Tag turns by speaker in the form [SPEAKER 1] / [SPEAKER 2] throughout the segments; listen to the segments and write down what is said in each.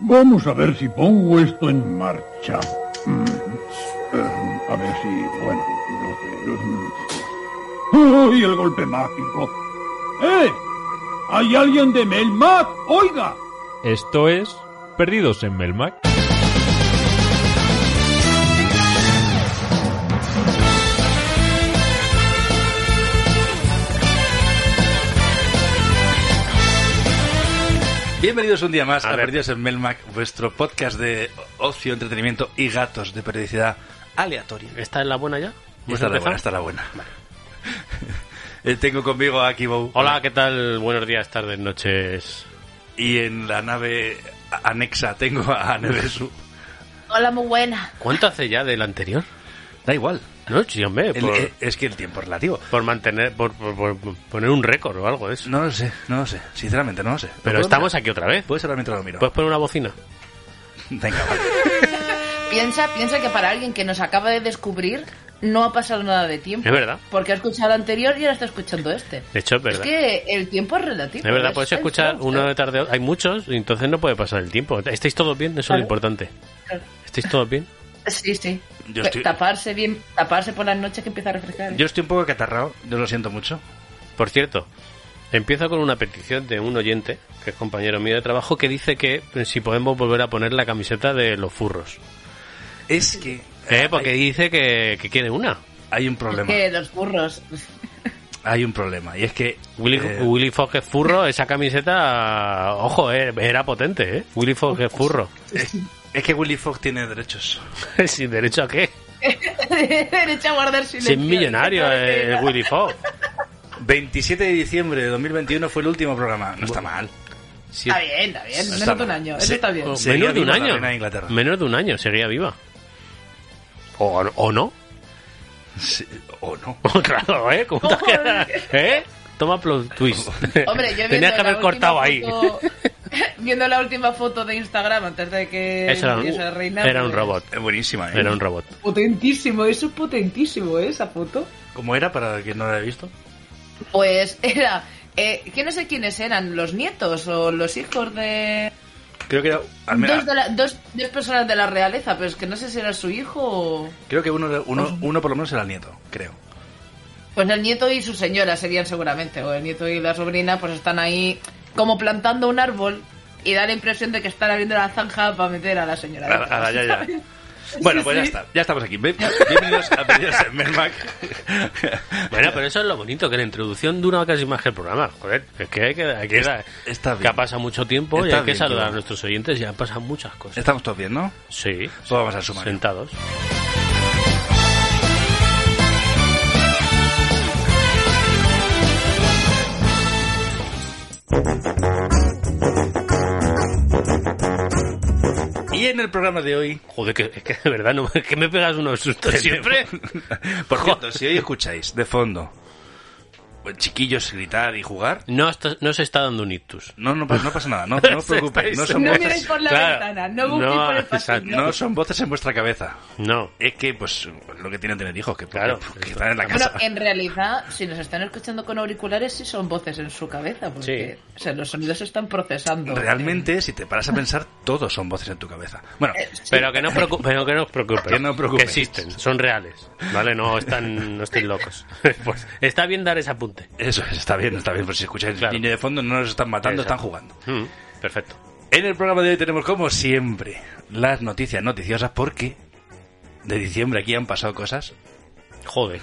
[SPEAKER 1] Vamos a ver si pongo esto en marcha. Mm, eh, A ver si, bueno, no sé. ¡Uy, el golpe mágico! ¡Eh! ¿Hay alguien de Melmac? ¡Oiga!
[SPEAKER 2] Esto es Perdidos en Melmac.
[SPEAKER 3] Bienvenidos un día más
[SPEAKER 2] A
[SPEAKER 3] a,
[SPEAKER 2] ver.
[SPEAKER 3] Perdidos en Melmac, vuestro podcast de ocio, entretenimiento y gatos de periodicidad aleatoria.
[SPEAKER 4] ¿Está en la buena ya? ¿Hemos
[SPEAKER 3] Esta es la
[SPEAKER 4] empezado?
[SPEAKER 3] buena, esta es la buena. Eh, Tengo conmigo a Kibou
[SPEAKER 4] Hola, ¿qué tal? Buenos días, tardes, noches.
[SPEAKER 3] y en la nave a- anexa tengo a Nevesu.
[SPEAKER 5] Hola, muy buena.
[SPEAKER 4] ¿Cuánto hace ya del anterior?
[SPEAKER 3] Da igual,
[SPEAKER 4] No, sí, hombre,
[SPEAKER 3] el-
[SPEAKER 4] por,
[SPEAKER 3] eh, es que el tiempo es relativo.
[SPEAKER 4] por mantener, por, por- por poner un récord o algo de eso.
[SPEAKER 3] No lo sé, no lo sé, sinceramente no lo sé.
[SPEAKER 4] Pero
[SPEAKER 3] ¿Puedo
[SPEAKER 4] estamos
[SPEAKER 3] mirar?
[SPEAKER 4] aquí otra vez.
[SPEAKER 3] Puedes hablar mientras lo miro.
[SPEAKER 4] ¿Puedes poner una bocina?
[SPEAKER 3] Venga, vale.
[SPEAKER 5] Piensa, piensa que para alguien que nos acaba de descubrir no ha pasado nada de tiempo.
[SPEAKER 4] Es verdad.
[SPEAKER 5] Porque ha escuchado el anterior y ahora está escuchando este.
[SPEAKER 4] De hecho, es verdad.
[SPEAKER 5] Es que el tiempo es relativo.
[SPEAKER 4] Es verdad,
[SPEAKER 5] es
[SPEAKER 4] puedes
[SPEAKER 5] el
[SPEAKER 4] escuchar
[SPEAKER 5] flow,
[SPEAKER 4] uno de
[SPEAKER 5] ¿sabes?
[SPEAKER 4] tarde. Hay muchos y entonces no puede pasar el tiempo. ¿Estáis todos bien? Eso es lo
[SPEAKER 5] Claro.
[SPEAKER 4] importante.
[SPEAKER 5] Claro.
[SPEAKER 4] ¿Estáis todos bien?
[SPEAKER 5] Sí, sí.
[SPEAKER 3] Yo
[SPEAKER 5] Pe-
[SPEAKER 3] estoy-
[SPEAKER 5] Taparse bien, taparse por las noches que empieza a refrescar. ¿eh?
[SPEAKER 3] Yo estoy un poco catarrado, yo lo siento mucho.
[SPEAKER 4] Por cierto, empiezo con una petición de un oyente, que es compañero mío de trabajo, que dice que eh, si podemos volver a poner la camiseta de los furros.
[SPEAKER 3] Es que
[SPEAKER 4] Eh, porque dice que, que quiere una.
[SPEAKER 3] hay un
[SPEAKER 5] Es
[SPEAKER 3] problema,
[SPEAKER 5] que los burros.
[SPEAKER 3] hay un problema. Y es que...
[SPEAKER 4] Willy,
[SPEAKER 3] eh,
[SPEAKER 4] Willy Fox es furro, esa camiseta, ojo, eh, era potente, ¿eh? Willy Fox es furro.
[SPEAKER 3] es que Willy Fox tiene derechos.
[SPEAKER 4] ¿Sin derecho a qué?
[SPEAKER 5] Derecho a guardar
[SPEAKER 4] Si
[SPEAKER 5] silencio.
[SPEAKER 4] es millonario eh, el Willy Fox.
[SPEAKER 3] 27 de diciembre de 2021 fue el último programa. No está mal.
[SPEAKER 4] Si-
[SPEAKER 5] Está bien, está bien.
[SPEAKER 3] Está
[SPEAKER 5] Menos de
[SPEAKER 3] mal.
[SPEAKER 5] un año.
[SPEAKER 3] Sí.
[SPEAKER 5] Eso está bien.
[SPEAKER 3] Sí. Seguía
[SPEAKER 4] Menos de un
[SPEAKER 3] viva la
[SPEAKER 4] año.
[SPEAKER 3] reina de Inglaterra.
[SPEAKER 4] Menos de un año, seguía viva. O, o no.
[SPEAKER 3] Sí, o no.
[SPEAKER 4] claro, ¿eh? ¿Cómo te has quedado? ¿Eh? Toma plot twist.
[SPEAKER 5] Hombre, yo viendo
[SPEAKER 4] Tenías que
[SPEAKER 5] la
[SPEAKER 4] haber
[SPEAKER 5] última
[SPEAKER 4] cortado ahí.
[SPEAKER 5] foto- viendo la última foto de Instagram antes de que
[SPEAKER 4] Eso era un,
[SPEAKER 5] muriese la reina,
[SPEAKER 4] era un
[SPEAKER 5] pues,
[SPEAKER 4] robot.
[SPEAKER 3] Es buenísima, ¿eh?
[SPEAKER 4] Era un robot.
[SPEAKER 5] Potentísimo, eso es potentísimo, ¿eh? esa foto.
[SPEAKER 3] ¿Cómo era para quien no lo haya visto?
[SPEAKER 5] Pues era. Eh, que no sé quiénes eran, los nietos o los hijos de.
[SPEAKER 3] Creo que era.
[SPEAKER 4] Pues
[SPEAKER 3] al menos- ah,
[SPEAKER 5] Dos, de la- dos, dos personas de la realeza, pero es que no sé si era su hijo o.
[SPEAKER 3] Creo que uno, era- uno, uno por lo menos era el nieto, creo.
[SPEAKER 5] Pues el nieto y su señora serían seguramente, o el nieto y la sobrina, pues están ahí como plantando un árbol y da la impresión de que están abriendo la zanja para meter a la señora.
[SPEAKER 3] Ahora-
[SPEAKER 5] dentro.
[SPEAKER 3] ahora ya, ya. Bueno, pues ya está. Ya estamos aquí. Bien- Bienvenidos a Pedidos en Melmac.
[SPEAKER 4] Bueno, pero eso es lo bonito, que la introducción dura casi más que el programa. Joder, es que hay que, hay que,
[SPEAKER 3] Está- está
[SPEAKER 4] que
[SPEAKER 3] bien.
[SPEAKER 4] ha pasado mucho tiempo y
[SPEAKER 3] Está
[SPEAKER 4] hay que
[SPEAKER 3] bien,
[SPEAKER 4] saludar
[SPEAKER 3] claro.
[SPEAKER 4] a nuestros oyentes y han pasado muchas cosas.
[SPEAKER 3] Estamos todos bien, ¿no?
[SPEAKER 4] Sí,
[SPEAKER 3] Pues vamos al sumario.
[SPEAKER 4] sentados.
[SPEAKER 3] Y en el programa de hoy.
[SPEAKER 4] Joder, que, es que de verdad no, es que me pegas unos sustos siempre.
[SPEAKER 3] Por cierto, si hoy escucháis de fondo pues, chiquillos gritar y jugar,
[SPEAKER 4] No, está- no se está dando un ictus.
[SPEAKER 3] no, no, pa- no pasa nada. No, no os preocupéis. No son
[SPEAKER 5] No
[SPEAKER 3] voces-
[SPEAKER 5] miréis por la
[SPEAKER 4] Claro.
[SPEAKER 5] ventana, no busquéis
[SPEAKER 4] No,
[SPEAKER 5] por el pasillo.
[SPEAKER 4] exacto.
[SPEAKER 3] no son voces en vuestra cabeza.
[SPEAKER 4] No.
[SPEAKER 3] Es que, pues, lo que tienen tener hijos, que,
[SPEAKER 4] Claro.
[SPEAKER 3] que- que están en la
[SPEAKER 5] Bueno,
[SPEAKER 3] casa.
[SPEAKER 5] en realidad, si nos están escuchando con auriculares, sí son voces en su cabeza, porque o sea, los sonidos se están procesando.
[SPEAKER 3] Realmente, si te paras a pensar, todos son voces en tu cabeza. Bueno,
[SPEAKER 4] Pero que no, os preocu- pero que no os preocupéis.
[SPEAKER 3] Que no os preocupéis.
[SPEAKER 4] Que existen, son reales. ¿Vale? No están, no estén locos. Pues está bien dar ese apunte.
[SPEAKER 3] eso es, está bien, está bien. Pero si escucháis el
[SPEAKER 4] Claro.
[SPEAKER 3] niño de fondo, no nos están matando,
[SPEAKER 4] Exacto.
[SPEAKER 3] están jugando.
[SPEAKER 4] Mm, perfecto.
[SPEAKER 3] En el programa de hoy tenemos, como siempre, las noticias noticiosas, porque de diciembre aquí han pasado cosas.
[SPEAKER 4] Joder.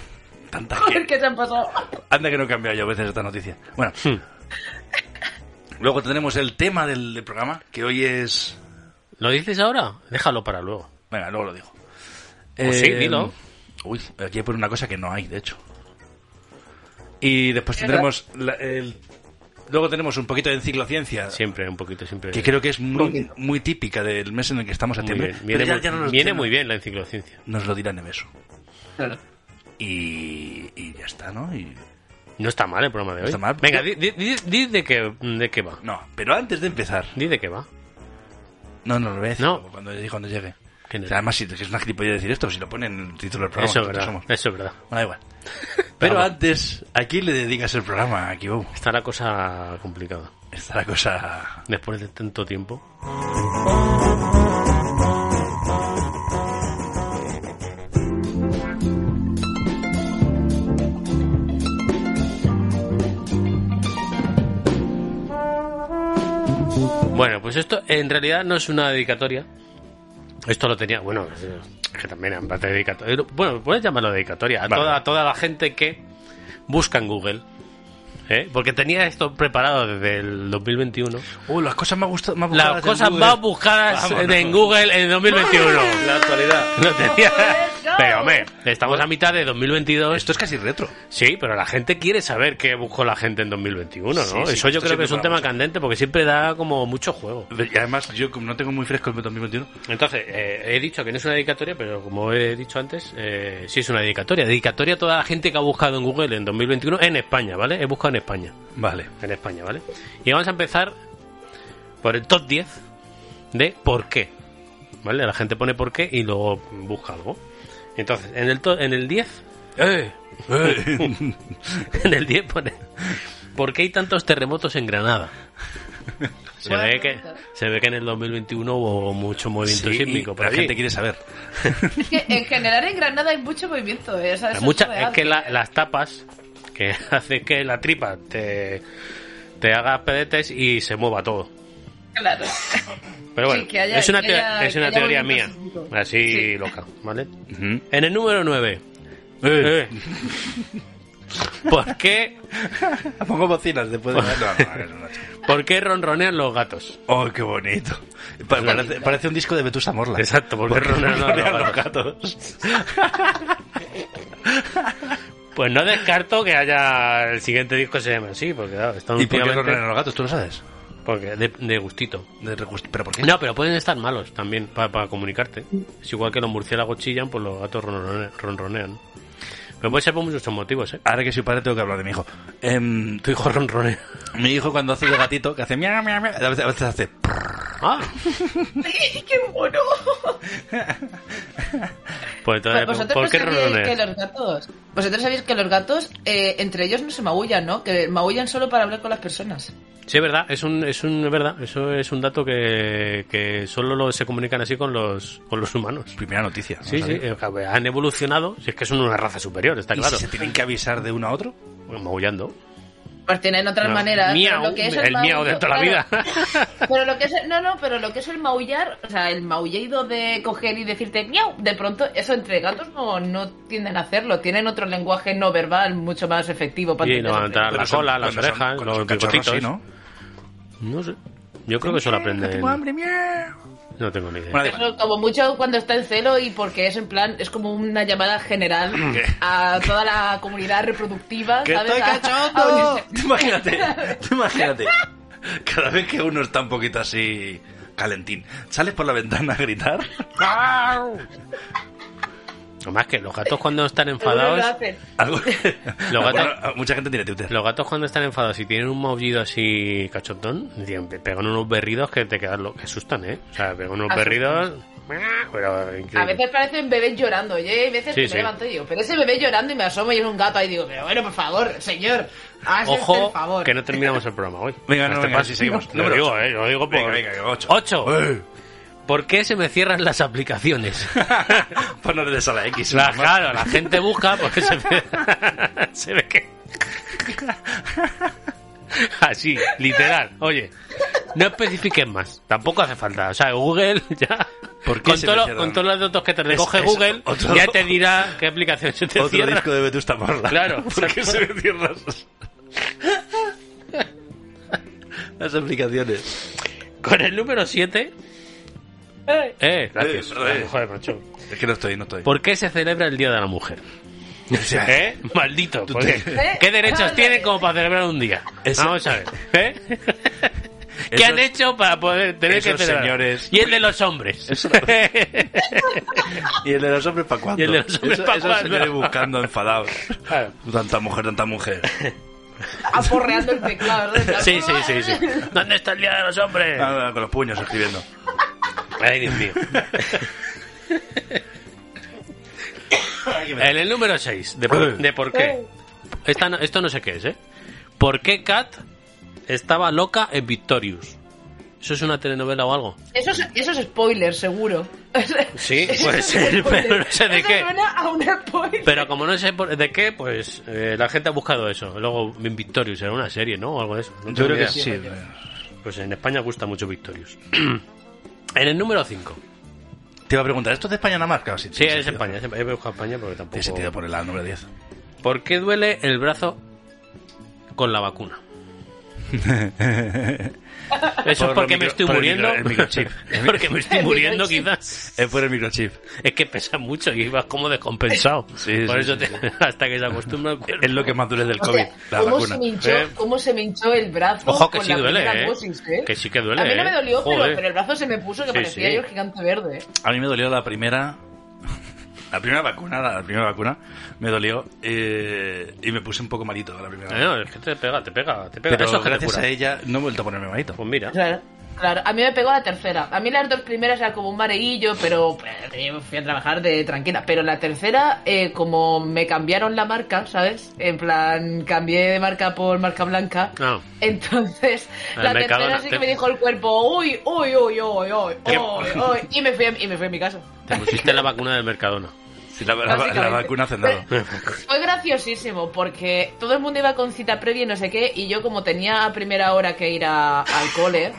[SPEAKER 3] Tantas
[SPEAKER 5] A
[SPEAKER 3] que.
[SPEAKER 5] ver qué te han pasado.
[SPEAKER 3] Anda que no he cambiado yo a veces esta noticia. Bueno.
[SPEAKER 4] Hmm.
[SPEAKER 3] Luego tenemos el tema del, del programa, que hoy es...
[SPEAKER 4] ¿Lo dices ahora? Déjalo para luego.
[SPEAKER 3] Venga, luego lo digo. Em,
[SPEAKER 4] Pues sí, dilo.
[SPEAKER 3] Uy, aquí hay por una cosa que no hay, de hecho. Y después tendremos... la- el- Luego tenemos un poquito de enciclociencia,
[SPEAKER 4] Siempre, un poquito, siempre.
[SPEAKER 3] que creo que es muy, muy típica del mes en el que estamos a
[SPEAKER 4] Muy
[SPEAKER 3] septiembre.
[SPEAKER 4] bien. Viene,
[SPEAKER 3] pero ya-
[SPEAKER 4] muy,
[SPEAKER 3] ya no nos-
[SPEAKER 4] viene
[SPEAKER 3] ya no-
[SPEAKER 4] muy bien la enciclociencia.
[SPEAKER 3] Nos lo dirá Nevesu.
[SPEAKER 5] Claro.
[SPEAKER 3] Y, y ya está, ¿no? Y-
[SPEAKER 4] No está mal el programa de hoy.
[SPEAKER 3] está mal.
[SPEAKER 4] Venga,
[SPEAKER 3] Yo-
[SPEAKER 4] di, di- di- di de, qué, de qué va.
[SPEAKER 3] No, pero antes de empezar...
[SPEAKER 4] Di de qué va.
[SPEAKER 3] No, no lo ves.
[SPEAKER 4] No.
[SPEAKER 3] Cuando, cuando llegue.
[SPEAKER 4] Que no.
[SPEAKER 3] O sea, además, si, que es una gilipollas decir esto, si lo ponen en el título del programa.
[SPEAKER 4] eso es
[SPEAKER 3] tontos
[SPEAKER 4] verdad.
[SPEAKER 3] somos.
[SPEAKER 4] Eso es verdad.
[SPEAKER 3] Bueno, da igual. Pero
[SPEAKER 4] Vamos.
[SPEAKER 3] antes, ¿a quién le dedicas el programa, Kibou?
[SPEAKER 4] Está la cosa complicada.
[SPEAKER 3] Está la cosa...
[SPEAKER 4] Después de tanto tiempo. Bueno, pues esto en realidad no es una dedicatoria. Esto lo tenía, bueno, es que también en parte de dedicatoria. Bueno, puedes llamarlo dedicatoria. A,
[SPEAKER 3] Vale.
[SPEAKER 4] toda, a toda la gente que busca en Google. ¿eh? Porque tenía esto preparado desde el 2021.
[SPEAKER 3] Uh, las cosas más gusta- más buscadas
[SPEAKER 4] Las
[SPEAKER 3] en
[SPEAKER 4] cosas
[SPEAKER 3] Google.
[SPEAKER 4] más buscadas
[SPEAKER 3] Vámonos.
[SPEAKER 4] en Google en 2021.
[SPEAKER 3] La actualidad.
[SPEAKER 4] Lo tenía.
[SPEAKER 5] Let's go.
[SPEAKER 4] Pero hombre, estamos a mitad de 2022.
[SPEAKER 3] Esto es casi retro.
[SPEAKER 4] Sí, pero la gente quiere saber qué buscó la gente en 2021, ¿no?
[SPEAKER 3] Sí, sí,
[SPEAKER 4] Eso yo
[SPEAKER 3] esto
[SPEAKER 4] creo que es un
[SPEAKER 3] siempre
[SPEAKER 4] tema
[SPEAKER 3] vamos.
[SPEAKER 4] candente porque siempre da como mucho juego.
[SPEAKER 3] Y además, yo como no tengo muy fresco el 2021.
[SPEAKER 4] Entonces, eh, he dicho que no es una dedicatoria, pero como he dicho antes, eh, sí es una dedicatoria. Dedicatoria a toda la gente que ha buscado en Google en 2021 en España, ¿vale? He buscado en España.
[SPEAKER 3] Vale.
[SPEAKER 4] en España, ¿vale? Y vamos a empezar por el top 10 de por qué. ¿Vale? La gente pone por qué y luego busca algo. Entonces, en el, to- en el 10,
[SPEAKER 3] ¡Eh! ¡Eh!
[SPEAKER 4] en el 10 pone ¿Por qué hay tantos terremotos en Granada? Se
[SPEAKER 5] Buena
[SPEAKER 4] ve, que,
[SPEAKER 5] pregunta.
[SPEAKER 4] se ve que en el 2021 hubo mucho movimiento
[SPEAKER 3] Sí,
[SPEAKER 4] sísmico.
[SPEAKER 3] la gente quiere saber.
[SPEAKER 5] Es que en general en Granada hay mucho movimiento, ¿eh? O sea, eso
[SPEAKER 4] mucha-
[SPEAKER 5] es, real.
[SPEAKER 4] es que la- las tapas que hace que la tripa te, te haga pedetes y se mueva todo.
[SPEAKER 5] Claro.
[SPEAKER 4] Pero bueno,
[SPEAKER 5] Sí, que haya-
[SPEAKER 4] es una,
[SPEAKER 5] que
[SPEAKER 4] teo-
[SPEAKER 5] haya-
[SPEAKER 4] es una
[SPEAKER 5] que haya
[SPEAKER 4] teoría mía,
[SPEAKER 5] movimiento sísmico.
[SPEAKER 4] así
[SPEAKER 5] Sí.
[SPEAKER 4] loca, ¿vale?
[SPEAKER 3] Ujú.
[SPEAKER 4] En el número 9,
[SPEAKER 3] ¡Eh!
[SPEAKER 4] ¿por qué,
[SPEAKER 3] Pongo bocinas después de... No, no, no, no, no.
[SPEAKER 4] ¿por qué ronronean los gatos?
[SPEAKER 3] ¡Oh, qué bonito! Pa- parece, parece un disco de Vetusta Morla.
[SPEAKER 4] Exacto, ¿por qué ronronean los
[SPEAKER 3] ronronean los
[SPEAKER 4] gatos? Pues no descarto que haya el siguiente disco se llame así, porque claro, están
[SPEAKER 3] ¿Y por qué
[SPEAKER 4] últimamente-
[SPEAKER 3] ronronean los gatos? ¿Tú lo sabes?
[SPEAKER 4] porque de, de gustito.
[SPEAKER 3] De recuest- ¿Pero por qué?
[SPEAKER 4] No, pero pueden estar malos también para comunicarte. Es igual que los murciélagos chillan, pues los gatos ronrone- ronronean. Pero puede ser por muchos motivos, ¿eh?
[SPEAKER 3] Ahora que soy padre tengo que hablar de mi hijo. Em,
[SPEAKER 4] Tu hijo ronronea.
[SPEAKER 3] mi hijo cuando hace de gatito, que hace miau, miau, miau, a veces, a veces hace... pues, prr.
[SPEAKER 4] Ah,
[SPEAKER 5] ¡Qué bueno!
[SPEAKER 4] pues entonces,
[SPEAKER 5] ¿Vosotros
[SPEAKER 4] ¿por
[SPEAKER 5] no
[SPEAKER 4] qué
[SPEAKER 5] sabíais
[SPEAKER 4] ronroneas?
[SPEAKER 5] que los gatos... Vosotros sabéis que los gatos, eh, entre ellos no se maullan, ¿no? Que maullan solo para hablar con las personas.
[SPEAKER 4] Sí, es verdad, es un, es un, es verdad, eso es un dato que, que solo lo- se comunican así con los, con los humanos.
[SPEAKER 3] Primera noticia. ¿no
[SPEAKER 4] Sí, sí,
[SPEAKER 3] sabía?
[SPEAKER 4] eh, han evolucionado, si es que son una raza superior, está
[SPEAKER 3] ¿Y
[SPEAKER 4] claro.
[SPEAKER 3] si se tienen que avisar de uno a otro?
[SPEAKER 4] Bueno, maullando.
[SPEAKER 5] Pues tienen otras
[SPEAKER 4] No,
[SPEAKER 5] maneras.
[SPEAKER 4] miau,
[SPEAKER 5] pero lo que es
[SPEAKER 4] el miau
[SPEAKER 5] maullo-
[SPEAKER 4] de toda la
[SPEAKER 5] claro,
[SPEAKER 4] vida.
[SPEAKER 5] Pero lo que es el- no, no, pero lo que es el maullar, o sea, el maullido de coger y decirte miau, de pronto, eso entre gatos no, no tienden a hacerlo. Tienen otro lenguaje no verbal mucho más efectivo para
[SPEAKER 4] Y
[SPEAKER 5] entender
[SPEAKER 4] no van a
[SPEAKER 5] el
[SPEAKER 4] entrar.
[SPEAKER 5] lenguaje.
[SPEAKER 4] La
[SPEAKER 3] Cuando son-
[SPEAKER 4] cola, las
[SPEAKER 3] cuando son-
[SPEAKER 4] orejas,
[SPEAKER 3] cuando
[SPEAKER 4] los
[SPEAKER 3] son cachorros,
[SPEAKER 4] bigotitos.
[SPEAKER 3] sí, ¿no?
[SPEAKER 4] No sé, yo creo que eso lo aprenden.
[SPEAKER 3] Tengo hambre, miau.
[SPEAKER 4] No tengo ni idea.
[SPEAKER 3] Bueno, da igual.
[SPEAKER 5] Eso como mucho cuando está en celo y porque es en plan, es como una llamada general a toda la comunidad reproductiva.
[SPEAKER 3] ¡Que
[SPEAKER 5] ¿sabes?
[SPEAKER 3] estoy
[SPEAKER 5] A-
[SPEAKER 3] cachondo!
[SPEAKER 5] a-
[SPEAKER 3] Tú imagínate, tú imagínate. Cada vez que uno está un poquito así calentín, sales por la ventana a gritar.
[SPEAKER 4] Lo más que los gatos cuando están
[SPEAKER 5] Algunos lo
[SPEAKER 4] enfadados,
[SPEAKER 5] hacen.
[SPEAKER 3] Algo...
[SPEAKER 4] Los
[SPEAKER 3] Ah,
[SPEAKER 4] gatos-
[SPEAKER 3] bueno, mucha gente tiene Twitter.
[SPEAKER 4] los gatos cuando están enfadados y tienen un maullido así cachotón, tienen- pe- pegan unos berridos que te quedan lo que asustan, ¿eh? O sea, pegan unos
[SPEAKER 5] Asustan.
[SPEAKER 4] berridos, pero increíble.
[SPEAKER 5] A veces parecen bebés llorando, oye, hay veces
[SPEAKER 4] Sí,
[SPEAKER 5] que
[SPEAKER 4] sí.
[SPEAKER 5] me levanto y digo, pero ese bebé llorando y me asomo y es un gato ahí digo, pero bueno, por favor, señor, haz
[SPEAKER 4] Ojo,
[SPEAKER 5] el favor.
[SPEAKER 4] que no terminamos el programa hoy.
[SPEAKER 3] Venga, no,
[SPEAKER 4] Este
[SPEAKER 3] venga,
[SPEAKER 4] paso
[SPEAKER 3] sí,
[SPEAKER 4] y
[SPEAKER 3] seguimos.
[SPEAKER 4] Lo
[SPEAKER 3] Número
[SPEAKER 4] digo,
[SPEAKER 3] ocho.
[SPEAKER 4] eh, lo digo por...
[SPEAKER 3] Venga, venga, ocho.
[SPEAKER 4] Ocho.
[SPEAKER 3] ¡Eh!
[SPEAKER 4] ¿Por qué se me cierran las aplicaciones?
[SPEAKER 3] Ponnos de sala X.
[SPEAKER 4] La-
[SPEAKER 3] ¿no?
[SPEAKER 4] claro, la gente busca porque se ve, se ve que... Así, literal. Oye, no especifiquen más. Tampoco hace falta. O sea, Google ya...
[SPEAKER 3] ¿Por qué
[SPEAKER 4] con,
[SPEAKER 3] se
[SPEAKER 4] todo
[SPEAKER 3] me
[SPEAKER 4] lo-
[SPEAKER 3] cierran?
[SPEAKER 4] con todos los datos que te recoge
[SPEAKER 3] es
[SPEAKER 4] Google,
[SPEAKER 3] otro-
[SPEAKER 4] ya te dirá qué aplicación se te
[SPEAKER 3] Otro
[SPEAKER 4] cierra.
[SPEAKER 3] disco de Vetusta Morla.
[SPEAKER 4] Claro,
[SPEAKER 3] ¿Por qué se me cierran las- las aplicaciones?
[SPEAKER 4] Con el número 7... Eh, gracias.
[SPEAKER 3] Eh, eh.
[SPEAKER 4] Joder, macho.
[SPEAKER 3] Es que no estoy, no estoy.
[SPEAKER 4] ¿Por qué se celebra el Día de la Mujer?
[SPEAKER 3] O sea,
[SPEAKER 4] ¿Eh? Maldito.
[SPEAKER 3] Tú
[SPEAKER 4] ¿por
[SPEAKER 3] te-
[SPEAKER 4] qué? ¿Qué derechos
[SPEAKER 5] Vale.
[SPEAKER 4] tienen como para celebrar un día?
[SPEAKER 3] Eso-
[SPEAKER 4] Vamos a ver. ¿eh? ¿Qué
[SPEAKER 3] Esos-
[SPEAKER 4] han hecho para poder tener que
[SPEAKER 3] esos
[SPEAKER 4] celebrar?
[SPEAKER 3] señores-
[SPEAKER 4] Y el de los hombres.
[SPEAKER 3] ¿Y el de los hombres para cuándo?
[SPEAKER 4] ¿Y el de los hombres
[SPEAKER 3] Eso-
[SPEAKER 4] pa'
[SPEAKER 3] esos
[SPEAKER 4] cuándo?
[SPEAKER 3] señores buscando enfadados.
[SPEAKER 4] Claro.
[SPEAKER 3] Tanta mujer, tanta mujer.
[SPEAKER 5] Aporreando el teclado. ¿verdad?
[SPEAKER 4] Sí, sí, sí, sí. ¿Dónde está el Día de los Hombres?
[SPEAKER 3] Ah, con los puños escribiendo.
[SPEAKER 4] Ay, Dios mío.
[SPEAKER 3] Hay que ver.
[SPEAKER 4] En el número 6, de, por- de por qué. Esta no- esto no sé qué es, ¿eh? ¿Por qué Kat estaba loca en Victorious? ¿Eso es una telenovela o algo?
[SPEAKER 5] Eso es, eso es spoiler, seguro.
[SPEAKER 4] Sí,
[SPEAKER 5] Eso
[SPEAKER 4] puede
[SPEAKER 5] es
[SPEAKER 4] ser,
[SPEAKER 5] spoiler.
[SPEAKER 4] pero no sé de
[SPEAKER 5] Eso
[SPEAKER 4] qué.
[SPEAKER 5] suena a un spoiler.
[SPEAKER 4] Pero como no sé por- de qué, pues eh, la gente ha buscado eso. Luego en Victorious era una serie, ¿no? O algo de eso. No
[SPEAKER 3] Yo
[SPEAKER 4] tengo
[SPEAKER 3] creo
[SPEAKER 4] ni idea.
[SPEAKER 3] que sí. eh.
[SPEAKER 4] Pues en España gusta mucho Victorious. en el número 5.
[SPEAKER 3] Te iba a preguntar, ¿esto es de España nada más? Claro, sí,
[SPEAKER 4] Sí,
[SPEAKER 3] tiene
[SPEAKER 4] es
[SPEAKER 3] sentido.
[SPEAKER 4] España. es España. He buscado España porque tampoco...
[SPEAKER 3] Tiene sentido por el al número 10.
[SPEAKER 4] ¿Por qué duele el brazo con la vacuna? Eso
[SPEAKER 3] Por
[SPEAKER 4] es porque
[SPEAKER 3] lo
[SPEAKER 4] me
[SPEAKER 3] micro-
[SPEAKER 4] estoy
[SPEAKER 3] por el
[SPEAKER 4] muriendo.
[SPEAKER 3] micro- el microchip.
[SPEAKER 4] Es porque me estoy
[SPEAKER 5] El
[SPEAKER 4] muriendo,
[SPEAKER 5] microchip.
[SPEAKER 4] quizás.
[SPEAKER 3] Es por el microchip.
[SPEAKER 4] Es que pesa mucho y vas como descompensado.
[SPEAKER 3] Sí,
[SPEAKER 4] Por
[SPEAKER 3] sí,
[SPEAKER 4] eso
[SPEAKER 3] sí,
[SPEAKER 4] te- hasta que se acostumbra el cuerpo.
[SPEAKER 3] Es lo que más duele del
[SPEAKER 5] O
[SPEAKER 3] COVID,
[SPEAKER 5] sea,
[SPEAKER 3] la
[SPEAKER 5] ¿cómo,
[SPEAKER 3] vacuna.
[SPEAKER 5] Se me hinchó,
[SPEAKER 4] Eh.
[SPEAKER 5] ¿Cómo se me hinchó el brazo?
[SPEAKER 4] Ojo que
[SPEAKER 5] con
[SPEAKER 4] sí
[SPEAKER 5] la
[SPEAKER 4] duele,
[SPEAKER 5] primera
[SPEAKER 4] eh.
[SPEAKER 5] dosis, eh?
[SPEAKER 4] Que sí que duele,
[SPEAKER 5] A mí no
[SPEAKER 4] eh.
[SPEAKER 5] me dolió, pero,
[SPEAKER 4] Joder.
[SPEAKER 5] pero el brazo se me puso que
[SPEAKER 4] Sí,
[SPEAKER 5] parecía
[SPEAKER 4] sí.
[SPEAKER 5] yo el gigante verde. eh.
[SPEAKER 3] A mí me dolió la primera. La primera vacuna, la, la primera vacuna, me dolió eh, y me puse un poco malito la primera
[SPEAKER 4] Ah,
[SPEAKER 3] vacuna.
[SPEAKER 4] No, es que te pega, te pega, te pega.
[SPEAKER 3] Eh, Pero
[SPEAKER 4] eso es que te
[SPEAKER 3] gracias
[SPEAKER 4] cura.
[SPEAKER 3] a ella no he vuelto a ponerme malito.
[SPEAKER 4] Pues mira.
[SPEAKER 5] Claro. Claro, a mí me pegó la tercera. A mí las dos primeras era como un mareillo, pero eh, fui a trabajar de tranquila. Pero la tercera, eh, como me cambiaron la marca, ¿sabes? En plan, cambié de marca por marca blanca.
[SPEAKER 4] Ah.
[SPEAKER 5] Entonces,
[SPEAKER 4] El
[SPEAKER 5] la
[SPEAKER 4] Mercadona,
[SPEAKER 5] tercera sí
[SPEAKER 4] te-
[SPEAKER 5] que me dijo el cuerpo, uy, uy, uy, uy, uy,
[SPEAKER 4] Te-
[SPEAKER 5] uy, uy", y me fui a, y me fui a mi casa.
[SPEAKER 4] Te pusiste la vacuna del Mercadona.
[SPEAKER 3] Sí, la, la- la
[SPEAKER 5] Básicamente.
[SPEAKER 3] vacuna ha cenado.
[SPEAKER 5] Fue graciosísimo porque todo el mundo iba con cita previa y no sé qué, y yo como tenía a primera hora que ir a- al cole,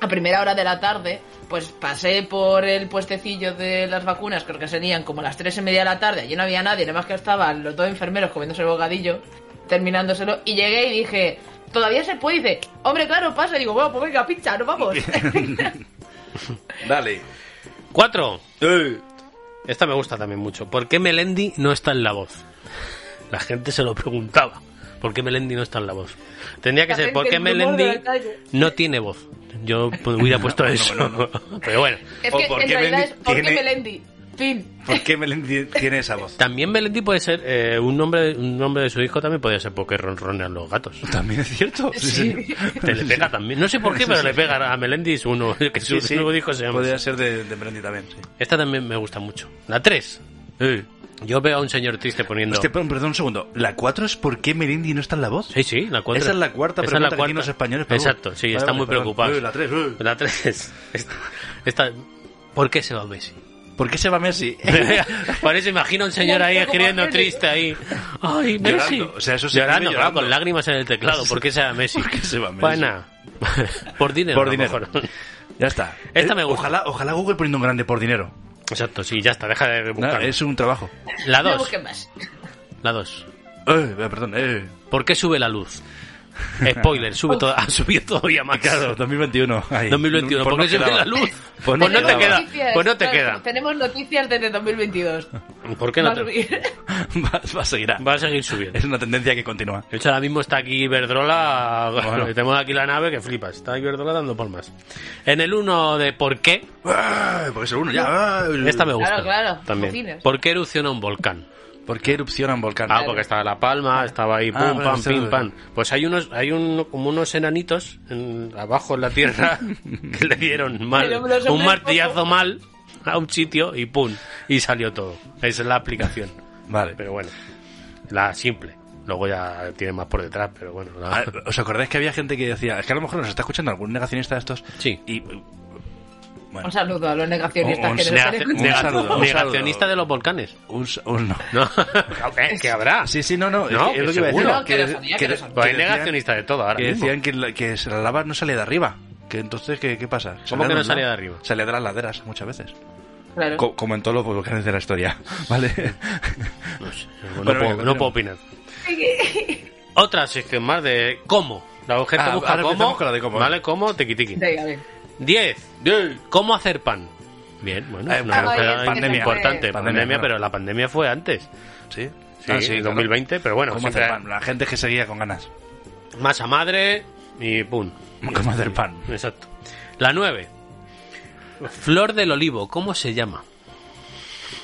[SPEAKER 5] a primera hora de la tarde, pues pasé por el puestecillo de las vacunas, creo que serían como las tres y media de la tarde, allí no había nadie, nada más que estaban los dos enfermeros comiéndose el bogadillo, terminándoselo, y llegué y dije, todavía se puede, y dice, hombre, claro, pasa, y digo, bueno, pues venga, pincha, nos vamos.
[SPEAKER 3] Dale.
[SPEAKER 4] Cuatro.
[SPEAKER 3] Eh.
[SPEAKER 4] Esta me gusta también mucho. ¿Por qué Melendi no está en la voz? La gente se lo preguntaba. ¿Por qué Melendi no está en la voz? Tendría que
[SPEAKER 5] La
[SPEAKER 4] ser,
[SPEAKER 5] gente,
[SPEAKER 4] ¿por qué
[SPEAKER 5] el rumor de la
[SPEAKER 4] Melendi
[SPEAKER 5] calle.
[SPEAKER 4] no tiene voz? Yo hubiera puesto eso. Pero bueno.
[SPEAKER 5] Es
[SPEAKER 3] O
[SPEAKER 5] que
[SPEAKER 3] por
[SPEAKER 5] en
[SPEAKER 3] qué
[SPEAKER 5] realidad
[SPEAKER 3] Melendi
[SPEAKER 5] es, ¿por qué
[SPEAKER 3] tiene-
[SPEAKER 5] Melendi? Fin.
[SPEAKER 3] ¿Por qué Melendi tiene esa voz?
[SPEAKER 4] También Melendi puede ser eh, un nombre un nombre de su hijo también podría ser porque ronronean los gatos.
[SPEAKER 3] También es cierto. Sí,
[SPEAKER 5] Sí.
[SPEAKER 3] señor.
[SPEAKER 4] Te le pega también. No sé por qué, pero le pega a Melendi su uno que su
[SPEAKER 3] Sí, sí.
[SPEAKER 4] nuevo hijo se llama.
[SPEAKER 3] Podría
[SPEAKER 4] así.
[SPEAKER 3] ser de, de Melendi también. Sí.
[SPEAKER 4] Esta también me gusta mucho. La 3. Yo veo a un señor triste poniendo
[SPEAKER 3] Hostia, perdón, perdón un segundo. ¿La 4 es por qué Melendi no está en la voz?
[SPEAKER 4] Sí, sí, la cuatro.
[SPEAKER 3] Esa es la cuarta
[SPEAKER 4] Esa es
[SPEAKER 3] pregunta
[SPEAKER 4] la
[SPEAKER 3] que
[SPEAKER 4] cuarta.
[SPEAKER 3] tienen los españoles. pero-
[SPEAKER 4] Exacto, sí,
[SPEAKER 3] Vale,
[SPEAKER 4] están
[SPEAKER 3] vale,
[SPEAKER 4] muy
[SPEAKER 3] perdón.
[SPEAKER 4] preocupados.
[SPEAKER 3] Eh, La 3.
[SPEAKER 4] La 3. Esta, ¿Por qué se va Messi?
[SPEAKER 3] ¿Por qué se va Messi?
[SPEAKER 4] Por eso imagino a un señor ahí escribiendo triste ahí. ¡Ay, Messi!
[SPEAKER 3] Llorando, o sea, eso se
[SPEAKER 4] llorando,
[SPEAKER 3] escribe
[SPEAKER 4] claro,
[SPEAKER 3] llorando.
[SPEAKER 4] con lágrimas en el teclado. ¿Por qué se va Messi?
[SPEAKER 3] ¿Por qué se va Messi?
[SPEAKER 4] Pues nada. Por dinero.
[SPEAKER 3] Por
[SPEAKER 4] a lo
[SPEAKER 3] dinero.
[SPEAKER 4] mejor.
[SPEAKER 3] ya está.
[SPEAKER 4] Esta
[SPEAKER 3] Eh,
[SPEAKER 4] me gusta.
[SPEAKER 3] Ojalá, ojalá Google poniendo un grande por dinero.
[SPEAKER 4] Exacto, sí, ya está, deja de
[SPEAKER 3] Nada,
[SPEAKER 4] buscar.
[SPEAKER 3] es un trabajo.
[SPEAKER 4] La
[SPEAKER 5] No
[SPEAKER 4] 2.
[SPEAKER 5] busquen más.
[SPEAKER 4] La 2.
[SPEAKER 3] Eh, perdón, eh.
[SPEAKER 4] ¿Por qué sube la luz? Spoiler, sube to- ha subido todavía más.
[SPEAKER 3] Claro, 2021. ahí.
[SPEAKER 4] 2021, ¿por
[SPEAKER 3] no
[SPEAKER 4] qué sube
[SPEAKER 3] quedaba.
[SPEAKER 4] la luz?
[SPEAKER 3] Pues
[SPEAKER 4] Pues no te
[SPEAKER 5] Tenemos
[SPEAKER 4] queda.
[SPEAKER 5] noticias,
[SPEAKER 4] Pues no te
[SPEAKER 5] claro,
[SPEAKER 4] queda.
[SPEAKER 5] Tenemos noticias desde 2022.
[SPEAKER 4] ¿Por qué no te-
[SPEAKER 3] va, va a seguir. ah.
[SPEAKER 4] Va a seguir subiendo.
[SPEAKER 3] Es una tendencia que continúa.
[SPEAKER 4] De hecho, ahora mismo está aquí Iberdrola.
[SPEAKER 3] Bueno.
[SPEAKER 4] Tenemos aquí la nave que flipas. Está Iberdrola dando palmas. En el 1 de por qué.
[SPEAKER 3] Ah, Porque es el uno ya.
[SPEAKER 4] Esta me gusta.
[SPEAKER 5] Claro, claro,
[SPEAKER 4] También.
[SPEAKER 5] cocinas.
[SPEAKER 4] ¿Por qué erupciona un volcán?
[SPEAKER 3] ¿Por qué erupcionan volcanes?
[SPEAKER 4] Ah, porque estaba La Palma, estaba ahí, pum,
[SPEAKER 3] Ah, bueno,
[SPEAKER 4] pam,
[SPEAKER 3] eso
[SPEAKER 4] pim,
[SPEAKER 3] es
[SPEAKER 4] pam. Pues hay unos, hay un, como unos enanitos en- abajo en la tierra que le dieron mal,
[SPEAKER 5] Pero los
[SPEAKER 4] un
[SPEAKER 5] hombres
[SPEAKER 4] martillazo
[SPEAKER 5] poco.
[SPEAKER 4] mal a un sitio y pum, y salió todo. Esa es la aplicación.
[SPEAKER 3] Vale.
[SPEAKER 4] Pero bueno, la simple. Luego ya tiene más por detrás, pero bueno. la-
[SPEAKER 3] Ah, ¿Os acordáis que había gente que decía, es que a lo mejor nos está escuchando algún negacionista de estos?
[SPEAKER 4] Sí.
[SPEAKER 3] Y, eh, bueno,
[SPEAKER 5] Un saludo a los negacionistas
[SPEAKER 3] Un-
[SPEAKER 5] que
[SPEAKER 3] un
[SPEAKER 5] nos han
[SPEAKER 4] Negaci-
[SPEAKER 5] escuchado.
[SPEAKER 3] Un saludo, un
[SPEAKER 4] negacionista
[SPEAKER 3] saludo.
[SPEAKER 4] de los volcanes.
[SPEAKER 3] un, s- un no. Ah,
[SPEAKER 4] No, Eh, que habrá.
[SPEAKER 3] Sí, sí, no, no.
[SPEAKER 4] No,
[SPEAKER 3] es, que- es lo
[SPEAKER 4] que
[SPEAKER 3] que iba a decir.
[SPEAKER 4] seguro.
[SPEAKER 5] Que lo sabía, que lo sabía.
[SPEAKER 4] Pues hay
[SPEAKER 3] decían-
[SPEAKER 4] negacionistas de todo ahora
[SPEAKER 3] que
[SPEAKER 4] mismo.
[SPEAKER 3] decían que, la, que se- la lava no sale de arriba. Que entonces, ¿qué, qué pasa?
[SPEAKER 4] ¿Cómo
[SPEAKER 3] Sale
[SPEAKER 4] que
[SPEAKER 3] de
[SPEAKER 4] no
[SPEAKER 3] un
[SPEAKER 4] sale
[SPEAKER 3] lado.
[SPEAKER 4] de arriba?
[SPEAKER 3] Sale de las laderas muchas veces.
[SPEAKER 5] Claro.
[SPEAKER 3] Co- como en todos los volcanes de la historia. Vale.
[SPEAKER 4] No, sé, no puedo,
[SPEAKER 3] Bueno, venga,
[SPEAKER 4] no
[SPEAKER 3] continuemos.
[SPEAKER 4] puedo opinar. Otra sección más de cómo. La gente
[SPEAKER 3] Ah,
[SPEAKER 4] busca
[SPEAKER 3] ahora
[SPEAKER 4] cómo. ¿eh?
[SPEAKER 3] empezamos con la de cómo.
[SPEAKER 4] Vale, cómo, tiqui tiqui.
[SPEAKER 5] Sí, a ver.
[SPEAKER 4] 10. ¿Cómo hacer pan? Bien, bueno,
[SPEAKER 3] Eh,
[SPEAKER 4] no nos
[SPEAKER 5] ay,
[SPEAKER 4] queda
[SPEAKER 5] pandemia.
[SPEAKER 4] importante.
[SPEAKER 3] Pandemia,
[SPEAKER 4] Pandemia,
[SPEAKER 3] claro.
[SPEAKER 4] pero la pandemia fue antes.
[SPEAKER 3] sí.
[SPEAKER 4] Sí,
[SPEAKER 3] Ah, sí, claro.
[SPEAKER 4] 2020, pero bueno,
[SPEAKER 3] ¿Cómo
[SPEAKER 4] siempre
[SPEAKER 3] hacer pan? La gente que seguía con ganas.
[SPEAKER 4] masa madre y pum.
[SPEAKER 3] ¿Cómo hacer pan?
[SPEAKER 4] Exacto. La 9. Flor del olivo, ¿cómo se llama?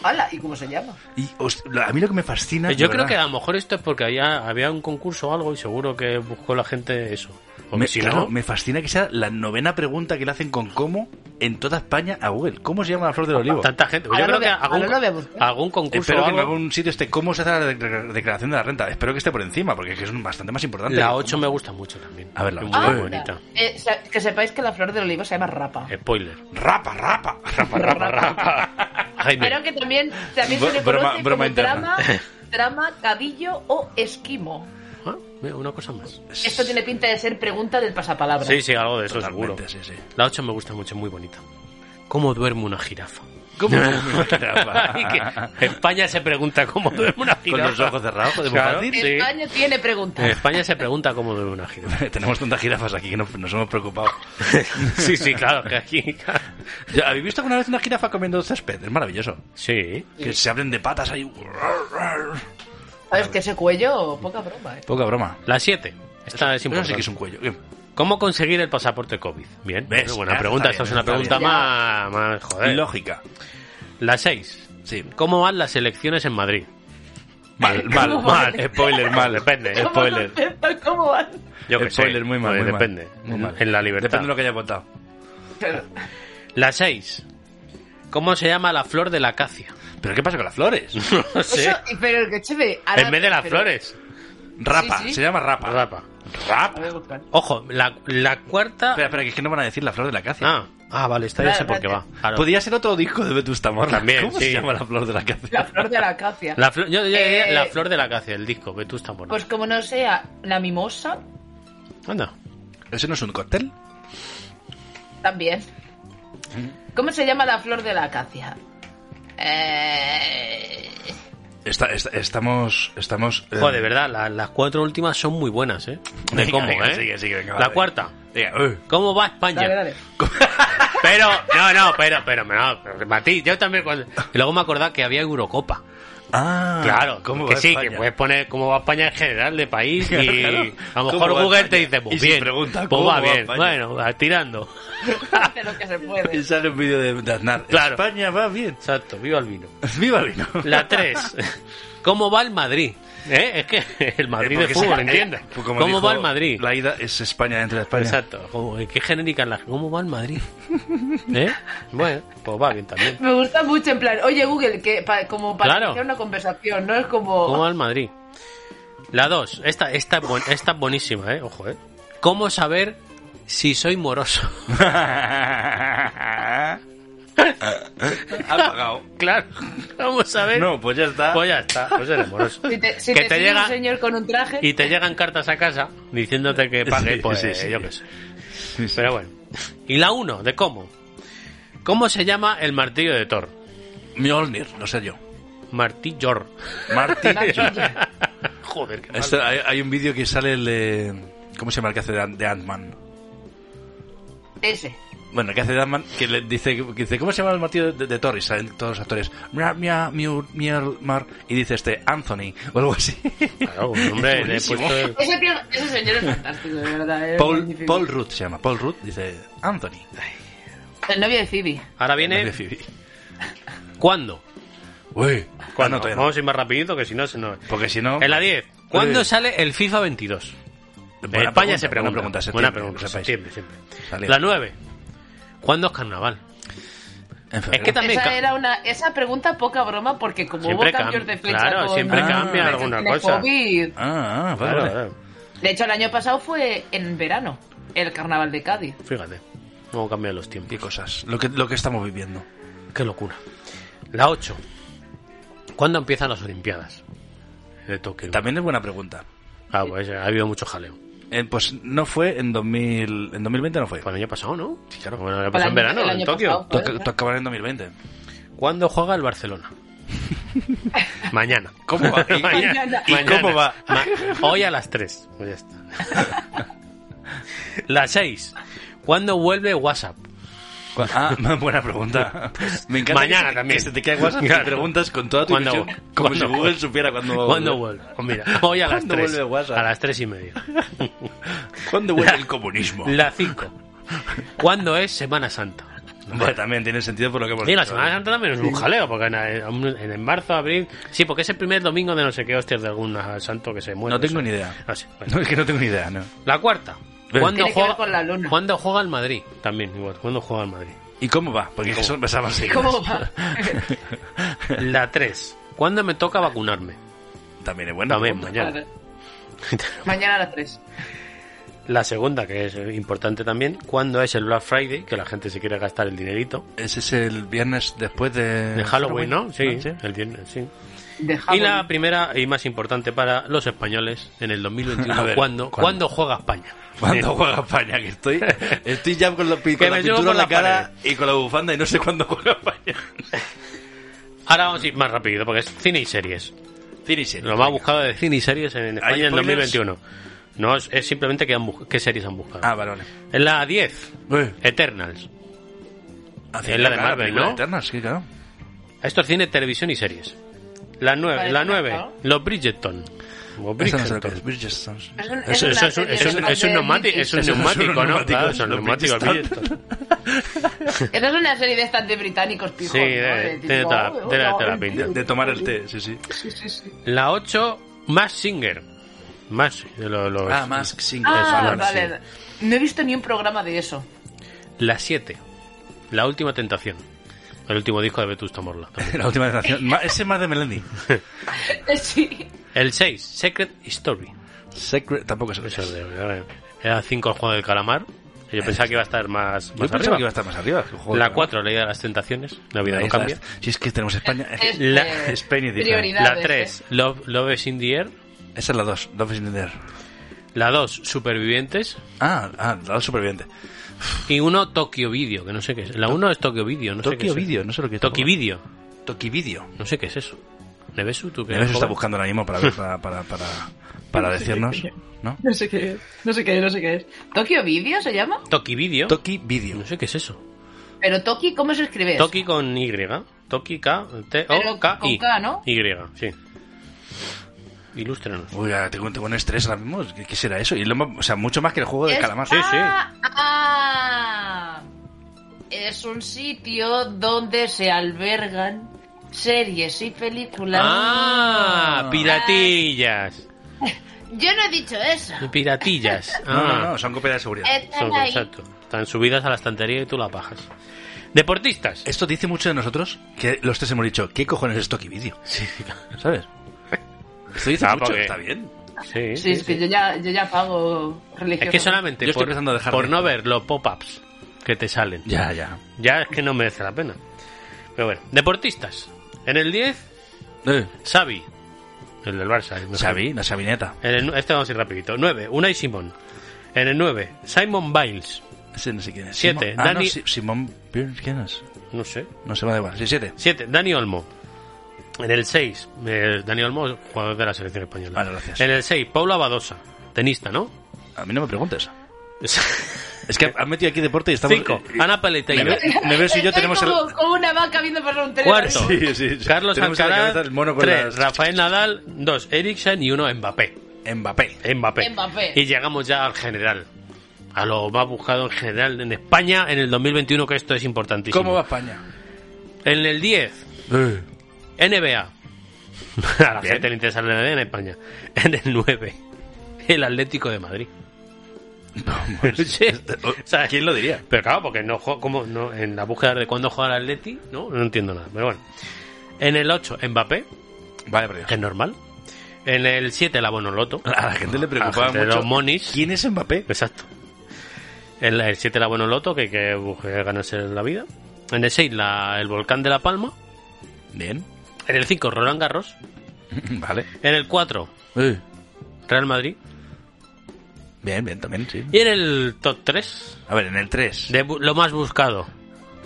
[SPEAKER 5] Hala, ¿y cómo se llama?
[SPEAKER 3] Y os- la- a mí lo que me fascina. de
[SPEAKER 4] Yo creo
[SPEAKER 3] verdad,
[SPEAKER 4] que a lo mejor esto es porque había, había un concurso o algo y seguro que buscó la gente eso. Porque
[SPEAKER 3] me,
[SPEAKER 4] si
[SPEAKER 3] claro,
[SPEAKER 4] no,
[SPEAKER 3] me fascina que sea la novena pregunta que le hacen con cómo en toda España a Google. ¿Cómo se llama la flor del olivo?
[SPEAKER 4] tanta gente. Yo
[SPEAKER 5] Ahora
[SPEAKER 4] creo
[SPEAKER 5] lo
[SPEAKER 4] que
[SPEAKER 5] ve-
[SPEAKER 4] algún,
[SPEAKER 5] ahora lo ¿eh? voy a buscar.
[SPEAKER 4] algún concurso
[SPEAKER 3] Espero
[SPEAKER 4] o
[SPEAKER 3] que en
[SPEAKER 4] algo-
[SPEAKER 3] algún sitio esté cómo se hace la de- declaración de la renta. Espero que esté por encima, porque es que es bastante más importante.
[SPEAKER 4] La
[SPEAKER 3] ¿Cómo?
[SPEAKER 4] 8 me gusta mucho también.
[SPEAKER 3] A ver, la
[SPEAKER 4] Es
[SPEAKER 3] ocho.
[SPEAKER 4] muy
[SPEAKER 3] Ah,
[SPEAKER 4] bonita. Eh,
[SPEAKER 5] Eh, sa- que sepáis que la flor del olivo se llama rapa.
[SPEAKER 4] Spoiler.
[SPEAKER 3] Rapa, rapa, rapa, rapa, rapa.
[SPEAKER 4] Jaime.
[SPEAKER 5] Pero que también, también se
[SPEAKER 3] Bro-
[SPEAKER 5] le
[SPEAKER 3] broma-
[SPEAKER 5] conoce
[SPEAKER 3] broma
[SPEAKER 5] como
[SPEAKER 3] interna.
[SPEAKER 5] drama, drama, cadillo o esquimo.
[SPEAKER 4] Ah, mira, una cosa más.
[SPEAKER 5] Esto tiene pinta de ser pregunta del pasapalabra.
[SPEAKER 4] Sí, sí, algo de eso
[SPEAKER 3] Totalmente,
[SPEAKER 4] seguro.
[SPEAKER 3] sí, sí.
[SPEAKER 4] La 8 me gusta mucho, es muy bonita. ¿Cómo duerme una jirafa?
[SPEAKER 3] ¿Cómo se llama una jirafa?
[SPEAKER 4] Ay, que España se pregunta cómo duerme una
[SPEAKER 3] Con
[SPEAKER 4] jirafa.
[SPEAKER 3] los ojos cerrados, podemos
[SPEAKER 4] Claro.
[SPEAKER 3] decir.
[SPEAKER 4] sí.
[SPEAKER 5] España tiene
[SPEAKER 4] En
[SPEAKER 5] preguntas.
[SPEAKER 4] España se pregunta cómo duerme una jirafa.
[SPEAKER 3] Tenemos tantas jirafas aquí que no- nos hemos preocupado.
[SPEAKER 4] Sí, sí, claro, que aquí.
[SPEAKER 3] Ya, ¿Habéis visto alguna vez una jirafa comiendo césped? Es maravilloso.
[SPEAKER 4] Sí.
[SPEAKER 3] Que se abren de patas ahí.
[SPEAKER 5] ¿Sabes que ese cuello? Poca broma, ¿eh?
[SPEAKER 3] Poca broma.
[SPEAKER 4] La 7. Esta es
[SPEAKER 3] Eso
[SPEAKER 4] importante.
[SPEAKER 3] sí que es un cuello.
[SPEAKER 4] ¿Cómo conseguir el pasaporte COVID? Bien,
[SPEAKER 3] ¿Ves?
[SPEAKER 4] muy buena
[SPEAKER 3] Está
[SPEAKER 4] pregunta.
[SPEAKER 3] bien,
[SPEAKER 4] Esta es una
[SPEAKER 3] está
[SPEAKER 4] pregunta
[SPEAKER 5] bien.
[SPEAKER 4] más, más. Joder.
[SPEAKER 3] Lógica.
[SPEAKER 4] La 6.
[SPEAKER 3] Sí.
[SPEAKER 4] ¿Cómo van las elecciones en Madrid?
[SPEAKER 3] Mal, mal,
[SPEAKER 5] ¿Cómo
[SPEAKER 3] mal.
[SPEAKER 5] van?
[SPEAKER 4] Spoiler, mal, depende.
[SPEAKER 5] ¿Cómo
[SPEAKER 4] Eh, Spoiler.
[SPEAKER 5] contestan? ¿Cómo van?
[SPEAKER 4] Yo que sé.
[SPEAKER 3] Spoiler, muy mal.
[SPEAKER 4] Pues
[SPEAKER 3] muy mal.
[SPEAKER 4] depende.
[SPEAKER 3] Muy mal.
[SPEAKER 4] En la libertad.
[SPEAKER 3] Depende de lo que haya votado.
[SPEAKER 4] La 6. ¿Cómo se llama la flor de la acacia?
[SPEAKER 3] ¿Pero qué pasa con las flores?
[SPEAKER 4] No sé.
[SPEAKER 5] Eso, pero que chévere. ahora-
[SPEAKER 4] En vez de las
[SPEAKER 5] pero-
[SPEAKER 4] flores.
[SPEAKER 3] Rapa.
[SPEAKER 5] Sí, sí.
[SPEAKER 3] Se llama rapa.
[SPEAKER 4] Rapa.
[SPEAKER 5] A
[SPEAKER 3] Rapa.
[SPEAKER 5] ver, buscar.
[SPEAKER 4] Ojo, la, la cuarta.
[SPEAKER 3] Espera, espera, que es que no van a decir la flor de la cacia.
[SPEAKER 4] Ah, ah, vale, esta ya
[SPEAKER 5] Vale,
[SPEAKER 4] sé por qué va.
[SPEAKER 5] vale.
[SPEAKER 4] Claro.
[SPEAKER 3] Podría ser otro disco de Vetusta Morla.
[SPEAKER 4] También,
[SPEAKER 3] ¿Cómo
[SPEAKER 4] sí.
[SPEAKER 3] se llama la flor de la cacia?
[SPEAKER 5] La flor de la acacia.
[SPEAKER 4] La flor, yo, yo diría
[SPEAKER 5] Eh,
[SPEAKER 4] la flor de la acacia, el disco, Vetusta Morla.
[SPEAKER 5] Pues como no sea la mimosa,
[SPEAKER 4] Anda.
[SPEAKER 3] ¿Eso no es un cóctel?
[SPEAKER 5] también. ¿Cómo se llama la flor de la acacia? Eh...
[SPEAKER 3] Está, está- estamos. Estamos. eh,
[SPEAKER 4] Joder, de verdad, la- las cuatro últimas son muy buenas, ¿eh? De
[SPEAKER 3] Venga,
[SPEAKER 4] cómo,
[SPEAKER 3] venga,
[SPEAKER 4] ¿eh?
[SPEAKER 3] sigue, sigue, venga,
[SPEAKER 4] la
[SPEAKER 3] vale.
[SPEAKER 4] cuarta.
[SPEAKER 3] Venga, uy.
[SPEAKER 4] ¿Cómo va España?
[SPEAKER 5] Dale, dale.
[SPEAKER 4] Pero, no, no, pero, pero, no, pero, Mati, yo también. cuando- Y luego me acordaba que había Eurocopa.
[SPEAKER 3] Ah,
[SPEAKER 4] Claro,
[SPEAKER 3] ¿cómo
[SPEAKER 4] que
[SPEAKER 3] va
[SPEAKER 4] sí,
[SPEAKER 3] España?
[SPEAKER 4] que puedes poner cómo va España en general de país y
[SPEAKER 3] Claro,
[SPEAKER 4] a lo
[SPEAKER 3] ¿cómo
[SPEAKER 4] mejor
[SPEAKER 3] va
[SPEAKER 4] Google
[SPEAKER 3] España?
[SPEAKER 4] te dice,
[SPEAKER 3] Y
[SPEAKER 4] pues
[SPEAKER 3] si
[SPEAKER 4] bien,
[SPEAKER 3] pregunta,
[SPEAKER 4] pues
[SPEAKER 3] ¿cómo
[SPEAKER 4] va
[SPEAKER 3] va
[SPEAKER 4] bien,
[SPEAKER 3] España?
[SPEAKER 4] bueno, va tirando.
[SPEAKER 5] Hace lo que se puede.
[SPEAKER 3] Y sale un vídeo de, de Aznar.
[SPEAKER 4] Claro.
[SPEAKER 3] España va bien.
[SPEAKER 4] Exacto, viva el vino.
[SPEAKER 3] ¡Viva el vino!
[SPEAKER 4] La 3. ¿Cómo va el Madrid? ¿Eh? Es que el Madrid de
[SPEAKER 3] Eh, porque
[SPEAKER 4] fútbol,
[SPEAKER 3] se-
[SPEAKER 4] entienda.
[SPEAKER 3] eh, pues como
[SPEAKER 4] ¿Cómo
[SPEAKER 3] dijo,
[SPEAKER 4] va el Madrid?
[SPEAKER 3] La ida es España dentro de España.
[SPEAKER 4] Exacto. Como, eh, qué genérica es la... ¿Cómo va el Madrid? ¿Eh? Bueno, pues va bien también.
[SPEAKER 5] Me gusta mucho, en plan, oye Google, que pa- como para
[SPEAKER 4] Claro.
[SPEAKER 5] iniciar una conversación, no es como.
[SPEAKER 4] ¿Cómo va el Madrid? La 2. Esta, esta, es buen- esta es buenísima, ¿eh? Ojo, ¿eh? ¿Cómo saber si soy moroso?
[SPEAKER 3] ha pagado.
[SPEAKER 4] claro. Vamos a ver.
[SPEAKER 3] No, pues ya está.
[SPEAKER 4] Pues ya está, pues eres moroso.
[SPEAKER 5] Si te, si
[SPEAKER 4] que
[SPEAKER 5] te
[SPEAKER 4] te
[SPEAKER 5] sigue
[SPEAKER 4] llega-
[SPEAKER 5] un señor con un traje.
[SPEAKER 4] Y te llegan cartas a casa diciéndote que pague,
[SPEAKER 3] Sí,
[SPEAKER 4] pues
[SPEAKER 3] sí, sí.
[SPEAKER 4] yo qué sé.
[SPEAKER 3] Sí, sí.
[SPEAKER 4] Pero bueno. Y la 1, ¿de cómo? ¿Cómo se llama el martillo de Thor?
[SPEAKER 3] Mjolnir, lo sé yo.
[SPEAKER 4] Martillor.
[SPEAKER 3] Martín.
[SPEAKER 4] Joder, qué mal.
[SPEAKER 3] Esto- hay, hay un vídeo que sale el de. ¿Cómo se llama el que hace de, Ant- de Ant-Man?
[SPEAKER 5] Ese.
[SPEAKER 3] Bueno, el que hace de Ant-Man, que le dice, que dice, ¿cómo se llama el martillo de, de Thor? Y salen todos los actores. Mia, mia, miu, miel, mar. Y dice este, Anthony, o algo así.
[SPEAKER 4] Claro, un hombre, le he
[SPEAKER 3] Buenísimo.
[SPEAKER 4] puesto el-
[SPEAKER 5] Ese, tío- ese señor es fantástico, de verdad. es
[SPEAKER 3] Paul,
[SPEAKER 5] magnífico.
[SPEAKER 3] Paul Rudd se llama. Paul Rudd dice, Anthony.
[SPEAKER 5] El novio de Phoebe.
[SPEAKER 4] Ahora
[SPEAKER 3] El
[SPEAKER 4] viene.
[SPEAKER 3] novio de Phoebe.
[SPEAKER 4] ¿Cuándo?
[SPEAKER 3] Uy,
[SPEAKER 4] ¿Cuándo?
[SPEAKER 3] ah, no, ah, todavía no.
[SPEAKER 4] Vamos a ir más rapidito que si no se nos.
[SPEAKER 3] Porque si no.
[SPEAKER 4] En la 10. ¿Cuándo
[SPEAKER 3] Eh.
[SPEAKER 4] sale el FIFA 22? En
[SPEAKER 3] Buena
[SPEAKER 4] España se pregunta.
[SPEAKER 3] buena pregunta, septiembre,
[SPEAKER 4] Buena pregunta,
[SPEAKER 3] que sepáis.
[SPEAKER 4] septiembre, siempre.
[SPEAKER 3] Sale.
[SPEAKER 4] La 9. ¿Cuándo es carnaval?
[SPEAKER 3] En febrero.
[SPEAKER 4] Es que también.
[SPEAKER 5] Esa
[SPEAKER 4] ca-
[SPEAKER 5] era una. Esa pregunta, poca broma, porque como
[SPEAKER 4] Siempre
[SPEAKER 5] hubo cambios
[SPEAKER 4] cambia,
[SPEAKER 5] de fecha.
[SPEAKER 4] claro,
[SPEAKER 5] con-
[SPEAKER 4] siempre
[SPEAKER 5] con
[SPEAKER 4] cambia
[SPEAKER 5] las
[SPEAKER 4] alguna
[SPEAKER 5] restricciones
[SPEAKER 4] cosa.
[SPEAKER 5] COVID.
[SPEAKER 3] Ah, ah, vale,
[SPEAKER 4] Claro, eh,
[SPEAKER 3] vale.
[SPEAKER 4] claro.
[SPEAKER 5] De hecho, el año pasado fue en verano, el carnaval de Cádiz.
[SPEAKER 4] Fíjate. Cómo cambian los
[SPEAKER 3] Qué
[SPEAKER 4] tiempos.
[SPEAKER 3] cosas. Lo que, lo que estamos viviendo.
[SPEAKER 4] Qué locura. La 8. ¿Cuándo empiezan las Olimpiadas? De Tokio.
[SPEAKER 3] También es buena pregunta.
[SPEAKER 4] Ah, pues ha habido mucho jaleo.
[SPEAKER 3] Eh, pues no fue en 2000. En 2020 no fue.
[SPEAKER 4] Fue el año pasado, ¿no? Sí, claro. Bueno, el año
[SPEAKER 5] Fue el
[SPEAKER 4] pasado en
[SPEAKER 5] año-
[SPEAKER 4] verano,
[SPEAKER 5] el
[SPEAKER 4] en
[SPEAKER 5] año
[SPEAKER 4] Tokio.
[SPEAKER 5] pasado.
[SPEAKER 3] Tú, ac- tú acabarás en 2020.
[SPEAKER 4] ¿Cuándo juega el Barcelona? Mañana.
[SPEAKER 3] ¿Cómo va? ¿Y,
[SPEAKER 5] Mañana.
[SPEAKER 3] y cómo va?
[SPEAKER 4] Ma- hoy a las 3. Pues ya está. las 6. ¿Cuándo vuelve WhatsApp?
[SPEAKER 3] Cu- Ah, buena pregunta. Me encanta
[SPEAKER 4] Mañana
[SPEAKER 3] que, se-
[SPEAKER 4] también.
[SPEAKER 3] que se te quede WhatsApp
[SPEAKER 4] Claro.
[SPEAKER 3] y preguntas con toda tu
[SPEAKER 4] ¿Cuándo?
[SPEAKER 3] ilusión. Como
[SPEAKER 4] ¿Cuándo?
[SPEAKER 3] si Google supiera cuándo va a
[SPEAKER 4] ¿Cuándo
[SPEAKER 3] volver.
[SPEAKER 4] vuelve? Pues mira, hoy a las
[SPEAKER 3] ¿Cuándo
[SPEAKER 4] 3.
[SPEAKER 3] vuelve WhatsApp?
[SPEAKER 4] A las 3 y media.
[SPEAKER 3] ¿Cuándo vuelve el comunismo?
[SPEAKER 4] La 5. ¿Cuándo es Semana Santa?
[SPEAKER 3] Bueno, también tiene sentido por Pues lo que hemos
[SPEAKER 4] Y la
[SPEAKER 3] dicho.
[SPEAKER 4] Semana Santa también es un jaleo, porque en, en- en marzo, abril. Sí, porque es el primer domingo de no sé qué hostias de algún santo que se muere.
[SPEAKER 3] No tengo
[SPEAKER 4] sé.
[SPEAKER 3] ni idea.
[SPEAKER 4] No sé, bueno.
[SPEAKER 3] No, es que no tengo ni idea, ¿no?
[SPEAKER 4] La cuarta.
[SPEAKER 3] Bien.
[SPEAKER 4] ¿Cuándo
[SPEAKER 6] Tiene que
[SPEAKER 4] juega,
[SPEAKER 6] ver con la luna.
[SPEAKER 4] ¿Cuándo juega el Madrid? También, igual. ¿Cuándo juega el Madrid?
[SPEAKER 3] ¿Y cómo va? Porque eso empezaba así.
[SPEAKER 6] ¿Cómo va?
[SPEAKER 4] La 3. ¿Cuándo me toca vacunarme?
[SPEAKER 3] También es bueno.
[SPEAKER 4] También,
[SPEAKER 3] punto.
[SPEAKER 4] mañana.
[SPEAKER 6] Mañana a las 3.
[SPEAKER 4] La segunda, que es eh, importante también. ¿Cuándo es el Black Friday? Que la gente se quiere gastar el dinerito.
[SPEAKER 3] Ese es el viernes después de...
[SPEAKER 4] De Halloween, ¿no? Sí,
[SPEAKER 3] Ah,
[SPEAKER 4] el viernes, sí.
[SPEAKER 6] Dejamos.
[SPEAKER 4] Y la primera y más importante para los españoles en el 2021,
[SPEAKER 3] A ver,
[SPEAKER 4] ¿cuándo,
[SPEAKER 3] ¿cuándo?
[SPEAKER 4] ¿cuándo juega España?
[SPEAKER 3] ¿Cuándo juega España? Que estoy, estoy ya con, los, pi-
[SPEAKER 4] Que
[SPEAKER 3] con la
[SPEAKER 4] me llevo
[SPEAKER 3] pintura
[SPEAKER 4] por
[SPEAKER 3] en la
[SPEAKER 4] la
[SPEAKER 3] cara y con la bufanda y no sé cuándo juega España.
[SPEAKER 4] Ahora vamos a ir más rápido porque es cine y series.
[SPEAKER 3] Finish
[SPEAKER 4] Lo más buscado de cine y series en España en
[SPEAKER 3] ¿Hay
[SPEAKER 4] el
[SPEAKER 3] spoilers?
[SPEAKER 4] 2021. No, es, es simplemente que han bus- qué series han buscado.
[SPEAKER 3] Ah, vale, vale.
[SPEAKER 4] En la 10,
[SPEAKER 3] Uy,
[SPEAKER 4] Eternals.
[SPEAKER 3] hacia
[SPEAKER 4] Es
[SPEAKER 3] allá,
[SPEAKER 4] la de
[SPEAKER 3] claro,
[SPEAKER 4] Marvel,
[SPEAKER 3] película
[SPEAKER 4] ¿no?
[SPEAKER 3] de Eternas, sí, claro.
[SPEAKER 4] Esto es cine, televisión y series. La 9,
[SPEAKER 6] Vale,
[SPEAKER 4] la
[SPEAKER 6] ¿no?
[SPEAKER 4] 9 los Bridgeton. O
[SPEAKER 3] Esa no sé lo que
[SPEAKER 4] Bridgerton.
[SPEAKER 3] es, Bridgerton.
[SPEAKER 6] Es un-
[SPEAKER 4] Eso-
[SPEAKER 6] es
[SPEAKER 4] eso
[SPEAKER 6] una
[SPEAKER 4] es un-
[SPEAKER 6] serie
[SPEAKER 4] eso es un-
[SPEAKER 6] de-
[SPEAKER 4] es un
[SPEAKER 6] de
[SPEAKER 4] neumático,
[SPEAKER 6] British.
[SPEAKER 4] es un
[SPEAKER 3] Eso es un
[SPEAKER 4] neumático, ¿no?
[SPEAKER 3] neumático,
[SPEAKER 4] Claro, son
[SPEAKER 3] los
[SPEAKER 4] neumáticos.
[SPEAKER 3] Bridgerton.
[SPEAKER 4] Bridgerton.
[SPEAKER 6] Esa es una serie de estas de británicos pijos.
[SPEAKER 4] Sí,
[SPEAKER 6] ¿no?
[SPEAKER 4] de-
[SPEAKER 6] De
[SPEAKER 4] tiene
[SPEAKER 6] tipo,
[SPEAKER 4] toda-
[SPEAKER 6] oh,
[SPEAKER 4] tiene
[SPEAKER 6] oh,
[SPEAKER 4] toda la
[SPEAKER 6] oh,
[SPEAKER 4] pinta.
[SPEAKER 3] De, de tomar el té, sí, sí.
[SPEAKER 6] Sí, sí, sí.
[SPEAKER 4] La 8, más Singer. Más, lo- los-
[SPEAKER 3] Ah, Mask Singer.
[SPEAKER 6] Ah,
[SPEAKER 4] vale,
[SPEAKER 6] vale. No he visto ni un programa de eso.
[SPEAKER 4] La 7, La última tentación. El último disco de Vetusta Morla. también.
[SPEAKER 3] La última generación. Ma- Ese más de Melendi.
[SPEAKER 6] Sí.
[SPEAKER 4] El 6, Secret Story.
[SPEAKER 3] Secret, tampoco es
[SPEAKER 4] Eso de-
[SPEAKER 3] eh.
[SPEAKER 4] de- Era 5 el juego del calamar. Yo pensaba que iba a estar más,
[SPEAKER 3] Yo
[SPEAKER 4] más
[SPEAKER 3] pensaba
[SPEAKER 4] arriba.
[SPEAKER 3] que iba a estar más arriba. que juego
[SPEAKER 4] La
[SPEAKER 3] de-
[SPEAKER 4] 4, Ley de las Tentaciones. La vida
[SPEAKER 3] Ahí
[SPEAKER 4] no
[SPEAKER 3] está.
[SPEAKER 4] cambia.
[SPEAKER 3] Si es que tenemos España. es que-
[SPEAKER 6] Es
[SPEAKER 4] La-
[SPEAKER 6] de
[SPEAKER 3] Spain y Disney.
[SPEAKER 6] prioridades,
[SPEAKER 4] La 3,
[SPEAKER 6] ¿eh?
[SPEAKER 4] Love, Love is in the Air.
[SPEAKER 3] Esa es la 2, Love is in the Air.
[SPEAKER 4] La 2, Supervivientes.
[SPEAKER 3] Ah, ah, la 2 superviviente.
[SPEAKER 4] Y 1, Tokio Video, que no sé qué es. La 1 es Tokio Video, no sé qué
[SPEAKER 3] Tokio
[SPEAKER 4] es.
[SPEAKER 3] Video, no sé lo que es.
[SPEAKER 4] Tokio Video,
[SPEAKER 3] Toki Video.
[SPEAKER 4] no sé qué es eso. ¿Nevesu? ¿Tú qué
[SPEAKER 3] Neves
[SPEAKER 4] eres
[SPEAKER 3] está
[SPEAKER 4] joven?
[SPEAKER 3] buscando ahora mismo para, ver- para, para, para, para decirnos. ¿No?
[SPEAKER 6] No sé qué es. No sé qué es, no sé qué es. ¿Tokio Video se llama?
[SPEAKER 4] Toki Video.
[SPEAKER 3] Toki Video.
[SPEAKER 4] No sé qué es eso.
[SPEAKER 6] Pero Toki, ¿cómo se escribe? eso?
[SPEAKER 4] Toki con Y. Toki K, T, O,
[SPEAKER 6] Pero
[SPEAKER 4] K,
[SPEAKER 6] con
[SPEAKER 4] I.
[SPEAKER 6] K, ¿no?
[SPEAKER 4] Y, sí. Ilústranos.
[SPEAKER 3] Uy, ahora tengo, tengo un estrés ahora mismo. ¿Qué, qué será eso? Y lo más- o sea, mucho más que el juego de
[SPEAKER 6] Es-
[SPEAKER 3] calamar.
[SPEAKER 6] Ah, ah. es un sitio donde se albergan series y películas.
[SPEAKER 4] ¡Ah! Piratillas.
[SPEAKER 6] Yo no he dicho eso.
[SPEAKER 4] Piratillas.
[SPEAKER 3] No,
[SPEAKER 4] Ah.
[SPEAKER 3] no, no, son copias de seguridad.
[SPEAKER 6] Están
[SPEAKER 4] Son-
[SPEAKER 6] ahí.
[SPEAKER 4] exacto. Están subidas a la estantería y tú la bajas. Deportistas.
[SPEAKER 3] Esto dice mucho de nosotros que los tres hemos dicho, ¿qué cojones es Toki Video?
[SPEAKER 4] Sí,
[SPEAKER 3] ¿Sabes? Esto dice
[SPEAKER 4] Ah,
[SPEAKER 3] mucho,
[SPEAKER 4] porque-
[SPEAKER 3] está bien.
[SPEAKER 4] sí,
[SPEAKER 6] Sí, es que yo ya, yo ya pago religión.
[SPEAKER 4] Es que solamente
[SPEAKER 3] Yo estoy
[SPEAKER 4] por,
[SPEAKER 3] empezando a dejar
[SPEAKER 4] por
[SPEAKER 3] de-
[SPEAKER 4] no ver los pop-ups que te salen.
[SPEAKER 3] Ya, ya.
[SPEAKER 4] Ya es que no merece la pena. Pero bueno, deportistas. En el 10,
[SPEAKER 3] Eh,
[SPEAKER 4] Xavi. El del Barça. el mejor.
[SPEAKER 3] Xavi, la Xavineta.
[SPEAKER 4] En el nu- este vamos a ir rapidito. 9, Unai Simón. En el 9, Simon Biles.
[SPEAKER 3] Ese no sé quién es.
[SPEAKER 4] Siete,
[SPEAKER 3] Simón- Ah, no,
[SPEAKER 4] Dani-
[SPEAKER 3] Si- Simón Pierce, ¿quién es?
[SPEAKER 4] No sé.
[SPEAKER 3] No se va da igual. Sí, siete.
[SPEAKER 4] 7, Dani Olmo. En el 6, eh, Dani Olmo, jugador de la selección española.
[SPEAKER 3] Vale, gracias.
[SPEAKER 4] En el 6, Paula Badosa. Tenista, ¿no?
[SPEAKER 3] A mí no me preguntes. Es
[SPEAKER 4] Eh,
[SPEAKER 3] que han metido aquí deporte y estamos...
[SPEAKER 4] 5,
[SPEAKER 3] eh,
[SPEAKER 4] Ana Peleteiro.
[SPEAKER 3] Neves- Neves y yo
[SPEAKER 6] Estoy
[SPEAKER 3] tenemos el...
[SPEAKER 6] como, como una vaca viendo pasar un tren.
[SPEAKER 4] Cuarto,
[SPEAKER 3] Sí, sí, sí.
[SPEAKER 4] Carlos
[SPEAKER 3] Tenemos en la
[SPEAKER 4] Alcaraz.
[SPEAKER 3] cabeza el mono con
[SPEAKER 4] 3,
[SPEAKER 3] las-
[SPEAKER 4] Rafael Nadal. 2, Eriksen. Y 1, Mbappé.
[SPEAKER 3] Mbappé.
[SPEAKER 4] Mbappé.
[SPEAKER 6] Mbappé.
[SPEAKER 4] Y llegamos ya al general. A lo más buscado en general en España en el 2021, que esto es importantísimo.
[SPEAKER 3] ¿Cómo va España?
[SPEAKER 4] En el 10,
[SPEAKER 3] Eh.
[SPEAKER 4] NBA. A la gente le interesa la NBA en España. En el 9, el Atlético de Madrid. Sí. O sea,
[SPEAKER 3] este, ¿Quién lo diría?
[SPEAKER 4] Pero claro, porque no, jue- como, no en la búsqueda de cuándo juega el Atleti, no, no entiendo nada. Pero bueno. En el 8, Mbappé,
[SPEAKER 3] Vale, perdido.
[SPEAKER 4] que es normal. En el 7, la Bonoloto.
[SPEAKER 3] A la gente le preocupaba
[SPEAKER 4] gente de
[SPEAKER 3] mucho.
[SPEAKER 4] los monis.
[SPEAKER 3] ¿Quién es Mbappé?
[SPEAKER 4] Exacto. En la- el 7, la Bonoloto, que hay que buscar ganarse la vida. En el 6, la, el Volcán de la Palma.
[SPEAKER 3] Bien.
[SPEAKER 4] En el 5, Roland Garros.
[SPEAKER 3] Vale.
[SPEAKER 4] En el 4, Eh. Real Madrid.
[SPEAKER 3] Bien, bien, también, sí.
[SPEAKER 4] Y en el top 3,
[SPEAKER 3] A ver, en el 3.
[SPEAKER 4] de bu- lo más buscado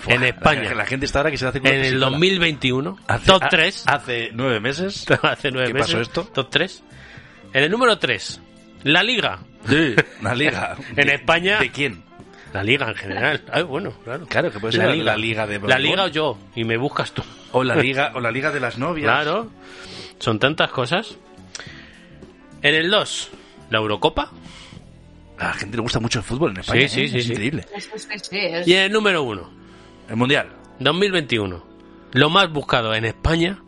[SPEAKER 4] en España,
[SPEAKER 3] La, la gente está ahora que se hace... con
[SPEAKER 4] en
[SPEAKER 3] la
[SPEAKER 4] el
[SPEAKER 3] pistola.
[SPEAKER 4] 2021,
[SPEAKER 3] Hace-
[SPEAKER 4] top
[SPEAKER 3] ha-
[SPEAKER 4] 3,
[SPEAKER 3] Hace nueve meses.
[SPEAKER 4] hace nueve
[SPEAKER 3] ¿Qué
[SPEAKER 4] meses,
[SPEAKER 3] pasó esto?
[SPEAKER 4] top 3. En el número 3, la Liga.
[SPEAKER 3] Sí. La liga.
[SPEAKER 4] En España-
[SPEAKER 3] ¿De quién?
[SPEAKER 4] La Liga en general. Ah, bueno, claro.
[SPEAKER 3] Claro, que puede ser la la liga de
[SPEAKER 4] La
[SPEAKER 3] voleibol.
[SPEAKER 4] Liga o yo, y me buscas tú.
[SPEAKER 3] O la liga, o la liga de las novias.
[SPEAKER 4] Claro, son tantas cosas. En el 2, la Eurocopa.
[SPEAKER 3] A la gente le gusta mucho el fútbol en España.
[SPEAKER 4] Sí, sí,
[SPEAKER 3] ¿eh?
[SPEAKER 4] sí,
[SPEAKER 3] Es
[SPEAKER 4] sí.
[SPEAKER 3] increíble.
[SPEAKER 6] Es que sí, es-
[SPEAKER 4] Y en el número 1,
[SPEAKER 3] El mundial.
[SPEAKER 4] 2021. Lo más buscado en España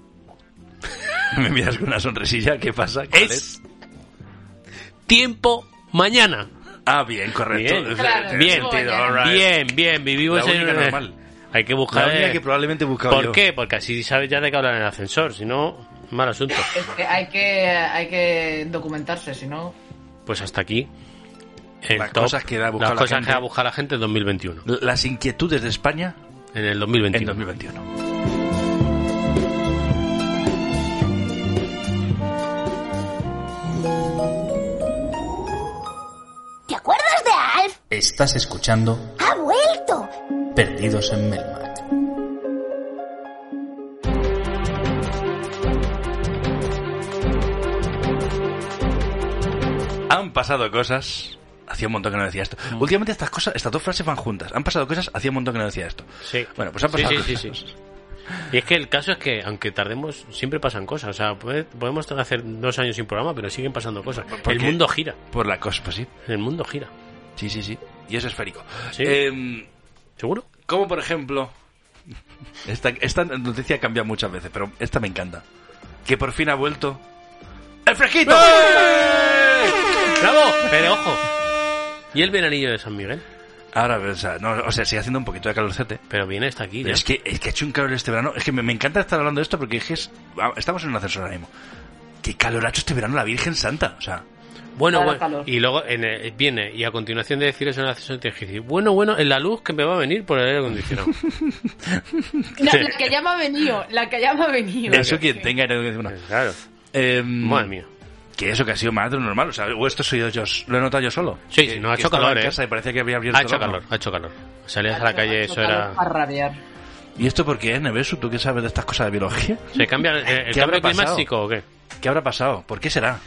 [SPEAKER 3] Me miras con una sonrisilla, ¿qué pasa? ¿Cuál
[SPEAKER 4] es tiempo mañana.
[SPEAKER 3] Ah, bien, correcto.
[SPEAKER 4] Bien.
[SPEAKER 3] O sea,
[SPEAKER 6] Claro,
[SPEAKER 3] tiene
[SPEAKER 4] bien,
[SPEAKER 3] sentido,
[SPEAKER 6] mañana.
[SPEAKER 3] all right.
[SPEAKER 4] Bien, bien, vivimos
[SPEAKER 3] La
[SPEAKER 4] en
[SPEAKER 3] única normal.
[SPEAKER 4] Hay que
[SPEAKER 3] La
[SPEAKER 4] buscar.
[SPEAKER 3] única que probablemente he buscado
[SPEAKER 4] ¿Por
[SPEAKER 3] yo.
[SPEAKER 4] qué? Porque así sabes ya de qué hablar en el ascensor, si no, mal asunto.
[SPEAKER 6] Es que hay que, hay que documentarse, si no.
[SPEAKER 4] Pues hasta aquí. el
[SPEAKER 3] Las
[SPEAKER 4] top,
[SPEAKER 3] cosas que da a buscar
[SPEAKER 4] las
[SPEAKER 3] la
[SPEAKER 4] cosas
[SPEAKER 3] gente.
[SPEAKER 4] que va a buscar la gente en 2021.
[SPEAKER 3] Las inquietudes de España
[SPEAKER 4] En el
[SPEAKER 3] en
[SPEAKER 4] 2021.
[SPEAKER 3] 2021.
[SPEAKER 7] ¿Te acuerdas de Alf?
[SPEAKER 8] Estás escuchando
[SPEAKER 7] ¡Ha vuelto!
[SPEAKER 8] Perdidos en Melmac.
[SPEAKER 3] Han pasado cosas. Hacía un montón que no decía esto.
[SPEAKER 4] Mm.
[SPEAKER 3] Últimamente estas cosas, estas dos frases van juntas. Han pasado cosas, hacía un montón que no decía esto.
[SPEAKER 4] Sí.
[SPEAKER 3] Bueno, pues han
[SPEAKER 4] Sí,
[SPEAKER 3] pasado
[SPEAKER 4] sí, sí,
[SPEAKER 3] cosas.
[SPEAKER 4] sí. Y es que el caso es que, aunque tardemos, siempre pasan cosas. O sea, puede- podemos hacer dos años sin programa, pero siguen pasando cosas.
[SPEAKER 3] ¿Por
[SPEAKER 4] El
[SPEAKER 3] qué?
[SPEAKER 4] mundo gira.
[SPEAKER 3] Por la cosa, pues sí.
[SPEAKER 4] El mundo gira.
[SPEAKER 3] Sí, sí, sí. Y es esférico.
[SPEAKER 4] Sí.
[SPEAKER 3] Em,
[SPEAKER 4] ¿Seguro?
[SPEAKER 3] como por ejemplo. Esta, esta noticia cambia muchas veces, pero esta me encanta. Que por fin ha vuelto. ¡El fresquito!
[SPEAKER 4] ¡Bravo! Pero ojo. Y el veranillo de San Miguel.
[SPEAKER 3] Ahora, o sea, no, o sea, sigue haciendo un poquito de calorcete.
[SPEAKER 4] Pero viene hasta aquí. ya.
[SPEAKER 3] Pero es que, es que ha hecho un calor este verano. Es que me, me encanta estar hablando de esto porque es que es- ah, estamos en un ascensor ahora mismo. Qué calor ha hecho este verano la Virgen Santa. O sea,
[SPEAKER 4] Bueno,
[SPEAKER 6] Ahora
[SPEAKER 4] bueno.
[SPEAKER 6] calor.
[SPEAKER 4] Y luego en el- viene, y a continuación de decir eso en el ascensor, tienes que decir, bueno, bueno, en la luz que me va a venir por el aire acondicionado.
[SPEAKER 6] No, la que ya me ha venido, la que ya me ha venido.
[SPEAKER 3] eso quien tenga era una.
[SPEAKER 4] claro.
[SPEAKER 3] Em,
[SPEAKER 4] Madre mía.
[SPEAKER 3] Que eso que ha sido más de lo normal. O sea, o esto soy yo, lo he notado yo solo.
[SPEAKER 4] Sí,
[SPEAKER 3] Que-
[SPEAKER 4] sí, no, ha
[SPEAKER 3] que
[SPEAKER 4] hecho
[SPEAKER 3] estaba
[SPEAKER 4] calor,
[SPEAKER 3] en
[SPEAKER 4] eh.
[SPEAKER 3] casa y parecía que había abierto
[SPEAKER 4] Ha hecho
[SPEAKER 3] el horno.
[SPEAKER 4] calor, ha hecho calor. Salías a la calle, eso era...
[SPEAKER 6] A rabiar.
[SPEAKER 3] ¿Y esto por qué es, Nevesu? ¿Tú qué sabes de estas cosas de biología?
[SPEAKER 4] ¿Se cambia el, el
[SPEAKER 3] ¿Qué
[SPEAKER 4] cambio
[SPEAKER 3] habrá pasado?
[SPEAKER 4] climático o qué?
[SPEAKER 3] ¿Qué habrá pasado? ¿Por qué será?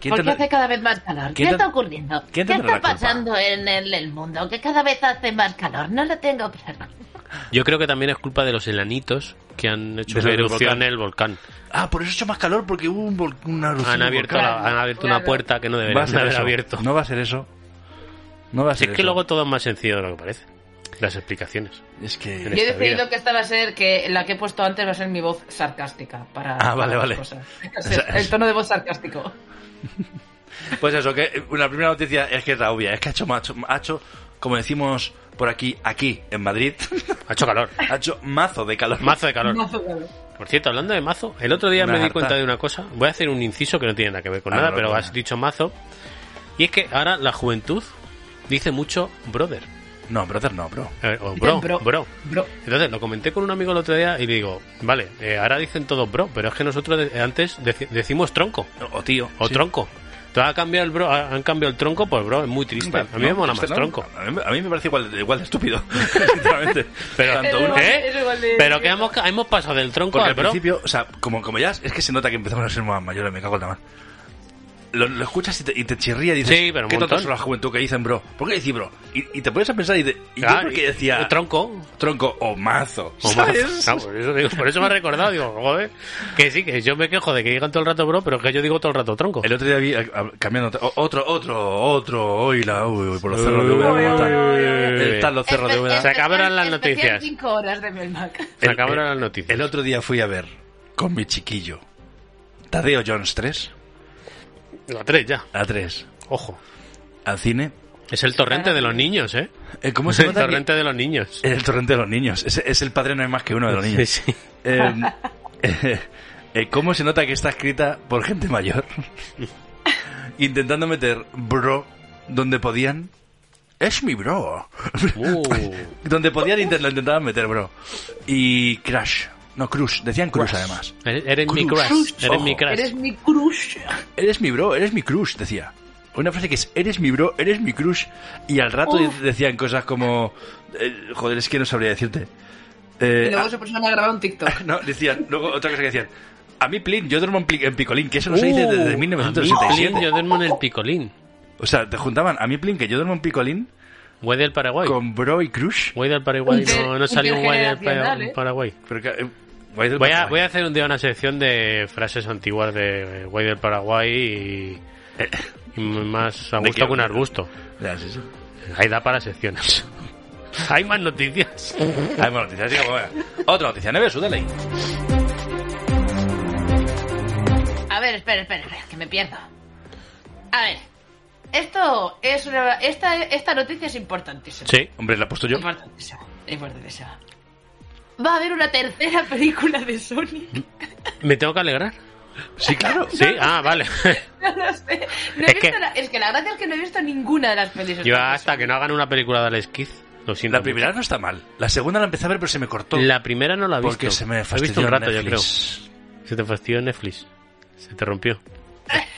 [SPEAKER 3] ¿Quién
[SPEAKER 6] ¿Por qué
[SPEAKER 3] tendrá-
[SPEAKER 6] hace cada vez más calor?
[SPEAKER 3] ¿Quién
[SPEAKER 6] ¿Qué
[SPEAKER 3] te-
[SPEAKER 6] está ocurriendo?
[SPEAKER 3] quién
[SPEAKER 6] ¿Qué
[SPEAKER 3] tendrá la
[SPEAKER 6] está
[SPEAKER 3] culpa?
[SPEAKER 6] pasando en el, el mundo? Que cada vez hace más calor. No lo tengo claro.
[SPEAKER 4] Yo creo que también es culpa de los enanitos que han hecho
[SPEAKER 3] De lo
[SPEAKER 4] una
[SPEAKER 3] del
[SPEAKER 4] erupción
[SPEAKER 3] volcán.
[SPEAKER 4] en el volcán.
[SPEAKER 3] Ah, por eso ha hecho más calor porque hubo un vol- una erupción
[SPEAKER 4] Han
[SPEAKER 3] de
[SPEAKER 4] abierto,
[SPEAKER 3] volcán.
[SPEAKER 4] la- han abierto una
[SPEAKER 6] Claro.
[SPEAKER 4] puerta que no
[SPEAKER 3] Va a
[SPEAKER 4] deberían
[SPEAKER 3] ser
[SPEAKER 4] haber
[SPEAKER 3] eso.
[SPEAKER 4] abierto.
[SPEAKER 3] No va a ser eso. No va a
[SPEAKER 4] Si
[SPEAKER 3] ser
[SPEAKER 4] es que
[SPEAKER 3] eso.
[SPEAKER 4] luego todo es más sencillo de lo que parece. Las explicaciones.
[SPEAKER 3] Es que...
[SPEAKER 6] Yo he
[SPEAKER 4] Esta
[SPEAKER 6] decidido
[SPEAKER 4] vida.
[SPEAKER 6] que esta va a ser, que la que he puesto antes va a ser mi voz sarcástica. Para,
[SPEAKER 3] Ah,
[SPEAKER 6] para
[SPEAKER 3] vale,
[SPEAKER 6] las
[SPEAKER 3] vale.
[SPEAKER 6] cosas. Es el- el tono de voz sarcástico.
[SPEAKER 3] Pues eso, que la primera noticia es que es la obvia, es que ha hecho, macho- ha hecho, como decimos por aquí, aquí, en Madrid,
[SPEAKER 4] Ha hecho calor.
[SPEAKER 3] ha hecho mazo de calor.
[SPEAKER 4] Mazo de calor.
[SPEAKER 6] Mazo calor.
[SPEAKER 4] Por cierto, hablando de mazo, el otro día
[SPEAKER 3] Una
[SPEAKER 4] me di
[SPEAKER 3] harta.
[SPEAKER 4] cuenta de una cosa. Voy a hacer un inciso que no tiene nada que ver con
[SPEAKER 3] Ah,
[SPEAKER 4] nada,
[SPEAKER 3] no,
[SPEAKER 4] pero
[SPEAKER 3] no.
[SPEAKER 4] has dicho mazo. Y es que ahora la juventud dice mucho brother.
[SPEAKER 3] No, brother, no, bro.
[SPEAKER 4] Eh, o bro,
[SPEAKER 6] Dicen bro.
[SPEAKER 4] bro.
[SPEAKER 6] Bro,
[SPEAKER 4] Entonces lo comenté con un amigo el otro día y le digo, vale, eh, ahora dicen todos bro, pero es que nosotros de- antes deci- decimos tronco
[SPEAKER 3] O tío.
[SPEAKER 4] o tronco. Entonces ha cambiado el bro, ha- han cambiado el tronco por bro, es muy triste.
[SPEAKER 3] Vale,
[SPEAKER 4] a mí me
[SPEAKER 3] no,
[SPEAKER 4] mola
[SPEAKER 3] este
[SPEAKER 4] más
[SPEAKER 3] no.
[SPEAKER 4] tronco.
[SPEAKER 3] A mí, a mí me parece igual, igual de estúpido, sinceramente.
[SPEAKER 4] Pero,
[SPEAKER 3] Tanto
[SPEAKER 6] Pero
[SPEAKER 3] uno-
[SPEAKER 6] igual-
[SPEAKER 4] ¿eh?
[SPEAKER 6] es igual de-
[SPEAKER 4] Pero que hemos, ca- hemos pasado del tronco
[SPEAKER 3] Porque
[SPEAKER 4] al
[SPEAKER 3] al
[SPEAKER 4] bro.
[SPEAKER 3] principio, o sea, como, como ya es que se nota que empezamos a ser más mayores, me cago en la mar. Lo, lo escuchas y te, y te chirría y dices,
[SPEAKER 4] Sí, pero un
[SPEAKER 3] ¿qué tontos
[SPEAKER 4] montón.
[SPEAKER 3] son la juventud que dicen bro? ¿Por qué decís bro? Y, y te pones a pensar y, de, y
[SPEAKER 4] Ah,
[SPEAKER 3] yo porque decía
[SPEAKER 4] eh, tronco.
[SPEAKER 3] tronco o mazo,
[SPEAKER 4] O más.
[SPEAKER 3] ¿sabes?
[SPEAKER 4] Ah, por, eso digo- por eso me ha recordado, digo, joder, que sí, que yo me quejo de que digan todo el rato bro, pero que yo digo todo el rato tronco.
[SPEAKER 3] El otro día vi, a- a- cambiando, o- otro, otro, otro, oíla, uy, uy, por los cerros de
[SPEAKER 4] Uy,
[SPEAKER 3] Úbeda, ¿cómo
[SPEAKER 4] uy,
[SPEAKER 3] están?
[SPEAKER 4] uy, uy, uy.
[SPEAKER 3] Están los cerros de
[SPEAKER 6] Espe-
[SPEAKER 3] Úbeda.
[SPEAKER 4] Se acabaron
[SPEAKER 6] especial-
[SPEAKER 4] las
[SPEAKER 6] especial
[SPEAKER 4] noticias.
[SPEAKER 6] cinco horas de Melmac.
[SPEAKER 4] Se
[SPEAKER 3] el-
[SPEAKER 4] acabaron
[SPEAKER 3] el-
[SPEAKER 4] las noticias.
[SPEAKER 3] El otro día fui a ver con mi chiquillo Tadeo Jones 3,
[SPEAKER 4] La tres ya,
[SPEAKER 3] a 3,
[SPEAKER 4] ojo.
[SPEAKER 3] al cine.
[SPEAKER 4] Es el torrente de los niños, ¿eh?
[SPEAKER 3] Eh, ¿Cómo
[SPEAKER 4] Es
[SPEAKER 3] se
[SPEAKER 4] el
[SPEAKER 3] nota que-
[SPEAKER 4] torrente de los niños.
[SPEAKER 3] El torrente de los niños. Es, es el padre no hay más que uno de los niños.
[SPEAKER 4] Sí, sí.
[SPEAKER 3] Eh, eh, eh, ¿Cómo se nota que está escrita por gente mayor? Intentando meter bro donde podían. Es mi bro.
[SPEAKER 4] Uh.
[SPEAKER 3] donde podían intent- lo intentaban meter bro. Y Crash. No, Crush. Decían Crush, además.
[SPEAKER 4] Eres, eres mi
[SPEAKER 3] Cruz.
[SPEAKER 4] crush. Eres
[SPEAKER 3] Ojo.
[SPEAKER 4] mi crush.
[SPEAKER 6] Eres mi crush.
[SPEAKER 3] Eres mi bro, eres mi crush, decía. Una frase que es, eres mi bro, eres mi crush. Y al rato decían cosas como, eh, joder, es que no sabría decirte. Eh,
[SPEAKER 6] Y luego
[SPEAKER 3] ah,
[SPEAKER 6] se pusieron a grabar un TikTok.
[SPEAKER 3] No, decían, luego otra cosa que decían. A mí Plin, yo duermo en, pli- en picolín, que eso no se dice
[SPEAKER 4] Uh,
[SPEAKER 3] desde
[SPEAKER 4] a mí,
[SPEAKER 3] 1967.
[SPEAKER 4] Plin, yo duermo en el picolín.
[SPEAKER 3] O sea, te juntaban a mí Plin, que yo duermo en picolín,
[SPEAKER 4] Güey del Paraguay.
[SPEAKER 3] con Bro y Crush.
[SPEAKER 4] Güey del Paraguay. No, no
[SPEAKER 6] Inter-
[SPEAKER 4] salió un güey del
[SPEAKER 6] intergeneracional,
[SPEAKER 4] Pa-
[SPEAKER 6] ¿eh?
[SPEAKER 4] Paraguay.
[SPEAKER 3] Pero que, eh, guay del
[SPEAKER 4] Voy a,
[SPEAKER 3] Paraguay.
[SPEAKER 4] voy a hacer un día una sección de frases antiguas de eh, güey del Paraguay y, y más a
[SPEAKER 3] Eh. ¿De
[SPEAKER 4] gusto
[SPEAKER 3] qué?
[SPEAKER 4] que un arbusto.
[SPEAKER 3] Ya, sí, sí.
[SPEAKER 4] Ahí da para secciones. Hay más noticias.
[SPEAKER 3] Hay más noticias, así que Ah, bueno. Otra noticia, Neve, súdale ahí.
[SPEAKER 5] A ver, espera, espera, espera, que me pierdo. A ver, esto es una... Esta, esta noticia es importantísima.
[SPEAKER 4] Sí.
[SPEAKER 3] Hombre, la he puesto yo.
[SPEAKER 5] Importantísima, importantísima. Va a haber una tercera película de Sonic.
[SPEAKER 4] ¿Me tengo que alegrar?
[SPEAKER 3] Sí, claro.
[SPEAKER 4] Sí, ah, vale.
[SPEAKER 5] No lo sé. No he
[SPEAKER 4] Es
[SPEAKER 5] visto
[SPEAKER 4] que-
[SPEAKER 5] la- es que la gracia es que no he visto ninguna de las películas.
[SPEAKER 4] Yo hasta que no hagan una película de Alex Kidd, lo siento.
[SPEAKER 3] La primera no está mal. La segunda la empecé a ver, pero se me cortó.
[SPEAKER 4] mucho. La primera no la he visto.
[SPEAKER 3] porque se
[SPEAKER 4] La
[SPEAKER 3] me
[SPEAKER 4] he
[SPEAKER 3] fastidió
[SPEAKER 4] visto un rato,
[SPEAKER 3] Netflix.
[SPEAKER 4] yo creo. Se te fastidió Netflix. Se te rompió.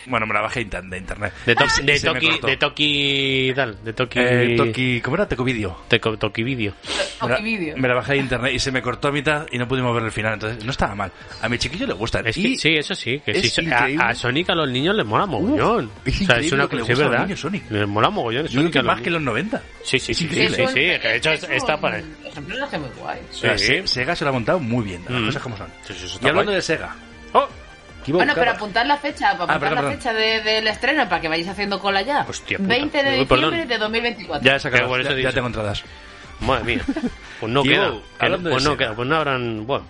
[SPEAKER 3] Bueno, me la bajé inter- de internet.
[SPEAKER 4] De, to-
[SPEAKER 3] Y se- y
[SPEAKER 4] de,
[SPEAKER 3] Ah, se me
[SPEAKER 4] toki,
[SPEAKER 3] cortó.
[SPEAKER 4] de Toki Dal, de Toki...
[SPEAKER 3] Eh, Toki- ¿Cómo era? Toki Video.
[SPEAKER 4] Teco- Toki Video.
[SPEAKER 3] Me la,
[SPEAKER 5] vídeo.
[SPEAKER 3] me la bajé de internet y se me cortó a mitad y no pudimos ver el final. Entonces, no estaba mal. A mi chiquillo le gusta.
[SPEAKER 4] Es
[SPEAKER 3] y
[SPEAKER 4] que, sí, eso sí. Que
[SPEAKER 3] es
[SPEAKER 4] sí, so-
[SPEAKER 3] increíble.
[SPEAKER 4] a, a Sonic a los niños les mola mogollón.
[SPEAKER 3] es increíble lo que le
[SPEAKER 4] sí, es
[SPEAKER 3] gusta a los
[SPEAKER 4] verdad.
[SPEAKER 3] niños Sonic.
[SPEAKER 4] Les mola mogollón.
[SPEAKER 3] yo creo
[SPEAKER 4] Sonic
[SPEAKER 3] que
[SPEAKER 4] a los
[SPEAKER 3] más que
[SPEAKER 4] niños.
[SPEAKER 3] los 90.
[SPEAKER 4] Sí, sí, sí.
[SPEAKER 3] Es
[SPEAKER 4] Sí,
[SPEAKER 3] increíble,
[SPEAKER 4] sí,
[SPEAKER 5] un-
[SPEAKER 4] sí. De hecho, es-
[SPEAKER 5] es
[SPEAKER 4] está
[SPEAKER 5] un-
[SPEAKER 4] para...
[SPEAKER 5] Es un personaje muy guay.
[SPEAKER 4] Sí,
[SPEAKER 3] La
[SPEAKER 4] sí.
[SPEAKER 3] Se- Sega se lo ha montado muy bien, las
[SPEAKER 4] Mm.
[SPEAKER 3] cosas como son.
[SPEAKER 4] Sí, sí, eso
[SPEAKER 3] Y
[SPEAKER 4] está
[SPEAKER 3] hablando
[SPEAKER 4] guay.
[SPEAKER 3] de Sega.
[SPEAKER 4] ¡Oh!
[SPEAKER 5] Bueno, pero apuntar la
[SPEAKER 4] Ah,
[SPEAKER 5] fecha, apuntar
[SPEAKER 3] perdón,
[SPEAKER 5] la
[SPEAKER 3] perdón.
[SPEAKER 5] fecha de- del estreno para que vayáis haciendo cola ya.
[SPEAKER 4] Hostia puta.
[SPEAKER 5] 20 de
[SPEAKER 4] Uy,
[SPEAKER 5] diciembre
[SPEAKER 4] perdón.
[SPEAKER 5] de 2024.
[SPEAKER 3] Ya he sacado,
[SPEAKER 4] Qué bueno, eso
[SPEAKER 3] ya, ya
[SPEAKER 4] dice.
[SPEAKER 3] tengo entradas.
[SPEAKER 4] Madre mía. Pues no
[SPEAKER 3] Tío,
[SPEAKER 4] queda. Que no-
[SPEAKER 3] hablando de
[SPEAKER 4] pues no
[SPEAKER 3] Sega.
[SPEAKER 4] queda. Pues no habrán. Bueno.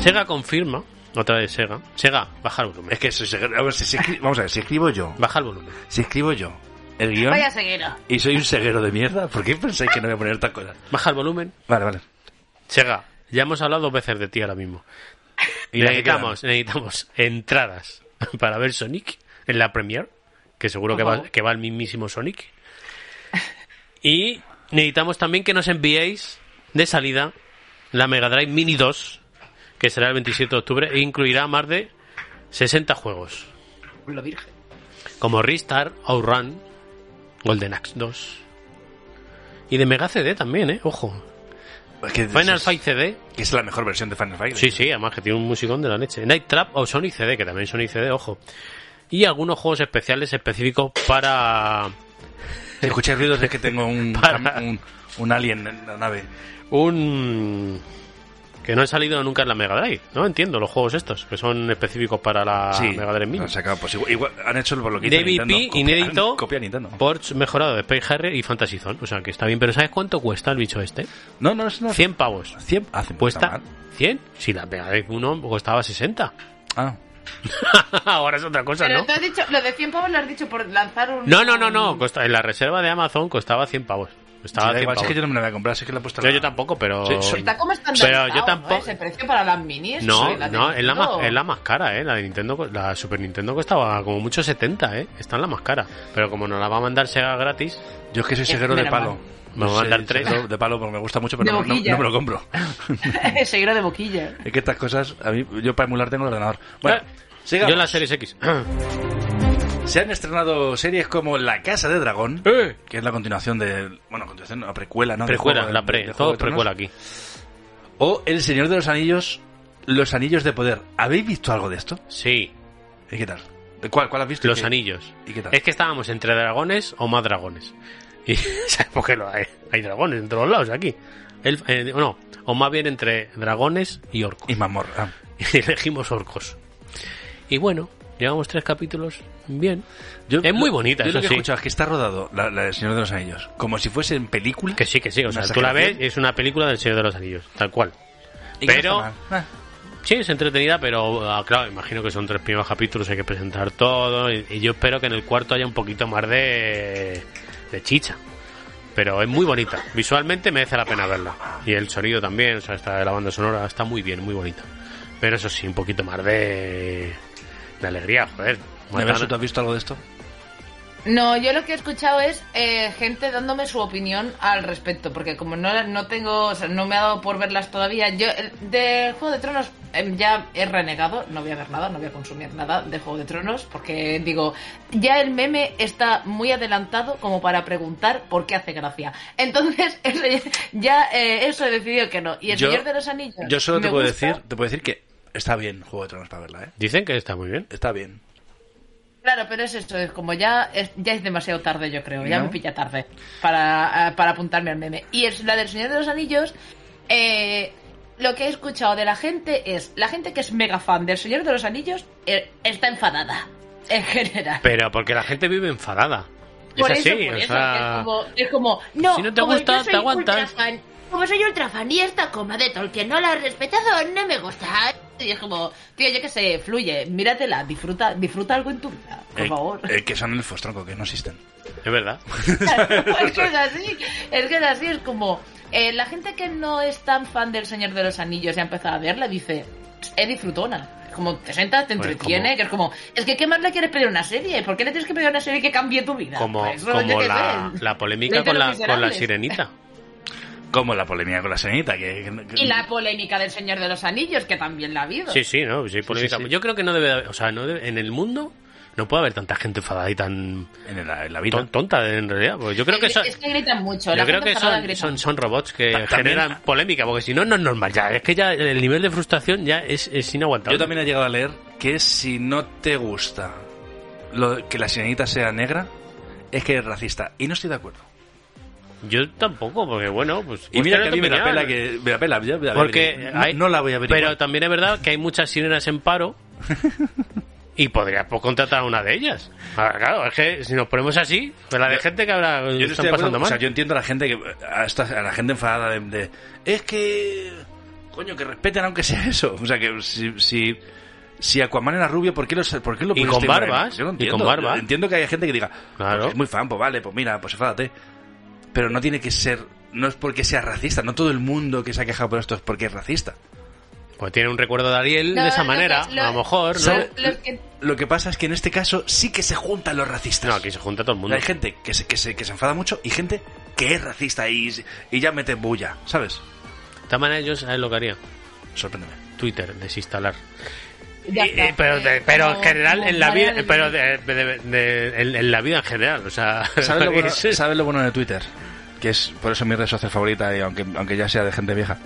[SPEAKER 4] Sega confirma. Otra vez Sega. Sega, baja el volumen.
[SPEAKER 3] Es que, si- si- a ver, si- si escri- vamos a ver, si escribo yo,
[SPEAKER 4] Baja el volumen.
[SPEAKER 3] si escribo yo el guión
[SPEAKER 5] Vaya seguida.
[SPEAKER 3] y soy un ceguero de mierda, ¿por qué pensáis que no voy a poner tal cosa?
[SPEAKER 4] Baja el volumen.
[SPEAKER 3] Vale, vale.
[SPEAKER 4] Sega, ya hemos hablado dos veces de ti ahora mismo.
[SPEAKER 3] Y la que
[SPEAKER 4] necesitamos, necesitamos entradas para ver Sonic en la Premiere, que seguro que va, que va el mismísimo Sonic. Y necesitamos también que nos enviéis de salida la Mega Drive Mini 2, que será el 27 de octubre, e incluirá más de 60 juegos,
[SPEAKER 5] Lo virgen.
[SPEAKER 4] como Ristar, Outrun, Golden Axe 2. Y de Mega CD también, ¿eh? Ojo.
[SPEAKER 3] Es que-
[SPEAKER 4] Final
[SPEAKER 3] es-
[SPEAKER 4] Fight CD,
[SPEAKER 3] Que es la mejor versión de Final Fight.
[SPEAKER 4] Sí, sí, además que tiene un musicón de la leche. Night Trap o Sonic CD, que también Sonic CD, ojo. Y algunos juegos especiales específicos para
[SPEAKER 3] Si escucháis ruidos es que tengo un,
[SPEAKER 4] Para.
[SPEAKER 3] un, un alien en la nave.
[SPEAKER 4] un... Que no han salido nunca en la Mega Drive, ¿no? Entiendo, los juegos estos, que son específicos para la Mega Drive Mini.
[SPEAKER 3] lo han sacado, pues igual, igual han hecho el bloqueo.
[SPEAKER 4] David P, inédito,
[SPEAKER 3] Copia Nintendo.
[SPEAKER 4] Ports mejorado de Space Harrier y Fantasy Zone. O sea, que está bien, pero ¿sabes cuánto cuesta el bicho este?
[SPEAKER 3] No, no, es no.
[SPEAKER 4] 100 pavos.
[SPEAKER 3] 100. Ah, 100, está
[SPEAKER 4] ¿Cuesta
[SPEAKER 3] mal.
[SPEAKER 4] 100? Si la Mega Drive 1 costaba 60.
[SPEAKER 3] Ah.
[SPEAKER 4] Ahora es otra cosa,
[SPEAKER 5] Pero
[SPEAKER 4] ¿no?
[SPEAKER 5] tú has dicho, lo de 100 pavos lo has dicho por lanzar un.
[SPEAKER 4] No, no, no, no. costa- en la reserva de Amazon costaba 100 pavos. Costaba
[SPEAKER 3] Sí, da
[SPEAKER 4] 100
[SPEAKER 3] igual, si
[SPEAKER 4] pavos.
[SPEAKER 3] es que yo no me la voy a comprar, si es que la he puesto
[SPEAKER 4] No,
[SPEAKER 3] la-
[SPEAKER 4] yo tampoco, pero.
[SPEAKER 3] Sí, soy-
[SPEAKER 5] Está como estandarizado.
[SPEAKER 4] Pero yo
[SPEAKER 5] ¿no?
[SPEAKER 4] tampoco.
[SPEAKER 5] Ese precio para las minis.
[SPEAKER 4] No,
[SPEAKER 5] sí, la de
[SPEAKER 4] no, es la, más,
[SPEAKER 5] Nintendo.
[SPEAKER 4] es la más cara, ¿eh? La de Nintendo, co- la Super Nintendo costaba como mucho 70, ¿eh? Está en la más cara. Pero como nos la va a mandar Sega gratis,
[SPEAKER 3] Yo es que soy ceguero de
[SPEAKER 5] menos
[SPEAKER 3] palo.
[SPEAKER 5] mal.
[SPEAKER 4] Me van a
[SPEAKER 3] Soy
[SPEAKER 4] dar tres.
[SPEAKER 3] ceguero De palo porque me gusta mucho, pero
[SPEAKER 5] De
[SPEAKER 3] no, no-
[SPEAKER 5] boquilla.
[SPEAKER 3] no me lo compro.
[SPEAKER 5] Seguirá de boquilla.
[SPEAKER 3] Es que estas cosas, a mí, yo para emular tengo el ordenador. Bueno,
[SPEAKER 4] Eh,
[SPEAKER 3] sigamos.
[SPEAKER 4] yo en la Series X.
[SPEAKER 3] Se han estrenado series como La Casa de Dragón,
[SPEAKER 4] ¡Eh!
[SPEAKER 3] que es la continuación de. Bueno, continuación, la precuela, ¿no? De
[SPEAKER 4] Precuela,
[SPEAKER 3] Juego de-
[SPEAKER 4] la pre,
[SPEAKER 3] de Juego
[SPEAKER 4] todo
[SPEAKER 3] de Tronos.
[SPEAKER 4] precuela aquí.
[SPEAKER 3] O El Señor de los Anillos, Los Anillos de Poder. ¿Habéis visto algo de esto?
[SPEAKER 4] Sí,
[SPEAKER 3] ¿Y qué tal? ¿De cuál, cuál has visto?
[SPEAKER 4] los
[SPEAKER 3] ¿Qué-
[SPEAKER 4] anillos.
[SPEAKER 3] ¿Y qué tal?
[SPEAKER 4] Es que estábamos entre dragones o más dragones. Y ¿sabes por qué lo hay? Hay dragones en todos lados aquí. El, eh, no, o más bien entre dragones y orcos.
[SPEAKER 3] Y Mamor. ah.
[SPEAKER 4] y elegimos orcos. Y bueno, llevamos tres capítulos bien.
[SPEAKER 3] Yo-
[SPEAKER 4] es muy
[SPEAKER 3] lo-
[SPEAKER 4] bonita,
[SPEAKER 3] yo
[SPEAKER 4] eso
[SPEAKER 3] lo que he
[SPEAKER 4] sí.
[SPEAKER 3] escuchado es que está rodado la, la del Señor de los Anillos, como si fuese en película.
[SPEAKER 4] Que sí, que sí. O sea,
[SPEAKER 3] Una
[SPEAKER 4] tú la ves,
[SPEAKER 3] exageración.
[SPEAKER 4] es una película del Señor de los Anillos, tal cual.
[SPEAKER 3] Y que no
[SPEAKER 4] pero-
[SPEAKER 3] está mal. Ah.
[SPEAKER 4] Sí, es entretenida, pero ah, claro, imagino que son tres primeros capítulos, hay que presentar todo. Y, y yo espero que en el cuarto haya un poquito más de, de chicha. Pero es muy bonita. Visualmente merece la pena verla. Y el sonido también, o sea, está la banda sonora está muy bien, muy bonita. Pero eso sí, un poquito más de, de alegría, joder.
[SPEAKER 3] Neverso, ¿tú has visto algo de esto?
[SPEAKER 5] No, yo lo que he escuchado es eh, gente dándome su opinión al respecto, porque como no, no tengo, o sea, no me ha dado por verlas todavía. Yo el- del Juego de Tronos em, ya he renegado, no voy a ver nada, no voy a consumir nada de Juego de Tronos, porque digo, ya el meme está muy adelantado como para preguntar por qué hace gracia. Entonces, eso ya- ya eh, eso he decidido que no. Y el
[SPEAKER 3] Yo-
[SPEAKER 5] Señor de los Anillos.
[SPEAKER 3] Yo solo te
[SPEAKER 5] me
[SPEAKER 3] puedo,
[SPEAKER 5] gusta.
[SPEAKER 3] decir, te puedo decir que está bien Juego de Tronos para verla, ¿eh?
[SPEAKER 4] Dicen que está muy bien.
[SPEAKER 3] Está bien.
[SPEAKER 5] Claro, pero es eso, es como ya es, ya es demasiado tarde, yo creo, ya
[SPEAKER 3] ¿No?
[SPEAKER 5] me pilla tarde para, ah, para apuntarme al meme. Y es la del Señor de los Anillos, eh, lo que he escuchado de la gente es, la gente que es mega fan del Señor de los Anillos eh, está enfadada, en general.
[SPEAKER 4] Pero porque la gente vive enfadada. Es
[SPEAKER 6] Por
[SPEAKER 4] así,
[SPEAKER 6] eso, por
[SPEAKER 4] o
[SPEAKER 6] eso,
[SPEAKER 4] sea,
[SPEAKER 6] que es, como, es como, no,
[SPEAKER 4] si no te
[SPEAKER 6] como
[SPEAKER 4] gusta,
[SPEAKER 6] yo soy
[SPEAKER 4] te aguantas.
[SPEAKER 6] ultra fan, como soy ultra fan y esta coma de Tolkien no la he respetado, no me gusta. Y es como, tío, yo que sé, fluye, míratela, disfruta, disfruta algo en tu vida, por
[SPEAKER 3] Eh,
[SPEAKER 6] favor.
[SPEAKER 3] eh, que son el fostronco, que no existen.
[SPEAKER 4] Es verdad.
[SPEAKER 6] es que es así, es que es así, es como eh, la gente que no es tan fan del Señor de los Anillos y ha empezado a verla dice, es disfrutona. Es Como te sentas, te
[SPEAKER 4] Pues
[SPEAKER 6] entretiene,
[SPEAKER 4] como-
[SPEAKER 6] eh, que es como, es que ¿qué más le quieres pedir a una serie? ¿Por qué le tienes que pedir a una serie que cambie tu vida?
[SPEAKER 4] Como,
[SPEAKER 6] Pues eso, yo
[SPEAKER 4] como
[SPEAKER 6] qué
[SPEAKER 4] la,
[SPEAKER 6] sé.
[SPEAKER 4] la polémica
[SPEAKER 6] Vete
[SPEAKER 4] con
[SPEAKER 6] a
[SPEAKER 4] la,
[SPEAKER 6] Los
[SPEAKER 4] con la
[SPEAKER 6] Miserables.
[SPEAKER 4] sirenita.
[SPEAKER 3] Como la polémica con la serenita. Que, que-
[SPEAKER 6] Y la polémica del Señor de los Anillos, que también la ha habido.
[SPEAKER 4] Sí, sí, no, sí, hay polémica.
[SPEAKER 3] sí.
[SPEAKER 4] Yo creo que no debe de haber- o sea, no debe- en el mundo no puede haber tanta gente enfadada y tan
[SPEAKER 3] En la, en la vida.
[SPEAKER 4] ton- tonta en realidad. porque yo creo que
[SPEAKER 6] es,
[SPEAKER 4] eso-
[SPEAKER 6] es que gritan mucho.
[SPEAKER 4] Yo
[SPEAKER 6] la
[SPEAKER 4] creo
[SPEAKER 6] gente
[SPEAKER 4] que
[SPEAKER 6] enfadada
[SPEAKER 4] son,
[SPEAKER 6] grita.
[SPEAKER 4] son, son robots que
[SPEAKER 3] Ta- también-
[SPEAKER 4] generan polémica, porque si no, no es normal. Ya, es que ya el nivel de frustración ya es, es inaguantable.
[SPEAKER 3] Yo también he llegado a leer que si no te gusta lo, que la sirenita sea negra, es que eres racista. Y no estoy de acuerdo.
[SPEAKER 4] Yo tampoco, porque bueno, pues.
[SPEAKER 3] Y mira
[SPEAKER 4] cuestión
[SPEAKER 3] que
[SPEAKER 4] de
[SPEAKER 3] a mí me la
[SPEAKER 4] opinión.
[SPEAKER 3] pela, que, me la pela. yo voy a
[SPEAKER 4] Porque
[SPEAKER 3] averiguar.
[SPEAKER 4] hay-
[SPEAKER 3] no, no la voy a averiguar.
[SPEAKER 4] Pero también es verdad que hay muchas sirenas en paro y podrías pues, contratar a una de ellas. Ah, Claro, es que si nos ponemos así, pues la de gente que habrá
[SPEAKER 3] Yo no
[SPEAKER 4] están
[SPEAKER 3] estoy de acuerdo,
[SPEAKER 4] pasando
[SPEAKER 3] o sea,
[SPEAKER 4] mal.
[SPEAKER 3] yo entiendo a la gente que a, esta- a la gente enfadada de, de, es que coño que respeten aunque sea eso, o sea que si si, si Aquaman era rubio, ¿por qué lo por qué lo
[SPEAKER 4] Y
[SPEAKER 3] pusiste
[SPEAKER 4] con
[SPEAKER 3] en moreno?
[SPEAKER 4] barbas,
[SPEAKER 3] Yo no
[SPEAKER 4] y
[SPEAKER 3] entiendo.
[SPEAKER 4] con barba.
[SPEAKER 3] Entiendo que hay gente que diga,
[SPEAKER 4] Claro.
[SPEAKER 3] "Porque es muy fan, pues vale, pues mira, pues enfádate. Pero no tiene que ser no es porque sea racista, no todo el mundo que se ha quejado por esto es porque es racista.
[SPEAKER 4] Pues tiene un recuerdo de Ariel
[SPEAKER 6] No,
[SPEAKER 4] de esa
[SPEAKER 6] lo que-
[SPEAKER 4] manera,
[SPEAKER 6] lo-
[SPEAKER 4] a lo mejor. ¿no?
[SPEAKER 6] ¿Sabe? Los que-
[SPEAKER 3] Lo que pasa es que en este caso sí que se juntan los racistas.
[SPEAKER 4] No, aquí se junta todo el mundo.
[SPEAKER 3] Hay gente que se, que, se, que se enfada mucho y gente que es racista y, y ya mete bulla, ¿sabes?
[SPEAKER 4] De esta manera yo sabes lo que haría.
[SPEAKER 3] Sorpréndeme.
[SPEAKER 4] Twitter, desinstalar.
[SPEAKER 6] ya
[SPEAKER 4] Y-
[SPEAKER 6] está.
[SPEAKER 4] y- pero de- pero en
[SPEAKER 6] Como-
[SPEAKER 4] general,
[SPEAKER 6] como
[SPEAKER 4] en la vida,
[SPEAKER 6] manera de-
[SPEAKER 4] pero de- de- de- en, en la vida en general, o sea,
[SPEAKER 3] ¿Sabes lo, bueno,
[SPEAKER 4] es-
[SPEAKER 3] sabes lo bueno de Twitter? Que es por eso mi red social favorita, y aunque, aunque ya sea de gente vieja.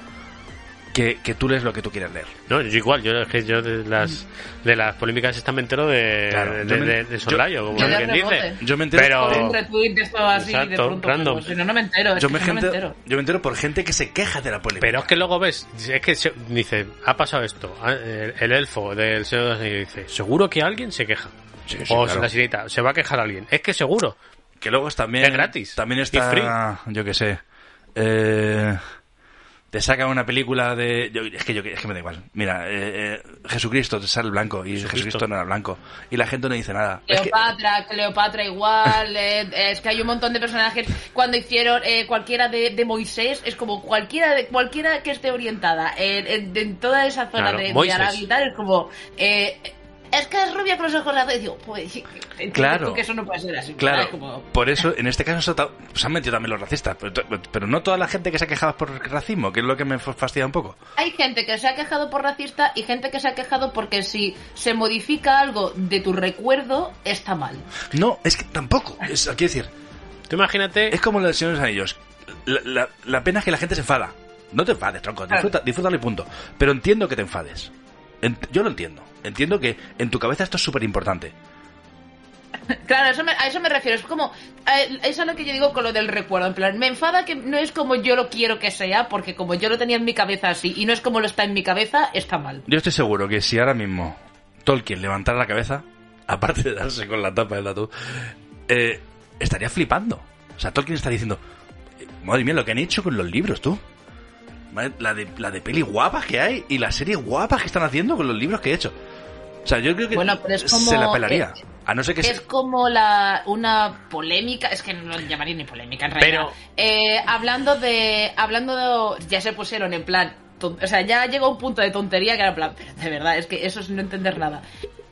[SPEAKER 3] Que, que tú lees lo que tú quieres leer.
[SPEAKER 4] No, yo igual, yo es que yo de las de las polémicas estas me entero de,
[SPEAKER 3] Claro,
[SPEAKER 4] de,
[SPEAKER 3] yo me-
[SPEAKER 4] de- de Sollayo,
[SPEAKER 3] yo-
[SPEAKER 4] como
[SPEAKER 6] yo de
[SPEAKER 4] quien dice.
[SPEAKER 6] rebote.
[SPEAKER 3] Yo me entero
[SPEAKER 4] Pero-
[SPEAKER 6] Por un retweet de esto así de
[SPEAKER 4] Exacto,
[SPEAKER 6] pronto.
[SPEAKER 4] random.
[SPEAKER 6] como, Si no, no me entero. es
[SPEAKER 3] Yo
[SPEAKER 6] que
[SPEAKER 3] me,
[SPEAKER 6] si no
[SPEAKER 3] gente-
[SPEAKER 6] me entero.
[SPEAKER 3] yo me entero por gente que se queja de la polémica.
[SPEAKER 4] Pero es que luego ves, es que se- dice, ha pasado esto, ah, el, el elfo del Señor de los Anillos dice, seguro que alguien se queja.
[SPEAKER 3] Sí, sí,
[SPEAKER 4] o
[SPEAKER 3] claro.
[SPEAKER 4] la sirenita, se va a quejar alguien. Es que seguro.
[SPEAKER 3] Que luego es también.
[SPEAKER 4] Es gratis.
[SPEAKER 3] También
[SPEAKER 4] Y
[SPEAKER 3] está. Yo qué sé. eh, te sacan una película de. yo- es, que yo, es que me da igual. Mira, eh, eh, Jesucristo te sale blanco y Jesucristo. no era blanco. Y la gente no dice nada. Es que-
[SPEAKER 6] Cleopatra, Cleopatra igual, eh, es que hay un montón de personajes. Cuando hicieron eh, cualquiera de, de Moisés, es como cualquiera de, cualquiera que esté orientada en, en- en toda esa zona
[SPEAKER 4] Claro,
[SPEAKER 6] de, de
[SPEAKER 4] Moisés.
[SPEAKER 6] Arabia y tal, es como. eh, es que es rubia con los ojos azules. Y Digo, pues. entiende
[SPEAKER 3] Claro.
[SPEAKER 6] tú que eso no puede ser así. ¿verdad?
[SPEAKER 3] Claro,
[SPEAKER 6] Es como-
[SPEAKER 3] por eso en este caso se, ha ta- se han metido también los racistas, pero, to- pero no toda la gente que se ha quejado por racismo, que es lo que me fa- fastidia un poco.
[SPEAKER 6] Hay gente que se ha quejado por racista y gente que se ha quejado porque si se modifica algo de tu recuerdo, está mal.
[SPEAKER 3] No, es que tampoco, es, quiero decir,
[SPEAKER 4] Tú imagínate,
[SPEAKER 3] es como lo del Señor de los Anillos, la, la- la pena es que la gente se enfada, no te enfades, tronco, disfruta, disfrútalo y punto, pero entiendo que te enfades, Ent- yo lo entiendo, entiendo que en tu cabeza esto es súper importante,
[SPEAKER 6] Claro, eso me- a eso me refiero. Es como. eh, Eso es lo que yo digo con lo del recuerdo. En plan, me enfada que no es como yo lo quiero que sea, porque como yo lo tenía en mi cabeza así y no es como lo está en mi cabeza, está mal.
[SPEAKER 3] yo estoy seguro que si ahora mismo Tolkien levantara la cabeza, aparte de darse con la tapa del tatu, eh, estaría flipando. O sea, Tolkien está diciendo, "Eh, madre mía, lo que han hecho con los libros, tú. Madre- La de, la de peli guapas que hay y las series guapas que están haciendo con los libros que he hecho. O sea, yo creo que
[SPEAKER 6] Bueno, pero es como-
[SPEAKER 3] se la pelaría.
[SPEAKER 6] eh,
[SPEAKER 3] a no ser que
[SPEAKER 6] Es
[SPEAKER 3] se-
[SPEAKER 6] como la una polémica, es que no lo llamaría ni polémica en realidad.
[SPEAKER 4] Pero-
[SPEAKER 6] Eh, hablando de hablando de, ya se pusieron en plan, ton- o sea, ya llegó un punto de tontería que era en plan, pero de verdad, es que eso es no entender nada.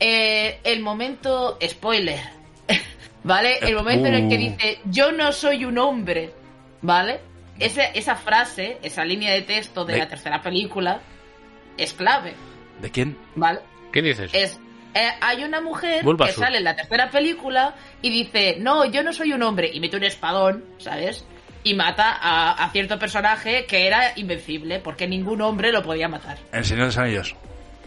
[SPEAKER 6] Eh, el momento spoiler. ¿Vale? El momento en el que
[SPEAKER 3] Uh.
[SPEAKER 6] dice, "Yo no soy un hombre." ¿Vale? Esa, esa frase, esa línea de texto de
[SPEAKER 3] Ve-
[SPEAKER 6] la tercera película es clave,
[SPEAKER 3] ¿De quién?
[SPEAKER 6] ¿vale?
[SPEAKER 4] ¿qué dices?
[SPEAKER 6] es eh, hay una mujer
[SPEAKER 4] Bulbasaur.
[SPEAKER 6] que sale en la tercera película y dice no yo no soy un hombre y mete un espadón sabes y mata a, a cierto personaje que era invencible porque ningún hombre lo podía matar
[SPEAKER 3] El Señor de los Anillos.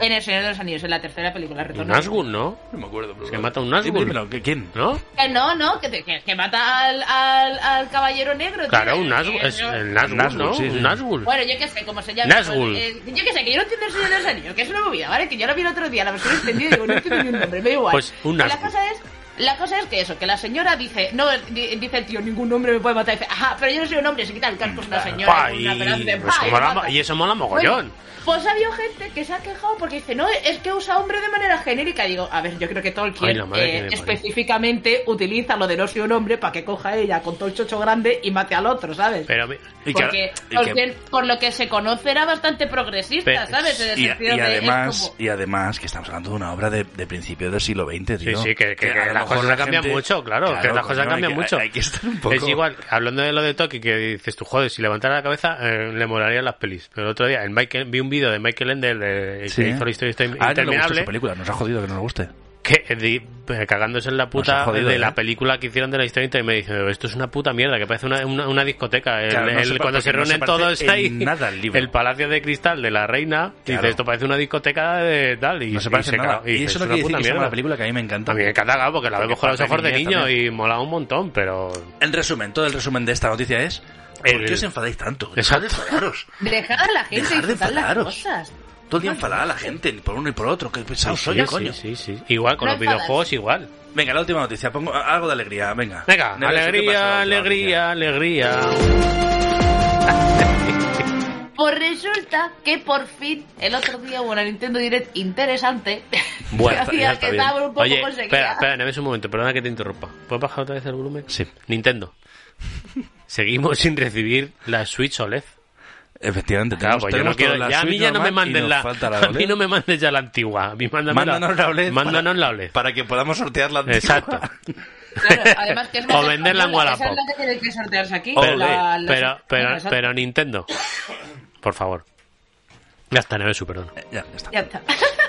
[SPEAKER 6] en el Señor de los Anillos en la tercera película
[SPEAKER 4] Un
[SPEAKER 6] retorno
[SPEAKER 4] Nazgûl, ¿no?
[SPEAKER 3] No me acuerdo.
[SPEAKER 4] Se mata un Nazgûl.
[SPEAKER 3] Dímelo, ¿qué- ¿Quién?
[SPEAKER 4] ¿No?
[SPEAKER 6] que no no que, que, que mata al, al, al caballero negro tío.
[SPEAKER 4] Claro, un
[SPEAKER 6] Eh,
[SPEAKER 4] Nazgûl, es
[SPEAKER 6] no.
[SPEAKER 4] el Nazgûl,
[SPEAKER 3] Nazgûl,
[SPEAKER 4] ¿no?
[SPEAKER 3] sí, sí.
[SPEAKER 4] Un Nazgûl.
[SPEAKER 6] Bueno, yo qué sé, cómo se llama.
[SPEAKER 4] Nazgûl.
[SPEAKER 6] Eh, yo qué sé, que yo no entiendo el Señor de los Anillos, que es una movida, ¿vale? Que yo lo vi el otro día, la versión extendida y digo, no entiendo ni un nombre, me da igual.
[SPEAKER 4] Pues un
[SPEAKER 6] Pero La
[SPEAKER 4] Nazgûl.
[SPEAKER 6] cosa es
[SPEAKER 5] La cosa es que eso, que la señora dice, no, di- dice el tío, ningún hombre me puede matar. Dice, ajá, pero yo no soy un hombre, se quita el casco es una señora.
[SPEAKER 4] Pa,
[SPEAKER 5] con
[SPEAKER 4] y,
[SPEAKER 5] una pedazo de
[SPEAKER 4] pues
[SPEAKER 5] pa, y
[SPEAKER 4] mola
[SPEAKER 5] la
[SPEAKER 4] mo-
[SPEAKER 5] mata.
[SPEAKER 4] y eso mola
[SPEAKER 5] Bueno,
[SPEAKER 4] mogollón.
[SPEAKER 5] pues ha habido gente que se ha quejado porque dice, no, es que usa hombre de manera genérica. Digo, a ver, yo creo que
[SPEAKER 4] Ay,
[SPEAKER 5] Tolkien
[SPEAKER 4] la madre
[SPEAKER 5] eh,
[SPEAKER 4] que me parió.
[SPEAKER 5] específicamente utiliza lo de no soy un hombre para que coja ella con todo el chocho grande y mate al otro, ¿sabes?
[SPEAKER 4] Pero mi-
[SPEAKER 3] Y que-
[SPEAKER 5] porque
[SPEAKER 3] y que-
[SPEAKER 5] Tolkien, por lo que se conoce, era bastante progresista,
[SPEAKER 4] Pero-
[SPEAKER 5] ¿sabes? En el
[SPEAKER 3] Y,
[SPEAKER 5] Este sentido
[SPEAKER 3] y
[SPEAKER 5] de, es
[SPEAKER 3] además,
[SPEAKER 5] como-
[SPEAKER 3] y además que estamos hablando de una obra de, de principios del siglo XX,
[SPEAKER 4] Sí,
[SPEAKER 3] tío.
[SPEAKER 4] sí, que, que-
[SPEAKER 3] a
[SPEAKER 4] que
[SPEAKER 3] lo
[SPEAKER 4] las
[SPEAKER 3] mejor
[SPEAKER 4] cosas
[SPEAKER 3] la
[SPEAKER 4] cambian
[SPEAKER 3] gente-
[SPEAKER 4] mucho, claro, que las cosas
[SPEAKER 3] coño,
[SPEAKER 4] cambian
[SPEAKER 3] hay que-
[SPEAKER 4] mucho.
[SPEAKER 3] Hay, que estar un poco...
[SPEAKER 4] Es igual, hablando de lo de Toki, que dices tú, joder, si levantara la cabeza, eh, le molarían las pelis. Pero el otro día el Michael, vi un vídeo de Michael Ender eh,
[SPEAKER 3] Sí.
[SPEAKER 4] que hizo la historia esta
[SPEAKER 3] A él no le gusta
[SPEAKER 4] interminable,
[SPEAKER 3] su película, nos ha jodido que no nos guste.
[SPEAKER 4] que eh, di- eh, cagándose en la puta
[SPEAKER 3] ha jodido,
[SPEAKER 4] de
[SPEAKER 3] ¿eh?
[SPEAKER 4] la película que hicieron de la historia interminable. Dice, esto es una puta mierda, que parece una, una- una discoteca. El-
[SPEAKER 3] Claro, no
[SPEAKER 4] el-
[SPEAKER 3] se pa-
[SPEAKER 4] cuando se
[SPEAKER 3] porque no se
[SPEAKER 4] reúnen
[SPEAKER 3] parece
[SPEAKER 4] todos
[SPEAKER 3] en
[SPEAKER 4] ahí,
[SPEAKER 3] nada al libro.
[SPEAKER 4] el palacio de cristal de la reina,
[SPEAKER 3] Claro.
[SPEAKER 4] dice, esto parece una discoteca de tal. Y
[SPEAKER 3] No se parece
[SPEAKER 4] y
[SPEAKER 3] nada.
[SPEAKER 4] caga-
[SPEAKER 3] Y,
[SPEAKER 4] dice,
[SPEAKER 3] eso
[SPEAKER 4] "Es
[SPEAKER 3] no
[SPEAKER 4] una puta
[SPEAKER 3] quiere decir que sea
[SPEAKER 4] mierda".
[SPEAKER 3] una película que a mí me encanta.
[SPEAKER 4] A mí me encanta, claro, porque la
[SPEAKER 3] Porque
[SPEAKER 4] vemos con los
[SPEAKER 3] parte de
[SPEAKER 4] ojos de
[SPEAKER 3] niñez
[SPEAKER 4] niño
[SPEAKER 3] también.
[SPEAKER 4] y molaba un montón, pero...
[SPEAKER 3] En resumen, todo el resumen de esta noticia es... ¿Por
[SPEAKER 4] El-
[SPEAKER 3] qué os enfadáis tanto? Dejad
[SPEAKER 4] Exacto.
[SPEAKER 3] de enfadaros.
[SPEAKER 5] Dejad a la gente
[SPEAKER 3] Dejad de
[SPEAKER 5] disfrutar las
[SPEAKER 3] enfadaros.
[SPEAKER 5] cosas.
[SPEAKER 3] Todo el día enfadada la gente, ni por uno ni por otro. Qué pesados soy,
[SPEAKER 4] sí,
[SPEAKER 3] coño.
[SPEAKER 4] sí, sí, sí. Igual, con
[SPEAKER 5] No
[SPEAKER 4] los
[SPEAKER 5] enfadas.
[SPEAKER 4] videojuegos igual.
[SPEAKER 3] Venga, la última noticia. Pongo algo de alegría, venga.
[SPEAKER 4] Venga,
[SPEAKER 3] Neves, ¿qué pasa con la
[SPEAKER 4] alegría,
[SPEAKER 3] última
[SPEAKER 4] alegría, alegría.
[SPEAKER 5] Pues resulta que por fin el otro día hubo una Nintendo Direct interesante.
[SPEAKER 3] Bueno,
[SPEAKER 5] que
[SPEAKER 3] está-
[SPEAKER 5] hacía
[SPEAKER 3] ya está
[SPEAKER 5] que
[SPEAKER 3] bien.
[SPEAKER 5] estábamos un poco
[SPEAKER 4] Oye,
[SPEAKER 5] con sequía.
[SPEAKER 4] espera, espera, Neves, un momento, perdona que te interrumpa. ¿Puedes bajar otra vez el volumen?
[SPEAKER 3] Sí.
[SPEAKER 4] Nintendo. Seguimos sin recibir la Switch OLED.
[SPEAKER 3] Efectivamente,
[SPEAKER 4] Claro,
[SPEAKER 3] tenemos,
[SPEAKER 4] pues yo no
[SPEAKER 3] tenemos
[SPEAKER 4] quiero-
[SPEAKER 3] toda la
[SPEAKER 4] ya a mí
[SPEAKER 3] Switch
[SPEAKER 4] ya no me
[SPEAKER 3] normal y
[SPEAKER 4] manden
[SPEAKER 3] nos
[SPEAKER 4] la,
[SPEAKER 3] falta la
[SPEAKER 4] a mí
[SPEAKER 3] OLED.
[SPEAKER 4] no me mandes ya la antigua. A mí mándame
[SPEAKER 3] Mándanos la OLED.
[SPEAKER 4] Mándanos
[SPEAKER 3] para-
[SPEAKER 4] la OLED.
[SPEAKER 3] Para que podamos sortear la antigua.
[SPEAKER 4] Exacto.
[SPEAKER 5] Claro, además que es
[SPEAKER 4] O venderla en
[SPEAKER 5] española, esa
[SPEAKER 4] Wallapop.
[SPEAKER 5] es la que tiene que sortearse aquí.
[SPEAKER 4] Pero,
[SPEAKER 5] la- la-
[SPEAKER 4] pero, pero,
[SPEAKER 5] esa-
[SPEAKER 4] pero Nintendo, por favor. Ya está, Neves, su perdón.
[SPEAKER 3] Eh, Ya, ya está.
[SPEAKER 5] Ya está.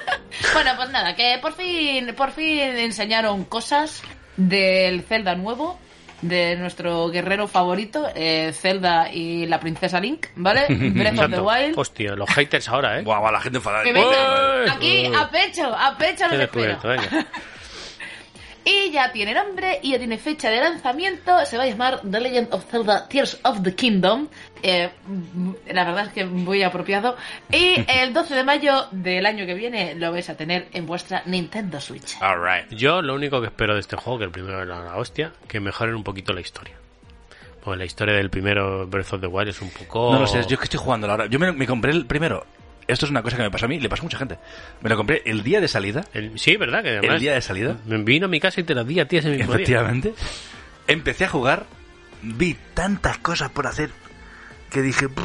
[SPEAKER 5] bueno, pues nada, que por fin, por fin enseñaron cosas del Zelda nuevo, de nuestro guerrero favorito, eh, Zelda y la princesa Link, ¿vale? Breath of the
[SPEAKER 4] Mm. Exacto. Pues,
[SPEAKER 5] Wild.
[SPEAKER 4] Hostia, los haters ahora, ¿eh?
[SPEAKER 3] Guau, guau, la gente enfadada.
[SPEAKER 5] Que venga,
[SPEAKER 4] Uy.
[SPEAKER 5] aquí, a pecho, a pecho
[SPEAKER 4] eh, Qué
[SPEAKER 5] los espero.
[SPEAKER 4] descubierto, eh. venga.
[SPEAKER 5] Y ya tiene nombre y ya tiene fecha de lanzamiento. Se va a llamar The Legend of Zelda Tears of the Kingdom. Eh, mm, la verdad es que muy apropiado. Y el 12 de mayo del año que viene lo vais a tener en vuestra Nintendo Switch.
[SPEAKER 3] All right.
[SPEAKER 4] Yo lo único que espero de este juego, que el primero era la hostia, que mejoren un poquito la historia. Porque la historia del primero Breath of the Wild es un poco...
[SPEAKER 3] No lo sé, yo es que estoy jugando ahora. Yo me, me compré el primero. Esto es una cosa que me pasó a mí, le pasó a mucha gente. Me lo compré el día de salida.
[SPEAKER 4] El- Sí, ¿verdad? Que además
[SPEAKER 3] El día de salida.
[SPEAKER 4] me Vino a mi casa y te lo di a ti ese mismo día.
[SPEAKER 3] Efectivamente. Empecé a jugar, vi tantas cosas por hacer que dije... "Brr,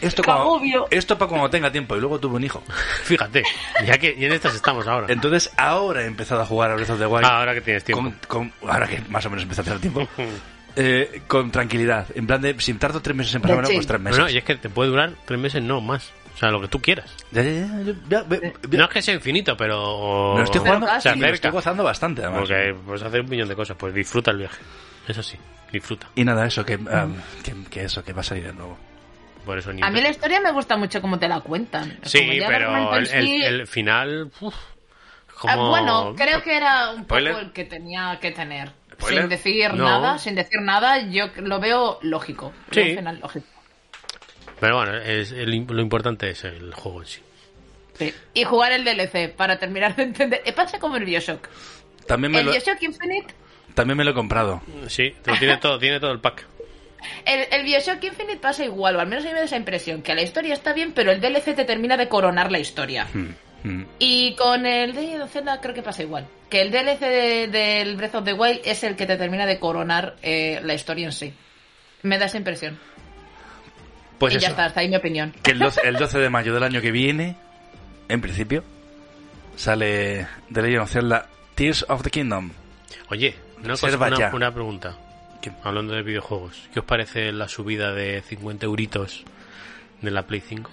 [SPEAKER 3] Esto,
[SPEAKER 5] Qué
[SPEAKER 3] cuando,
[SPEAKER 5] agobio.
[SPEAKER 3] esto para cuando tenga tiempo y luego tuve un hijo.
[SPEAKER 4] Fíjate, ya que y en estas estamos ahora.
[SPEAKER 3] Entonces ahora he empezado a jugar a Breath of the Wild.
[SPEAKER 4] Ah, ahora que tienes tiempo.
[SPEAKER 3] Con- con- ahora que más o menos empieza a hacer tiempo. eh, con tranquilidad. En plan de, si tardo tres meses en pasármelo,
[SPEAKER 5] Chill.
[SPEAKER 3] pues tres meses.
[SPEAKER 4] Bueno, y es que te puede durar tres meses, no más. O sea, lo que tú quieras.
[SPEAKER 3] Ya, ya, ya, ya, ya, ve- ve-
[SPEAKER 4] No es que sea infinito, pero...
[SPEAKER 3] Me lo estoy
[SPEAKER 5] Pero
[SPEAKER 3] jugando
[SPEAKER 5] casi.
[SPEAKER 3] y me lo estoy gozando bastante, además.
[SPEAKER 4] Porque puedes hacer un millón de cosas. Pues disfruta el viaje. Eso sí, disfruta.
[SPEAKER 3] Y nada, eso, que, um, que, que eso, que va a salir de nuevo.
[SPEAKER 4] Por eso ni
[SPEAKER 5] A mí la historia me gusta mucho como te la cuentan. Como
[SPEAKER 4] Sí,
[SPEAKER 5] ya
[SPEAKER 4] pero
[SPEAKER 5] realmente
[SPEAKER 4] el,
[SPEAKER 5] en
[SPEAKER 4] el-
[SPEAKER 5] sí-
[SPEAKER 4] el final. uf,
[SPEAKER 5] Ah,
[SPEAKER 4] como...
[SPEAKER 5] bueno, creo que era un poco
[SPEAKER 4] ¿Spoiler?
[SPEAKER 5] el que tenía que tener.
[SPEAKER 4] ¿Spoiler?
[SPEAKER 5] Sin decir
[SPEAKER 4] No.
[SPEAKER 5] nada, sin decir nada, yo lo veo lógico. Lo veo
[SPEAKER 4] Sí.
[SPEAKER 5] al final lógico.
[SPEAKER 4] Pero bueno, es el- lo importante es el juego en sí.
[SPEAKER 5] Sí. Y jugar el DLC para terminar de entender. Eh, Pasa como el Bioshock.
[SPEAKER 3] También me,
[SPEAKER 5] El
[SPEAKER 3] lo,
[SPEAKER 5] Bioshock Infinite,
[SPEAKER 3] también me lo he comprado.
[SPEAKER 4] Sí, lo tiene todo, tiene todo el pack.
[SPEAKER 5] el, el Bioshock Infinite pasa igual, o al menos a mí me da esa impresión, que la historia está bien, pero el DLC te termina de coronar la historia.
[SPEAKER 3] Mm.
[SPEAKER 5] Y con el de Zelda creo que pasa igual. Que el DLC de- del Breath of the Wild es el que te termina de coronar eh, la historia en sí. Me da esa impresión.
[SPEAKER 3] Pues
[SPEAKER 5] y ya
[SPEAKER 3] eso.
[SPEAKER 5] está, hasta ahí mi opinión.
[SPEAKER 3] Que el 12, el 12 de mayo del año que viene, en principio, sale The Legend of Zelda Tears of the Kingdom.
[SPEAKER 4] Oye, una, cosa,
[SPEAKER 3] Reserva
[SPEAKER 4] una,
[SPEAKER 3] ya.
[SPEAKER 4] una pregunta.
[SPEAKER 3] ¿Qué?
[SPEAKER 4] Hablando de videojuegos, ¿qué os parece la subida de 50 euritos de la Play 5?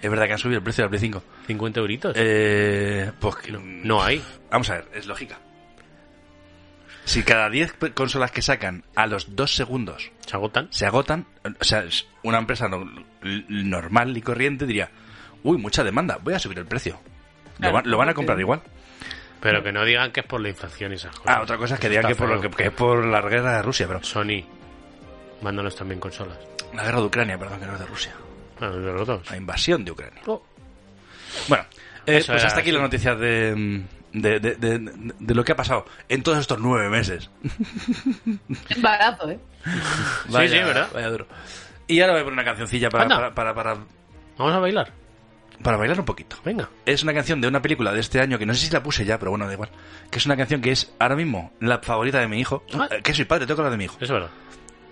[SPEAKER 3] Es verdad que han subido el precio de la Play 5.
[SPEAKER 4] ¿50 euritos?
[SPEAKER 3] Eh, pues que-
[SPEAKER 4] no hay.
[SPEAKER 3] Vamos a ver, es lógica. Si cada 10 pe- consolas que sacan a los 2 segundos
[SPEAKER 4] ¿Se agotan?
[SPEAKER 3] se agotan, o sea, es una empresa no- l- normal y corriente diría, uy, mucha demanda, voy a subir el precio. Lo,
[SPEAKER 5] Claro,
[SPEAKER 3] van- lo van a
[SPEAKER 5] porque-
[SPEAKER 3] comprar igual.
[SPEAKER 4] Pero que no digan que es por la inflación y esas cosas.
[SPEAKER 3] Ah, otra cosa es que
[SPEAKER 4] Eso
[SPEAKER 3] digan que,
[SPEAKER 4] está
[SPEAKER 3] por lo que,
[SPEAKER 4] feo.
[SPEAKER 3] que es por la guerra de Rusia, pero...
[SPEAKER 4] Sony, mándanos también consolas.
[SPEAKER 3] La guerra de Ucrania, perdón, que no es de Rusia.
[SPEAKER 4] Ah, de los dos.
[SPEAKER 3] La invasión de Ucrania.
[SPEAKER 4] Oh.
[SPEAKER 3] Bueno, eh,
[SPEAKER 4] Eso
[SPEAKER 3] pues
[SPEAKER 4] era,
[SPEAKER 3] hasta aquí
[SPEAKER 4] sí.
[SPEAKER 3] las noticias de, mm, de, de- de- de lo que ha pasado en todos estos nueve meses.
[SPEAKER 6] Embarazo, ¿eh?
[SPEAKER 4] sí, ¿verdad?
[SPEAKER 3] Vaya duro. Y ahora voy a poner una cancioncilla para,
[SPEAKER 4] Anda.
[SPEAKER 3] para, para, para,
[SPEAKER 4] Vamos a bailar.
[SPEAKER 3] para bailar un poquito.
[SPEAKER 4] Venga.
[SPEAKER 3] Es una canción de una película de este año que no sé si la puse ya, pero bueno, da igual. Que es una canción que es ahora mismo la favorita de mi hijo.
[SPEAKER 4] Ah.
[SPEAKER 3] Eh, Que soy padre, tengo que hablar de mi hijo.
[SPEAKER 4] Eso es verdad.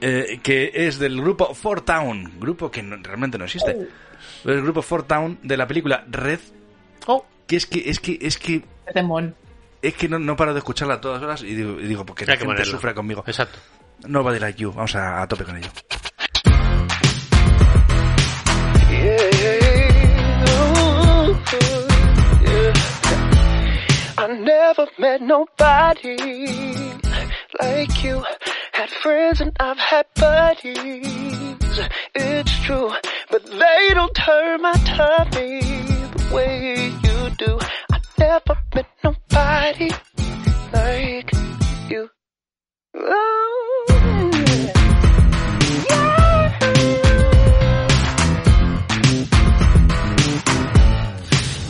[SPEAKER 3] eh, que es del grupo Four Town, grupo que no- realmente no existe. El grupo Four Town de la película Red,
[SPEAKER 4] Oh,
[SPEAKER 3] que es que es que es que
[SPEAKER 6] Temón.
[SPEAKER 3] es que no, no paro de escucharla a todas horas y digo, y digo porque la
[SPEAKER 4] hay que
[SPEAKER 3] gente
[SPEAKER 4] ponerla.
[SPEAKER 3] sufra conmigo.
[SPEAKER 4] Exacto.
[SPEAKER 3] Nobody like you, vamos a, a tope con ello.
[SPEAKER 9] I never met nobody like you. Had friends and I've had buddies. It's true, but they don't turn my tummy the way you do. I never met nobody like you. Oh.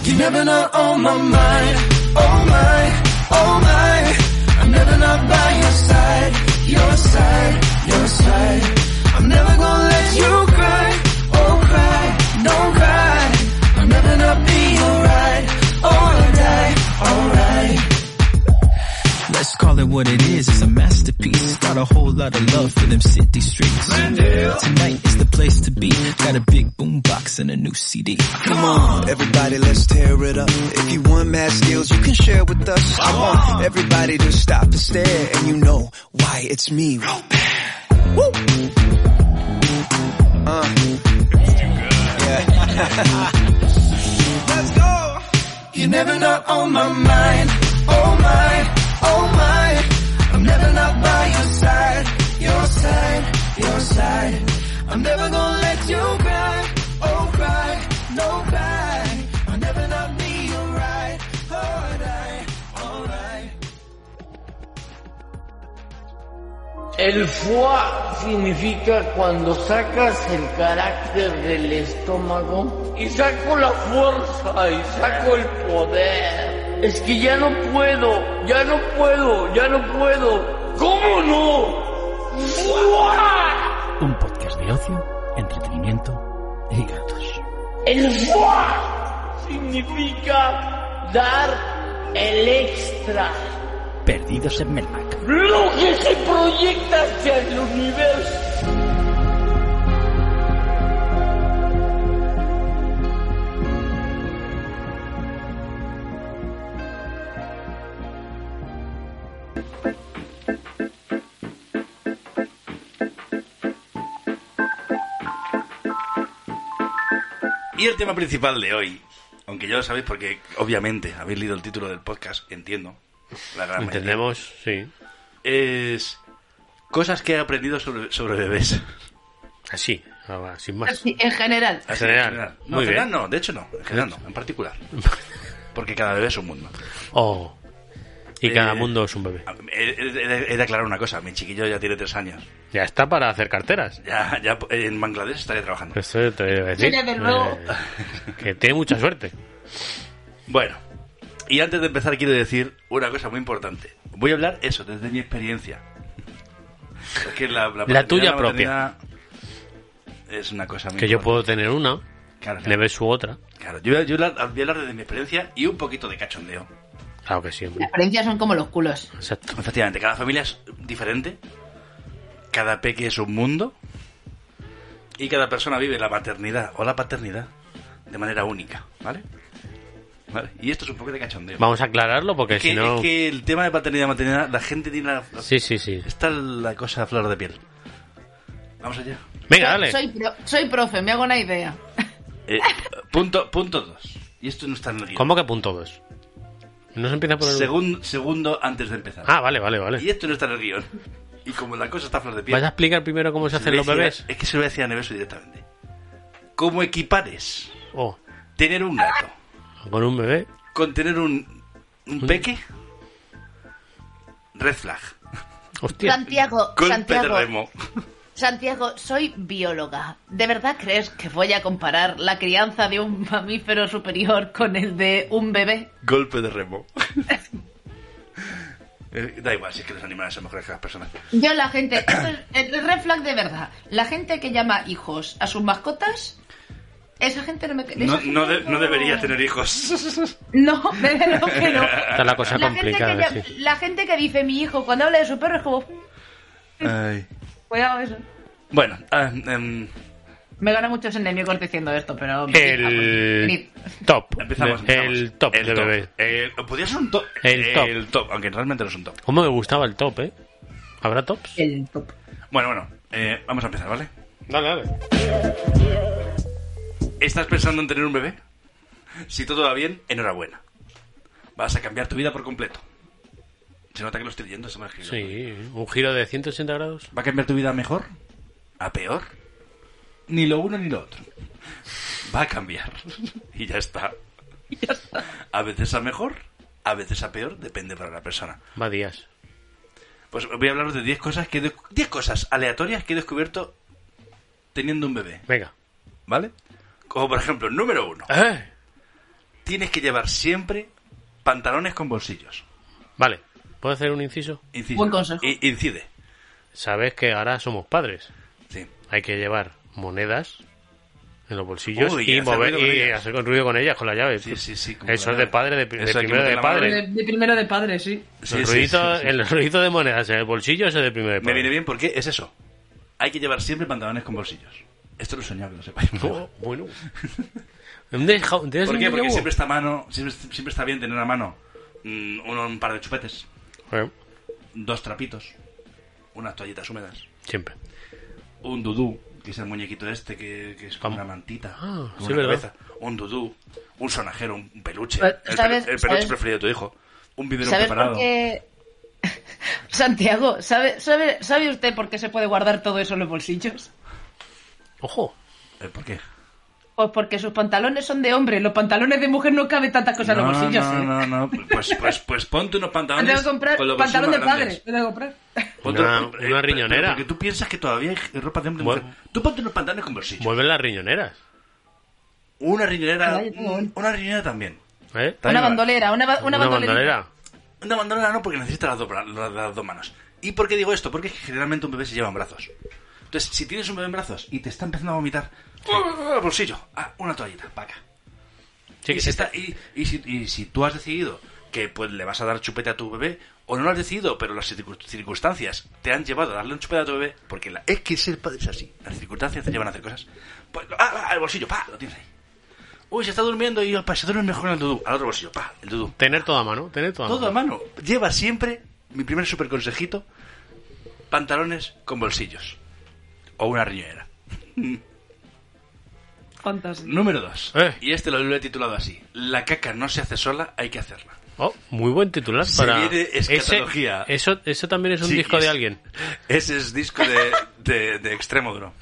[SPEAKER 10] You've never not on my mind, oh my, oh my. I'm never not by your side, your side, your side. I'm never gonna let you cry, oh cry, don't cry. I'm never not be alright, all die, alright. Let's call it what it is, it's a masterpiece. Got a whole lot of love for them city streets. Tonight is the place to be. Got a big boom box and a new CD. Come on, everybody, let's tear it up. If you want mad skills, you can share with us. I want everybody to stop and stare, and you know why it's me. Woo! Uh. Let's go. You're never not on my mind. Oh my, oh my. I'm never not by your side. Your side, your side. I'm never gonna let you cry. Oh cry, no cry. I'll never not be alright. Alright, alright.
[SPEAKER 11] El foie significa cuando sacas el carácter del estómago y saco la fuerza y saco el poder. Es que ya no puedo, ya no puedo, ya no puedo. ¿Cómo no? ¡Fua!
[SPEAKER 8] Un podcast de ocio, entretenimiento y gatos.
[SPEAKER 11] El foie significa dar el extra.
[SPEAKER 8] Perdidos en Melmac.
[SPEAKER 11] Lo que se proyecta hacia el universo.
[SPEAKER 3] Y el tema principal de hoy, aunque ya lo sabéis porque obviamente habéis leído el título del podcast, entiendo. La gran mayoría,
[SPEAKER 4] Entendemos, sí.
[SPEAKER 3] Es cosas que he aprendido sobre, sobre bebés.
[SPEAKER 4] Así, ahora, sin más.
[SPEAKER 6] Así, en general.
[SPEAKER 3] Así,
[SPEAKER 4] general.
[SPEAKER 3] No,
[SPEAKER 4] Muy
[SPEAKER 3] en general
[SPEAKER 4] bien.
[SPEAKER 3] no, de hecho no. En general no, en particular. Porque cada bebé es un mundo.
[SPEAKER 4] Oh. Y cada
[SPEAKER 3] Eh,
[SPEAKER 4] mundo es un bebé.
[SPEAKER 3] A- He, he- he de aclarar una cosa, mi chiquillo ya tiene tres años.
[SPEAKER 4] Ya está para hacer carteras.
[SPEAKER 3] Ya, ya en Bangladesh estaría trabajando.
[SPEAKER 4] Eso te iba a decir.
[SPEAKER 6] Sí, desde luego.
[SPEAKER 4] Eh, que tiene mucha suerte.
[SPEAKER 3] Bueno, y antes de empezar quiero decir una cosa muy importante. Voy a hablar eso, desde mi experiencia. Es que la, la paternidad,
[SPEAKER 4] tuya
[SPEAKER 3] la maternidad Es una cosa muy
[SPEAKER 4] Que yo puedo
[SPEAKER 3] importante.
[SPEAKER 4] tener una,
[SPEAKER 3] Claro, claro.
[SPEAKER 4] Neves su otra.
[SPEAKER 3] Claro, yo, voy a- yo voy a hablar- voy a hablar desde mi experiencia y un poquito de cachondeo.
[SPEAKER 4] Claro que sí, hombre.
[SPEAKER 6] Las diferencias son como los culos.
[SPEAKER 4] Exacto.
[SPEAKER 3] Efectivamente, cada familia es diferente, cada peque es un mundo y cada persona vive la maternidad o la paternidad de manera única, ¿vale? ¿Vale? Y esto es un poco de cachondeo.
[SPEAKER 4] Vamos a aclararlo porque
[SPEAKER 3] es, que,
[SPEAKER 4] si no.
[SPEAKER 3] es que el tema de paternidad y maternidad, la gente tiene la...
[SPEAKER 4] Sí, sí, sí.
[SPEAKER 3] Está la cosa a flor de piel. Vamos allá.
[SPEAKER 4] Venga, dale.
[SPEAKER 6] Soy, pro- soy profe, me hago una idea.
[SPEAKER 3] Eh, punto, punto dos. Y esto no está en el guión.
[SPEAKER 4] ¿Cómo que punto dos? No se empieza por el.
[SPEAKER 3] Segun- segundo antes de empezar.
[SPEAKER 4] Ah, vale, vale,
[SPEAKER 3] Y
[SPEAKER 4] vale.
[SPEAKER 3] esto no está en el guión. Y como la cosa está a flor de piel...
[SPEAKER 4] ¿Vas a explicar primero cómo se hacen los
[SPEAKER 3] Se lo voy a decir-
[SPEAKER 4] bebés?
[SPEAKER 3] Es que se lo voy a decir a Neveso directamente. ¿Cómo equipares
[SPEAKER 4] Oh,
[SPEAKER 3] tener un gato
[SPEAKER 4] con un bebé.
[SPEAKER 3] con tener un, un peque? Red flag.
[SPEAKER 4] Hostia.
[SPEAKER 6] Santiago,
[SPEAKER 3] Golpe de
[SPEAKER 6] Santiago,
[SPEAKER 3] remo.
[SPEAKER 6] Santiago, soy bióloga. ¿De verdad crees que voy a comparar la crianza de un mamífero superior con el de un bebé?
[SPEAKER 3] Golpe de remo. Eh, da igual, si es que los animales son mejores que las personas.
[SPEAKER 6] Yo la gente, esto es el red flag de verdad. La gente que llama hijos a sus mascotas, esa gente no me... esa
[SPEAKER 3] No,
[SPEAKER 6] gente
[SPEAKER 3] no, de- no debería tener hijos.
[SPEAKER 6] No, desde luego que no.
[SPEAKER 4] Está la cosa
[SPEAKER 6] La gente, que
[SPEAKER 4] complicada,
[SPEAKER 6] llama-
[SPEAKER 4] sí.
[SPEAKER 6] la gente que dice mi hijo cuando habla de su perro es como,
[SPEAKER 3] Ay.
[SPEAKER 6] cuidado eso.
[SPEAKER 3] Bueno, ah, em,
[SPEAKER 6] Me gana muchos enemigos diciendo esto, pero...
[SPEAKER 4] El top.
[SPEAKER 3] empezamos,
[SPEAKER 4] El
[SPEAKER 3] empezamos.
[SPEAKER 4] top
[SPEAKER 3] El
[SPEAKER 4] de bebé.
[SPEAKER 3] El- podría ser un top.
[SPEAKER 4] El top.
[SPEAKER 3] aunque realmente no es un top.
[SPEAKER 4] ¿Cómo me gustaba el top, eh? ¿Habrá tops?
[SPEAKER 6] El top.
[SPEAKER 3] Bueno, bueno, eh, vamos a empezar, ¿vale?
[SPEAKER 4] Dale, dale.
[SPEAKER 3] ¿Estás pensando en tener un bebé? Si todo va bien, enhorabuena. Vas a cambiar tu vida por completo. Se nota que lo estoy leyendo, se me ha escrito.
[SPEAKER 4] Sí, un giro de 180 grados.
[SPEAKER 3] ¿Va a cambiar tu vida a mejor? ¿A peor? Ni lo uno ni lo otro. Va a cambiar. Y ya está. A veces a mejor, a veces a peor, depende para la persona.
[SPEAKER 4] Va días.
[SPEAKER 3] Pues voy a hablaros de 10 cosas que he descu- 10 cosas aleatorias que he descubierto teniendo un bebé,
[SPEAKER 4] Venga.
[SPEAKER 3] ¿vale? Como por ejemplo, número uno,
[SPEAKER 4] ¡Eh!
[SPEAKER 3] tienes que llevar siempre pantalones con bolsillos.
[SPEAKER 4] Vale, ¿puedo hacer un inciso?
[SPEAKER 3] Incide.
[SPEAKER 6] Buen consejo.
[SPEAKER 3] I- incide.
[SPEAKER 4] Sabes que ahora somos padres.
[SPEAKER 3] Sí.
[SPEAKER 4] Hay que llevar monedas en los bolsillos
[SPEAKER 3] Uy, y
[SPEAKER 4] y,
[SPEAKER 3] hacer
[SPEAKER 4] mover,
[SPEAKER 3] ruido con
[SPEAKER 4] y
[SPEAKER 3] ellas.
[SPEAKER 4] hacer con ruido con ellas, con las llaves.
[SPEAKER 3] Sí, sí, sí, como
[SPEAKER 4] Eso
[SPEAKER 3] la
[SPEAKER 4] es
[SPEAKER 3] llave.
[SPEAKER 4] de padre, de, pri- de
[SPEAKER 3] Eso hay que
[SPEAKER 4] primero de
[SPEAKER 3] meter la mano
[SPEAKER 4] padre.
[SPEAKER 6] De, de primero de padre, sí.
[SPEAKER 3] Sí,
[SPEAKER 4] el,
[SPEAKER 3] sí,
[SPEAKER 4] ruidito,
[SPEAKER 3] sí, sí.
[SPEAKER 4] el ruidito de monedas en el bolsillo es el de primero de
[SPEAKER 3] Me
[SPEAKER 4] padre.
[SPEAKER 3] viene bien porque es eso. Hay que llevar siempre pantalones con bolsillos. Esto lo he soñado, que lo sepáis.
[SPEAKER 4] Oh, bueno. ¿Dónde es ja- dónde es
[SPEAKER 3] ¿Por
[SPEAKER 4] el
[SPEAKER 3] qué? Porque
[SPEAKER 4] relevo?
[SPEAKER 3] siempre está a mano, siempre, siempre está bien tener a mano mm, uno- un par de chupetes,
[SPEAKER 4] Eh,
[SPEAKER 3] dos trapitos, unas toallitas húmedas,
[SPEAKER 4] siempre.
[SPEAKER 3] un dudú, que es el muñequito este que, que es como
[SPEAKER 4] Vamos.
[SPEAKER 3] una mantita,
[SPEAKER 4] Ah,
[SPEAKER 3] con
[SPEAKER 4] sí,
[SPEAKER 3] una
[SPEAKER 4] ¿verdad?
[SPEAKER 3] un dudú, un sonajero, un peluche,
[SPEAKER 6] Pues,
[SPEAKER 3] el,
[SPEAKER 6] ¿sabes-
[SPEAKER 3] pelu- el peluche
[SPEAKER 6] sabes-
[SPEAKER 3] preferido de tu hijo, un biberón
[SPEAKER 6] ¿Sabes
[SPEAKER 3] preparado.
[SPEAKER 6] por qué? Santiago, ¿sabe, sabe, ¿sabe usted por qué se puede guardar todo eso en los bolsillos?
[SPEAKER 4] Ojo.
[SPEAKER 3] Eh, ¿Por qué?
[SPEAKER 6] Pues porque sus pantalones son de hombre, los pantalones de mujer no cabe tantas cosas en los bolsillos.
[SPEAKER 3] no,
[SPEAKER 6] ¿eh?
[SPEAKER 3] no, no, pues, pues, pues ponte unos
[SPEAKER 6] Me tengo
[SPEAKER 3] pantalones
[SPEAKER 6] que comprar
[SPEAKER 3] con los bolsillos
[SPEAKER 6] pantalón de
[SPEAKER 3] más
[SPEAKER 6] padre.
[SPEAKER 3] grandes.
[SPEAKER 6] Me tengo que comprar.
[SPEAKER 3] Ponte-
[SPEAKER 4] Una-
[SPEAKER 3] eh,
[SPEAKER 4] una
[SPEAKER 3] pero-
[SPEAKER 4] riñonera.
[SPEAKER 3] pero Porque tú piensas que todavía hay ropa de hombre y
[SPEAKER 4] Bueno.
[SPEAKER 3] mujer. Tú ponte unos pantalones con bolsillos.
[SPEAKER 4] Vuelven las riñoneras.
[SPEAKER 3] Una riñonera,
[SPEAKER 6] Ah, yo tengo uno.
[SPEAKER 3] una riñonera también.
[SPEAKER 4] ¿eh?
[SPEAKER 3] También
[SPEAKER 6] Una
[SPEAKER 3] va.
[SPEAKER 6] bandolera, una, ba- una,
[SPEAKER 4] Una
[SPEAKER 6] bandolera.
[SPEAKER 4] bandolera.
[SPEAKER 3] Una bandolera no, porque necesitas las, dos bra- la- las dos manos. ¿Y por qué digo esto? Porque generalmente un bebé se lleva en brazos. Entonces, si tienes un bebé en brazos y te está empezando a vomitar, ¡ah, bolsillo, ah, una toallita, para acá.
[SPEAKER 4] Sí,
[SPEAKER 3] y,
[SPEAKER 4] que
[SPEAKER 3] si
[SPEAKER 4] sí.
[SPEAKER 3] está- y- y si, y si tú has decidido que pues le vas a dar chupete a tu bebé, o no lo has decidido, pero las circu- circunstancias te han llevado a darle un chupete a tu bebé, porque la- es que ser padre es así, las circunstancias te llevan a hacer cosas. Pues, ah, ah, el bolsillo, pa, lo tienes ahí. Uy, se está durmiendo y pa, se duerme mejor en el dudú, al otro bolsillo, pa, el dudú.
[SPEAKER 4] Tener todo a mano, tener todo a
[SPEAKER 3] Todo a
[SPEAKER 4] mano.
[SPEAKER 3] mano. Lleva siempre, mi primer super consejito, pantalones con bolsillos. O una riñonera.
[SPEAKER 6] Fantástico.
[SPEAKER 3] Número 2.
[SPEAKER 4] Eh.
[SPEAKER 3] Y este lo, lo he titulado así. La caca no se hace sola, hay que hacerla.
[SPEAKER 4] Oh, muy buen titular
[SPEAKER 3] Se
[SPEAKER 4] para...
[SPEAKER 3] viene escatología.
[SPEAKER 4] eso, eso también es un
[SPEAKER 3] Sí,
[SPEAKER 4] disco de
[SPEAKER 3] es-
[SPEAKER 4] alguien.
[SPEAKER 3] Ese es disco de, de, de extremo duro.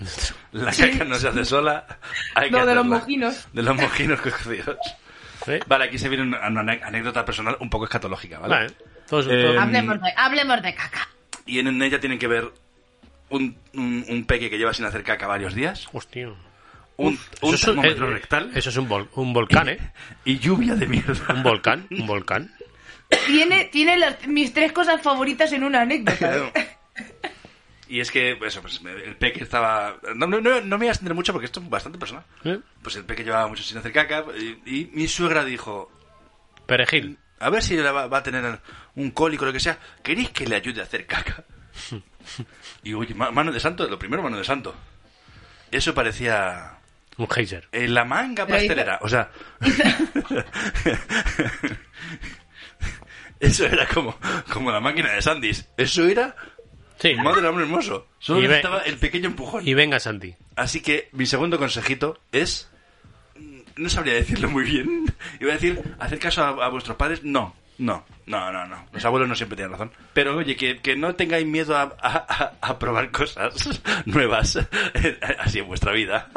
[SPEAKER 3] La caca no se hace sola, hay que
[SPEAKER 6] No, de los
[SPEAKER 3] hacerla.
[SPEAKER 6] mojinos.
[SPEAKER 3] De los mojinos cocidos.
[SPEAKER 4] ¿eh?
[SPEAKER 3] Vale, aquí se viene una, una anécdota personal un poco escatológica, ¿vale?
[SPEAKER 4] Vale. Todos-
[SPEAKER 3] Eh,
[SPEAKER 4] todos-
[SPEAKER 6] Hablemos de, hablemos de caca.
[SPEAKER 3] Y en ella tienen que ver un, un, un peque que lleva sin hacer caca varios días,
[SPEAKER 4] Hostia.
[SPEAKER 3] un, un
[SPEAKER 4] es un-
[SPEAKER 3] termómetro
[SPEAKER 4] eh,
[SPEAKER 3] rectal
[SPEAKER 4] Eso es un, vol- un volcán, ¿eh?
[SPEAKER 3] y lluvia de mierda.
[SPEAKER 4] Un volcán, un volcán.
[SPEAKER 6] Tiene, tiene las- mis tres cosas favoritas en una anécdota. ¿eh?
[SPEAKER 3] Y es que, eso, pues el peque estaba... No, no, no, no me voy a extender mucho porque esto es bastante personal.
[SPEAKER 4] ¿Eh?
[SPEAKER 3] Pues el peque llevaba mucho sin hacer caca y, y mi suegra dijo,
[SPEAKER 4] Perejil.
[SPEAKER 3] a ver si la va, va a tener un cólico o lo que sea, ¿queréis que le ayude a hacer caca? Y oye, ma- mano de santo, lo primero mano de santo. Eso parecía
[SPEAKER 4] Un geyser.
[SPEAKER 3] eh, la manga
[SPEAKER 6] Pero hizo-
[SPEAKER 3] pastelera, o sea... Eso era como, como la máquina de Sandys. Eso era
[SPEAKER 4] Sí.
[SPEAKER 3] madre del hombre hermoso. Solo
[SPEAKER 4] Y ve-
[SPEAKER 3] necesitaba el pequeño empujón.
[SPEAKER 4] Y venga, Santi.
[SPEAKER 3] Así que mi segundo consejito es... mm, No sabría decirlo muy bien. Iba a decir, hacer caso a, a vuestros padres. No, no, no, no, no. Los abuelos no siempre tienen razón. Pero oye, que, que no tengáis miedo a, a- a- a probar cosas nuevas así en vuestra vida.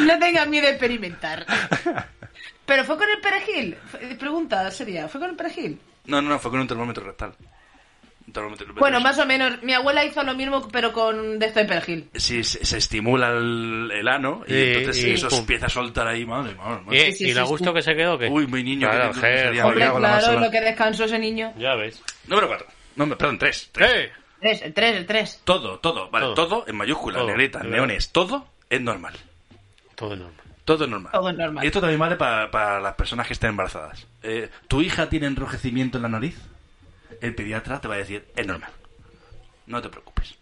[SPEAKER 6] No tengas miedo a experimentar. Pero fue con el perejil. eh, Fue- Pregunta sería, ¿fue con el perejil?
[SPEAKER 3] No, no, no, fue con un termómetro rectal. Un Normalmente-
[SPEAKER 6] Bueno, más o menos. Mi abuela hizo lo mismo, pero con de esto de perejil.
[SPEAKER 3] Sí, se, se estimula el, el ano y
[SPEAKER 4] Sí,
[SPEAKER 3] entonces
[SPEAKER 4] y-
[SPEAKER 3] eso
[SPEAKER 4] pum. Eh.
[SPEAKER 3] empieza a soltar ahí, madre, madre, madre.
[SPEAKER 4] ¿Y,
[SPEAKER 6] Sí, sí,
[SPEAKER 4] y
[SPEAKER 6] sí,
[SPEAKER 4] lo
[SPEAKER 6] sí.
[SPEAKER 4] gusto que se quedó? que
[SPEAKER 3] Uy, mi niño,
[SPEAKER 4] Claro,
[SPEAKER 3] qué-
[SPEAKER 4] joder,
[SPEAKER 3] sería-
[SPEAKER 4] joder.
[SPEAKER 6] Hombre,
[SPEAKER 3] Habría con la
[SPEAKER 6] claro,
[SPEAKER 3] máxima.
[SPEAKER 6] lo que descansó ese niño.
[SPEAKER 4] Ya ves.
[SPEAKER 3] Número 4. No, perdón, 3.
[SPEAKER 4] ¡Eh!
[SPEAKER 6] Tres, el tres, el tres.
[SPEAKER 3] Todo, todo, vale,
[SPEAKER 4] Todo.
[SPEAKER 3] todo, en mayúsculas,
[SPEAKER 4] Todo,
[SPEAKER 3] negrita,
[SPEAKER 4] claro.
[SPEAKER 3] neones, todo es normal.
[SPEAKER 4] Todo normal.
[SPEAKER 3] Todo es normal.
[SPEAKER 6] Todo es normal.
[SPEAKER 3] Y esto también vale para, para las personas que estén embarazadas. Eh, ¿Tu hija tiene enrojecimiento en la nariz? El pediatra te va a decir, es normal. No te preocupes.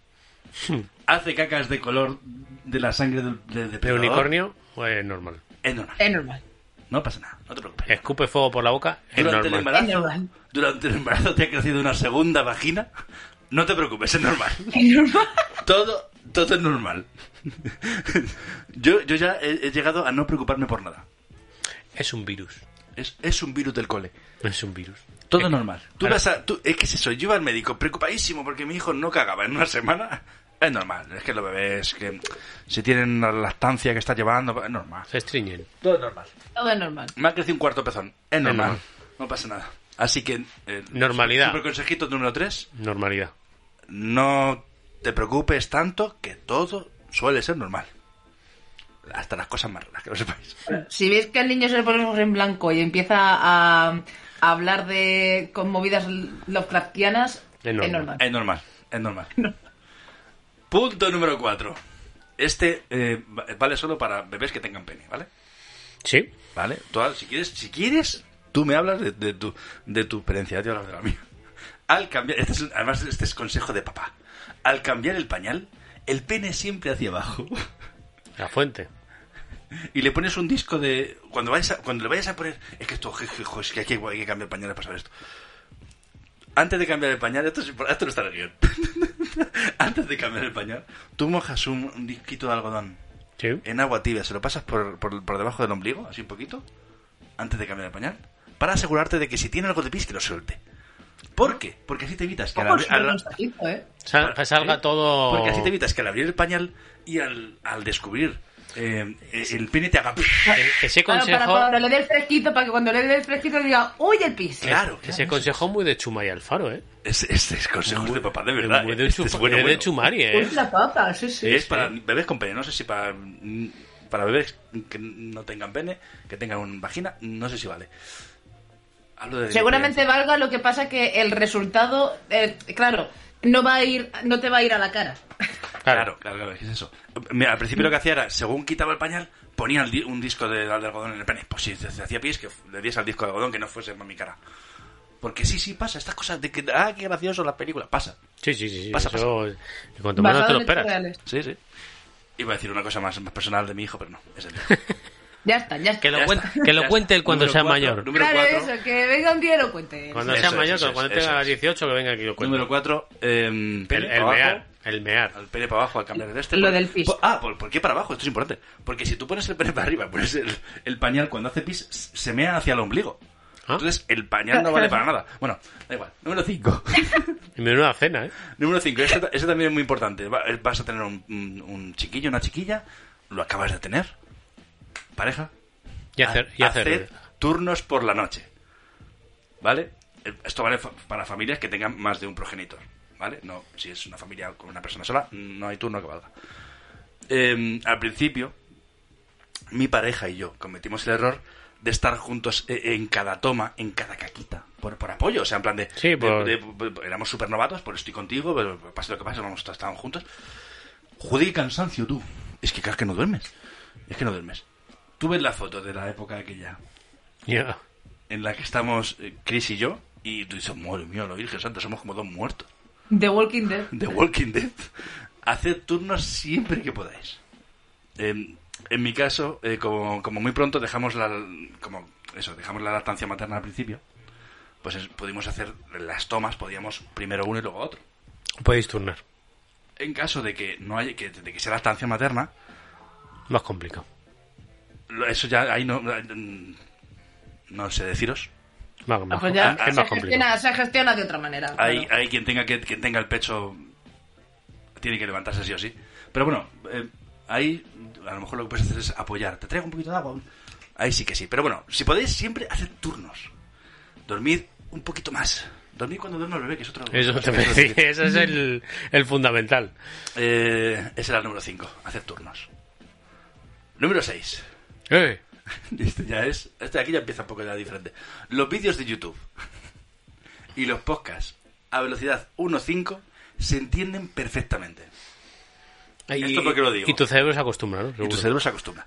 [SPEAKER 3] Hace cacas de color de la sangre del del
[SPEAKER 4] Hmm. ¿De
[SPEAKER 3] depredador.
[SPEAKER 4] unicornio? Pues normal.
[SPEAKER 3] Es normal.
[SPEAKER 6] Es normal.
[SPEAKER 3] No pasa nada, no te preocupes.
[SPEAKER 4] ¿Escupe fuego por la boca? Es
[SPEAKER 3] Durante el,
[SPEAKER 4] normal.
[SPEAKER 6] Es
[SPEAKER 3] embarazo,
[SPEAKER 6] normal.
[SPEAKER 3] durante el embarazo te ha crecido una segunda vagina. No te preocupes, es normal.
[SPEAKER 6] Es normal.
[SPEAKER 3] Todo, todo es normal. Yo, yo ya he, he llegado a no preocuparme por nada.
[SPEAKER 4] Es un virus.
[SPEAKER 3] Es, es un virus del cole.
[SPEAKER 4] Es un virus.
[SPEAKER 3] Todo
[SPEAKER 4] Es-
[SPEAKER 3] normal. Tú
[SPEAKER 4] Eh, Ahora-
[SPEAKER 3] vas a, tú- es que es eso, yo iba al médico preocupadísimo porque mi hijo no cagaba en una semana. Es normal, es que los bebés, que si tienen la lactancia que está llevando, es normal.
[SPEAKER 4] Se estriñen.
[SPEAKER 3] Todo es normal.
[SPEAKER 6] Todo es normal.
[SPEAKER 3] Me ha crecido un cuarto pezón, es normal.
[SPEAKER 4] normal.
[SPEAKER 3] No pasa nada. Así que... eh,
[SPEAKER 4] Normalidad.
[SPEAKER 3] Super consejito número 3.
[SPEAKER 4] Normalidad.
[SPEAKER 3] no te preocupes tanto que todo suele ser normal. Hasta las cosas más raras, que lo sepáis.
[SPEAKER 6] Si veis que el niño se le pone los ojos en blanco y empieza a, a hablar de con movidas Lovecraftianas,
[SPEAKER 4] Es
[SPEAKER 6] es
[SPEAKER 4] normal.
[SPEAKER 6] normal.
[SPEAKER 3] Es normal, es normal. Punto número 4. Este eh, va- vale solo para bebés que tengan pene, ¿vale?
[SPEAKER 4] Sí.
[SPEAKER 3] ¿Vale? Tú, ah, si, quieres, si quieres, tú me hablas de, de tu, de tu experiencia, yo te hablo de la mía. Al cambiar, este es un- además este es consejo de papá. Al cambiar el pañal, el pene siempre hacia abajo.
[SPEAKER 4] La fuente.
[SPEAKER 3] y le pones un disco de cuando vayas a- cuando le vayas a poner es que esto je- je- jo, es que aquí hay, que cambiar pañales para saber esto antes de cambiar el pañal esto, es impor- esto no está en el guión antes de cambiar el pañal tú mojas un, un disquito de algodón
[SPEAKER 4] Sí.
[SPEAKER 3] en agua tibia se lo pasas por, por, por debajo del ombligo así un poquito antes de cambiar el pañal para asegurarte de que si tiene algo de pis que lo suelte ¿por qué? porque así te evitas que al
[SPEAKER 6] Ojo,
[SPEAKER 3] abrir-
[SPEAKER 6] suena
[SPEAKER 3] al-
[SPEAKER 6] un saquito, ¿eh?
[SPEAKER 4] Sal-
[SPEAKER 3] para-
[SPEAKER 4] salga
[SPEAKER 3] ¿eh?
[SPEAKER 4] todo.
[SPEAKER 3] Porque así te evitas que al abrir el pañal y al, al descubrir eh, el pene te haga.
[SPEAKER 4] E- Ese
[SPEAKER 6] Claro,
[SPEAKER 4] consejo.
[SPEAKER 6] para cuando le dé el fresquito, para que cuando le dé el fresquito diga, ¡Uy, el pis!
[SPEAKER 3] Claro,
[SPEAKER 4] Ese
[SPEAKER 3] claro,
[SPEAKER 4] consejo muy de Chuma y Alfaro, ¿eh?
[SPEAKER 3] Es, este es consejos de papá, de verdad.
[SPEAKER 4] Muy
[SPEAKER 3] ¿eh?
[SPEAKER 4] de,
[SPEAKER 3] Este
[SPEAKER 4] Chu-
[SPEAKER 3] es bueno,
[SPEAKER 4] eh, de
[SPEAKER 3] bueno.
[SPEAKER 4] Chumari, ¿eh?
[SPEAKER 6] Uy, la pata! Sí, sí.
[SPEAKER 3] es para bebés con pene, no sé si para, mm, para bebés que no tengan pene, que tengan una vagina, no sé si vale. Hablo de
[SPEAKER 6] Seguramente valga, lo que pasa que el resultado, eh, claro, no va a ir, no te va a ir a la cara.
[SPEAKER 3] Claro, claro, claro, es eso. Mira, al principio lo que hacía era, según quitaba el pañal, ponía el di- un disco de, de algodón en el pene. Pues si te te hacía pies, que le diese al disco de algodón, que no fuese por mi cara. Porque sí, sí, pasa. Estas cosas de que, ah, qué gracioso las películas, pasa.
[SPEAKER 4] Sí, sí, sí. sí,
[SPEAKER 3] Pasa,
[SPEAKER 4] eso- y Cuanto menos te lo
[SPEAKER 6] Basado en hechos
[SPEAKER 4] esperas.
[SPEAKER 6] reales.
[SPEAKER 3] Sí, sí. Iba a decir una cosa más, más personal de mi hijo, pero no, es el mío.
[SPEAKER 6] Ya está, ya está.
[SPEAKER 4] Que lo,
[SPEAKER 3] Ya
[SPEAKER 4] cuente,
[SPEAKER 3] está,
[SPEAKER 4] que
[SPEAKER 3] ya
[SPEAKER 4] lo cuente
[SPEAKER 3] está.
[SPEAKER 4] él cuando
[SPEAKER 3] Número
[SPEAKER 4] sea
[SPEAKER 3] cuatro,
[SPEAKER 4] mayor.
[SPEAKER 3] Número
[SPEAKER 6] Claro,
[SPEAKER 3] 4.
[SPEAKER 6] eso, que venga un día y lo cuente.
[SPEAKER 4] Cuando
[SPEAKER 3] Eso
[SPEAKER 4] sea
[SPEAKER 3] es,
[SPEAKER 4] mayor,
[SPEAKER 3] eso es,
[SPEAKER 4] cuando
[SPEAKER 3] eso
[SPEAKER 4] tenga
[SPEAKER 3] es.
[SPEAKER 4] 18, que venga aquí y lo cuente.
[SPEAKER 3] Número 4. Eh,
[SPEAKER 4] el,
[SPEAKER 3] pene
[SPEAKER 4] em, el
[SPEAKER 3] para
[SPEAKER 4] mear.
[SPEAKER 3] abajo.
[SPEAKER 4] El mear.
[SPEAKER 3] Al pene para abajo, al cambiar de este.
[SPEAKER 6] Lo
[SPEAKER 3] por-
[SPEAKER 6] del pis.
[SPEAKER 3] por- ah, ¿por, por qué para abajo? Esto es importante. Porque si tú pones el pene para arriba, pones el, el pañal cuando hace pis, s- se mea hacia el ombligo.
[SPEAKER 4] Ah.
[SPEAKER 3] Entonces el pañal no vale para nada. Bueno, da igual. Número 5.
[SPEAKER 4] Y menuda cena, ¿eh?
[SPEAKER 3] Número 5. Este, ta- este también es muy importante. Va- eh, Vas a tener un, un- un chiquillo, una chiquilla. Lo acabas de tener. Pareja.
[SPEAKER 4] Y hacer. Y
[SPEAKER 3] Ha-
[SPEAKER 4] hacer.
[SPEAKER 3] haced turnos por la noche. ¿Vale? Eh, Esto vale fa- para familias que tengan más de un progenitor. ¿Vale? No, si es una familia con una persona sola, no hay turno que valga. Eh, al principio, mi pareja y yo cometimos el error de estar juntos e- en cada toma, en cada caquita, por, por apoyo, o sea, en plan de...
[SPEAKER 4] Sí,
[SPEAKER 3] de-
[SPEAKER 4] por-
[SPEAKER 3] de- de- éramos súper novatos, por estoy contigo, pero pase lo que pase, vamos, estaban juntos. Joder, qué cansancio tú. Es que claro que no duermes. Es que no duermes. Tú ves la foto de la época aquella
[SPEAKER 4] Ya.
[SPEAKER 3] en la que estamos eh, Chris y yo, y tú dices, madre mía, la Virgen Santa, somos como dos muertos.
[SPEAKER 6] The Walking Dead.
[SPEAKER 3] The Walking Dead. Haced turnos siempre que podáis. En, en mi caso, eh, como, como muy pronto dejamos la, como eso, dejamos la lactancia materna al principio, pues es- pudimos hacer las tomas, podíamos primero uno y luego otro.
[SPEAKER 4] Podéis turnar.
[SPEAKER 3] En caso de que no haya, que, de que sea lactancia materna,
[SPEAKER 4] Más complicado.
[SPEAKER 3] lo- eso ya ahí no, no sé deciros.
[SPEAKER 4] Más,
[SPEAKER 6] Ah,
[SPEAKER 4] más
[SPEAKER 6] pues ya
[SPEAKER 4] complicado. es
[SPEAKER 6] se,
[SPEAKER 4] más complicado.
[SPEAKER 6] gestiona, se gestiona de otra manera.
[SPEAKER 3] hay,
[SPEAKER 6] claro.
[SPEAKER 3] hay quien tenga que quien tenga el pecho tiene que levantarse sí o sí pero bueno eh, ahí a lo mejor lo que puedes hacer es apoyar te traigo un poquito de agua ahí sí que sí pero bueno si podéis siempre hacer turnos dormid un poquito más Dormir cuando duerme el bebé, que es otro...
[SPEAKER 4] Eso te voy a decir, ese es el, el fundamental.
[SPEAKER 3] Eh, ese era el número 5, hacer turnos. Número 6.
[SPEAKER 4] Eh,
[SPEAKER 3] Este ya es. Este de aquí ya empieza un poco ya diferente. Los vídeos de YouTube y los podcasts a velocidad 1.5 se entienden perfectamente. ¿Esto por qué lo digo?
[SPEAKER 4] Y tu cerebro se acostumbra, ¿no?
[SPEAKER 3] Y tu
[SPEAKER 4] Seguro.
[SPEAKER 3] cerebro se acostumbra.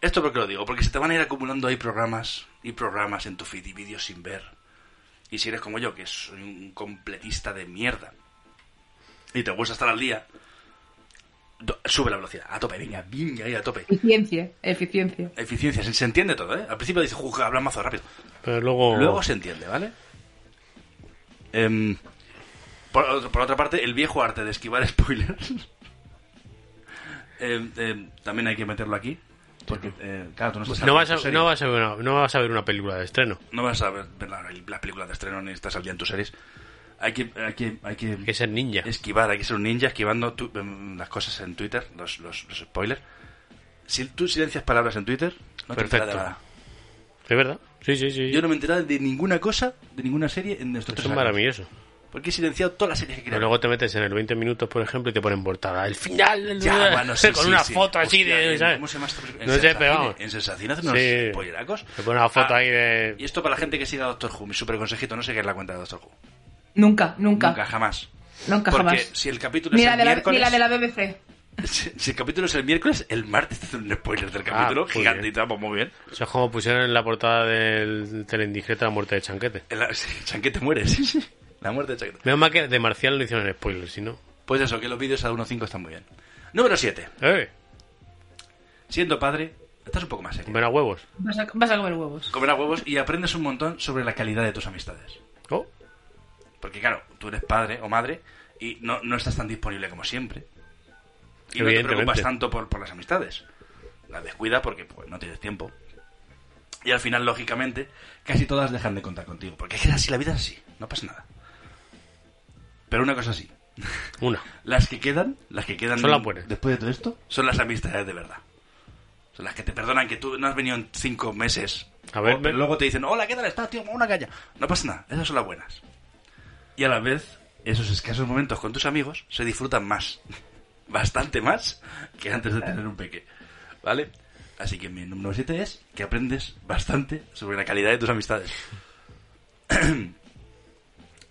[SPEAKER 3] Esto porque lo digo, porque se te van a ir acumulando ahí programas y programas en tu feed y vídeos sin ver. Y si eres como yo, que soy un completista de mierda, y te gusta estar al día, do- sube la velocidad, a tope, venga, venga, ahí a tope.
[SPEAKER 6] Eficiencia, eficiencia.
[SPEAKER 3] Eficiencia, se, se entiende todo, ¿eh? Al principio dices, juja, habla mazo rápido.
[SPEAKER 4] Pero luego...
[SPEAKER 3] Luego se entiende, ¿vale? Em, por, otro- por otra parte, el viejo arte de esquivar spoilers. Em, em, también hay que meterlo aquí. Porque, eh, claro, tú no estás al
[SPEAKER 4] No
[SPEAKER 3] día
[SPEAKER 4] vas,
[SPEAKER 3] en tu
[SPEAKER 4] a,
[SPEAKER 3] serie.
[SPEAKER 4] no, vas a ver una, no vas a ver una película de estreno.
[SPEAKER 3] No vas a ver la- las películas de estreno ni estás al día en tus series. Hay que, hay que, hay que
[SPEAKER 4] Hay que ser ninja.
[SPEAKER 3] esquivar, hay que ser un ninja esquivando tu- em, las cosas en Twitter, los, los, los spoilers. Si tú silencias palabras en Twitter, no te enteras de
[SPEAKER 4] Perfecto.
[SPEAKER 3] nada.
[SPEAKER 4] ¿Es verdad? Sí, sí, sí.
[SPEAKER 3] Yo no me he enterado de ninguna cosa, de ninguna serie en estos
[SPEAKER 4] Eso
[SPEAKER 3] tres
[SPEAKER 4] es
[SPEAKER 3] años.
[SPEAKER 4] maravilloso.
[SPEAKER 3] Porque he silenciado todas las series que
[SPEAKER 4] Pero
[SPEAKER 3] quería.
[SPEAKER 4] luego te metes en el 20 minutos, por ejemplo, y te ponen portada. El final del
[SPEAKER 3] Ya, bueno, sí,
[SPEAKER 4] Con
[SPEAKER 3] sí,
[SPEAKER 4] una
[SPEAKER 3] sí.
[SPEAKER 4] foto así
[SPEAKER 3] Hostia,
[SPEAKER 4] de.
[SPEAKER 3] ¿en-
[SPEAKER 4] ¿sabes?
[SPEAKER 3] ¿Cómo se llama esto? En
[SPEAKER 4] No sé,
[SPEAKER 3] Sensaciones-
[SPEAKER 4] pero vamos.
[SPEAKER 3] En sensaciones hacen unos
[SPEAKER 4] Sí.
[SPEAKER 3] polleracos.
[SPEAKER 4] Te pone una foto
[SPEAKER 3] Ah,
[SPEAKER 4] ahí de.
[SPEAKER 3] Y esto para la gente que siga a Doctor Who, mi super consejito, no sé qué es la cuenta de Doctor Who.
[SPEAKER 6] Nunca, nunca,
[SPEAKER 3] Nunca, jamás.
[SPEAKER 6] nunca
[SPEAKER 3] Porque
[SPEAKER 6] jamás.
[SPEAKER 3] si el capítulo
[SPEAKER 6] Ni
[SPEAKER 3] es
[SPEAKER 6] la,
[SPEAKER 3] el
[SPEAKER 6] de la, ni
[SPEAKER 3] miércoles.
[SPEAKER 6] la de la BBC.
[SPEAKER 3] Si, si el capítulo es el miércoles, el martes te hacen un spoiler del capítulo
[SPEAKER 4] Ah, muy
[SPEAKER 3] gigante y
[SPEAKER 4] bien.
[SPEAKER 3] tal, pues muy bien.
[SPEAKER 4] Eso es como pusieron en la portada del Teleindigreta la muerte de Chanquete.
[SPEAKER 3] El, sí, Chanquete muere, sí, sí. La muerte de Chanquete.
[SPEAKER 4] Menos mal que de Marcial no hicieron spoiler, si no.
[SPEAKER 3] Pues eso, que los vídeos a 1.5 están muy bien. Número 7.
[SPEAKER 4] ¡Eh!
[SPEAKER 3] Siendo padre, estás un poco más serio.
[SPEAKER 4] Comer a huevos.
[SPEAKER 6] Vas a, vas a comer huevos.
[SPEAKER 3] Comerás huevos y aprendes un montón sobre la calidad de tus amistades.
[SPEAKER 4] Oh,
[SPEAKER 3] Porque claro, tú eres padre o madre y no, no estás tan disponible como siempre. Y no te
[SPEAKER 4] Evidentemente.
[SPEAKER 3] preocupas tanto por, por las amistades. Las descuida porque pues, no tienes tiempo. Y al final, lógicamente, casi todas dejan de contar contigo. Porque es que es así, la vida es así, no pasa nada. Pero una cosa sí,
[SPEAKER 4] una.
[SPEAKER 3] las que quedan, las que quedan
[SPEAKER 4] Son las buenas.
[SPEAKER 3] después de todo esto, son las amistades de verdad. Son las que te perdonan que tú no has venido en cinco meses.
[SPEAKER 4] A ver,
[SPEAKER 3] O- pero
[SPEAKER 4] ve-
[SPEAKER 3] luego te dicen, hola, ¿qué tal estás, tío? Una caña. No pasa nada, esas son las buenas. Y a la vez, esos escasos momentos con tus amigos se disfrutan más. Bastante más que antes de tener un peque. ¿Vale? Así que mi número 7 es que aprendes bastante sobre la calidad de tus amistades.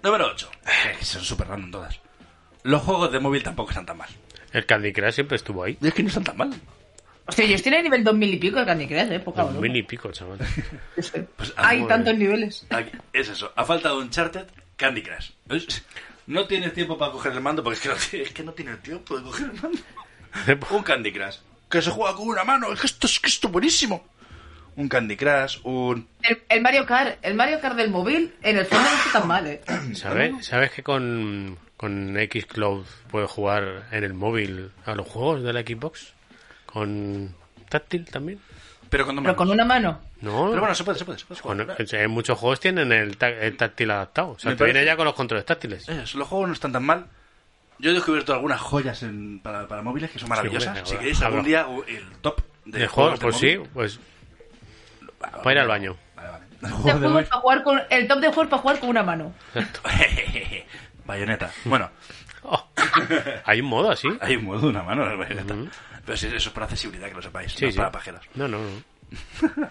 [SPEAKER 3] número 8. Son súper random todas. Los juegos de móvil tampoco están tan mal.
[SPEAKER 4] El Candy Crush siempre estuvo ahí.
[SPEAKER 3] Y es que no están tan mal.
[SPEAKER 6] Hostia, yo estoy en el nivel 2000 y pico el Candy Crush, eh.
[SPEAKER 5] Ah,
[SPEAKER 6] Poca
[SPEAKER 4] Dos
[SPEAKER 6] broma.
[SPEAKER 4] mil y pico, chaval.
[SPEAKER 6] Sí.
[SPEAKER 3] Pues, ah,
[SPEAKER 6] Hay
[SPEAKER 3] muy
[SPEAKER 6] tantos
[SPEAKER 3] bien.
[SPEAKER 6] niveles.
[SPEAKER 3] Aquí, es eso. A falta de Uncharted, Candy Crush. ¿Ves? No tienes tiempo para coger el mando porque es que no, tiene- es que no tienes tiempo de coger el mando. Un Candy Crush. Que se juega con una mano. Es que esto es que esto es buenísimo. Un Candy Crush, un...
[SPEAKER 6] El, el Mario Kart, el Mario Kart del móvil, en el fondo no está tan mal, eh.
[SPEAKER 4] ¿Sabes? ¿Sabes que con, con Xcloud puedes jugar en el móvil a los juegos de la Xbox? ¿Con táctil también?
[SPEAKER 3] Pero cuando
[SPEAKER 6] Pero con una mano.
[SPEAKER 4] No.
[SPEAKER 3] Pero bueno, se puede, se puede. Se puede jugar.
[SPEAKER 4] Con- en muchos juegos tienen el, tá- el táctil adaptado. O sea,
[SPEAKER 3] Me
[SPEAKER 4] te viene
[SPEAKER 3] parece-
[SPEAKER 4] ya con los controles táctiles.
[SPEAKER 3] Eso, Eh, los juegos no están tan mal. Yo he descubierto algunas joyas en- para, para móviles que son maravillosas.
[SPEAKER 4] hombre,
[SPEAKER 3] si
[SPEAKER 4] ahora-
[SPEAKER 3] queréis algún
[SPEAKER 4] ahora-
[SPEAKER 3] día o el top de,
[SPEAKER 4] De
[SPEAKER 3] juegos
[SPEAKER 4] juegos,
[SPEAKER 3] de
[SPEAKER 4] pues sí,
[SPEAKER 3] móvil.
[SPEAKER 4] pues para ir al baño.
[SPEAKER 3] Vale, vale.
[SPEAKER 6] De
[SPEAKER 3] Juegos de
[SPEAKER 6] juegos
[SPEAKER 3] móvil.
[SPEAKER 6] para jugar con, el top de juegos para jugar con una mano.
[SPEAKER 3] Bayoneta. Bueno,
[SPEAKER 4] Oh, Hay un modo así.
[SPEAKER 3] hay un modo de una mano en el bayoneta. Pero si eso es para accesibilidad, que lo sepáis. no
[SPEAKER 4] Sí,
[SPEAKER 3] es
[SPEAKER 4] sí.
[SPEAKER 3] para pajeros.
[SPEAKER 4] No, no, no.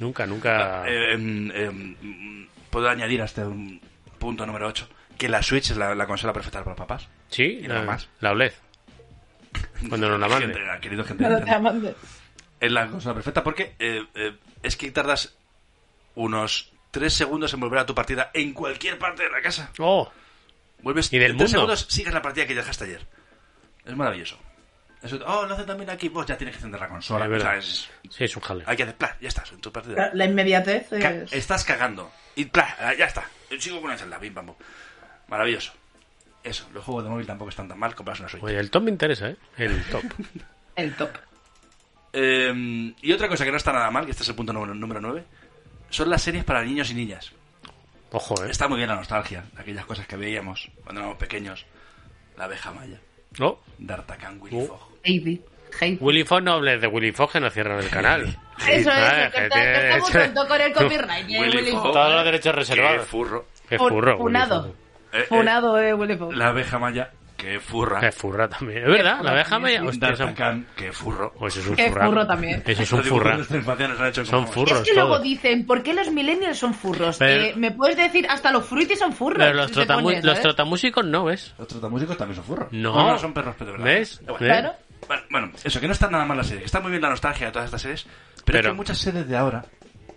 [SPEAKER 4] nunca, nunca.
[SPEAKER 3] Eh, em, em, mm, Puedo añadir hasta un punto número 8. Que la Switch es la, la consola perfecta para los papás.
[SPEAKER 4] sí,
[SPEAKER 3] y nada
[SPEAKER 4] la,
[SPEAKER 3] más.
[SPEAKER 4] la OLED. Cuando nos la manden.
[SPEAKER 3] Gente, Querido gente.
[SPEAKER 6] Cuando te amandes.
[SPEAKER 3] Es la consola perfecta porque eh, eh, es que tardas unos 3 segundos en volver a tu partida en cualquier parte de la casa.
[SPEAKER 4] Oh,
[SPEAKER 3] Vuelves
[SPEAKER 4] ¿Y del
[SPEAKER 3] en tres
[SPEAKER 4] mundo?
[SPEAKER 3] segundos, sigues la partida que dejaste ayer. Es maravilloso. Eso, oh, lo hace también aquí. Vos ya tienes que encender la consola.
[SPEAKER 4] Es verdad.
[SPEAKER 3] ¿sabes?
[SPEAKER 4] sí, es un jale.
[SPEAKER 3] Hay que hacer, pla, ya estás en tu partida.
[SPEAKER 6] La, la inmediatez
[SPEAKER 3] Ca-
[SPEAKER 6] es...
[SPEAKER 3] estás cagando. Y pla, ah, ya está. Yo sigo con la celda, bim, bam, bum. Maravilloso. Eso, los juegos de móvil tampoco están tan mal. Compras una Switch.
[SPEAKER 4] Oye, el top me interesa, ¿eh? El top.
[SPEAKER 6] el top.
[SPEAKER 3] Eh, y otra cosa que no está nada mal, que este es el punto número, número 9, son las series para niños y niñas.
[SPEAKER 4] Ojo, ¿eh?
[SPEAKER 3] Está muy bien la nostalgia, aquellas cosas que veíamos cuando éramos pequeños. La abeja maya,
[SPEAKER 4] Oh,
[SPEAKER 3] D'Artagnan, Willy
[SPEAKER 4] Oh.
[SPEAKER 3] Fogg.
[SPEAKER 6] Heidi. Heidi.
[SPEAKER 4] Willy Fox no hables de Willy Fox que no cierran el canal.
[SPEAKER 6] Eso es,
[SPEAKER 4] Ah,
[SPEAKER 6] que
[SPEAKER 4] que
[SPEAKER 6] está- que está muy
[SPEAKER 4] tiene- este-
[SPEAKER 6] tonto con el copyright, eh,
[SPEAKER 3] Willy
[SPEAKER 6] Willy
[SPEAKER 3] Fogg.
[SPEAKER 6] Fogg.
[SPEAKER 4] Todos los derechos
[SPEAKER 3] Qué
[SPEAKER 4] reservados.
[SPEAKER 3] furro.
[SPEAKER 4] Qué
[SPEAKER 5] Fun-
[SPEAKER 4] furro, Willy
[SPEAKER 5] Funado.
[SPEAKER 4] Furro.
[SPEAKER 3] Eh, eh,
[SPEAKER 5] Funado, eh, Willy Fogg.
[SPEAKER 3] La abeja maya, que furra.
[SPEAKER 4] Qué furra también. Es verdad, la abeja maya. Hostia, eso-
[SPEAKER 3] D'Artagnan, que furro.
[SPEAKER 4] Pues es un
[SPEAKER 5] Qué
[SPEAKER 4] furra.
[SPEAKER 5] furro también.
[SPEAKER 4] Eso es un
[SPEAKER 3] Los dibujos
[SPEAKER 4] furra.
[SPEAKER 3] de nuestra infancia nos han hecho
[SPEAKER 4] Son
[SPEAKER 3] como-
[SPEAKER 4] furros
[SPEAKER 6] Es que luego
[SPEAKER 4] todos.
[SPEAKER 6] dicen, ¿por qué los millennials son furros?
[SPEAKER 4] Pero-
[SPEAKER 6] Eh, ¿Me puedes decir hasta los fruitis son furros?
[SPEAKER 4] Pero los,
[SPEAKER 6] Si te
[SPEAKER 4] trotamu-
[SPEAKER 6] pones,
[SPEAKER 4] los
[SPEAKER 6] ¿sabes?
[SPEAKER 4] trotamúsicos no, ¿ves?
[SPEAKER 3] Los trotamúsicos también son furros.
[SPEAKER 4] No.
[SPEAKER 3] no, son perros, pero de verdad.
[SPEAKER 4] ¿Ves?
[SPEAKER 3] Da igual.
[SPEAKER 4] ¿Ves?
[SPEAKER 6] Claro.
[SPEAKER 3] Bueno, bueno, eso, que no está nada mal la serie. que Está muy bien la nostalgia de todas estas series. Pero, es
[SPEAKER 4] Pero-
[SPEAKER 3] que muchas series de ahora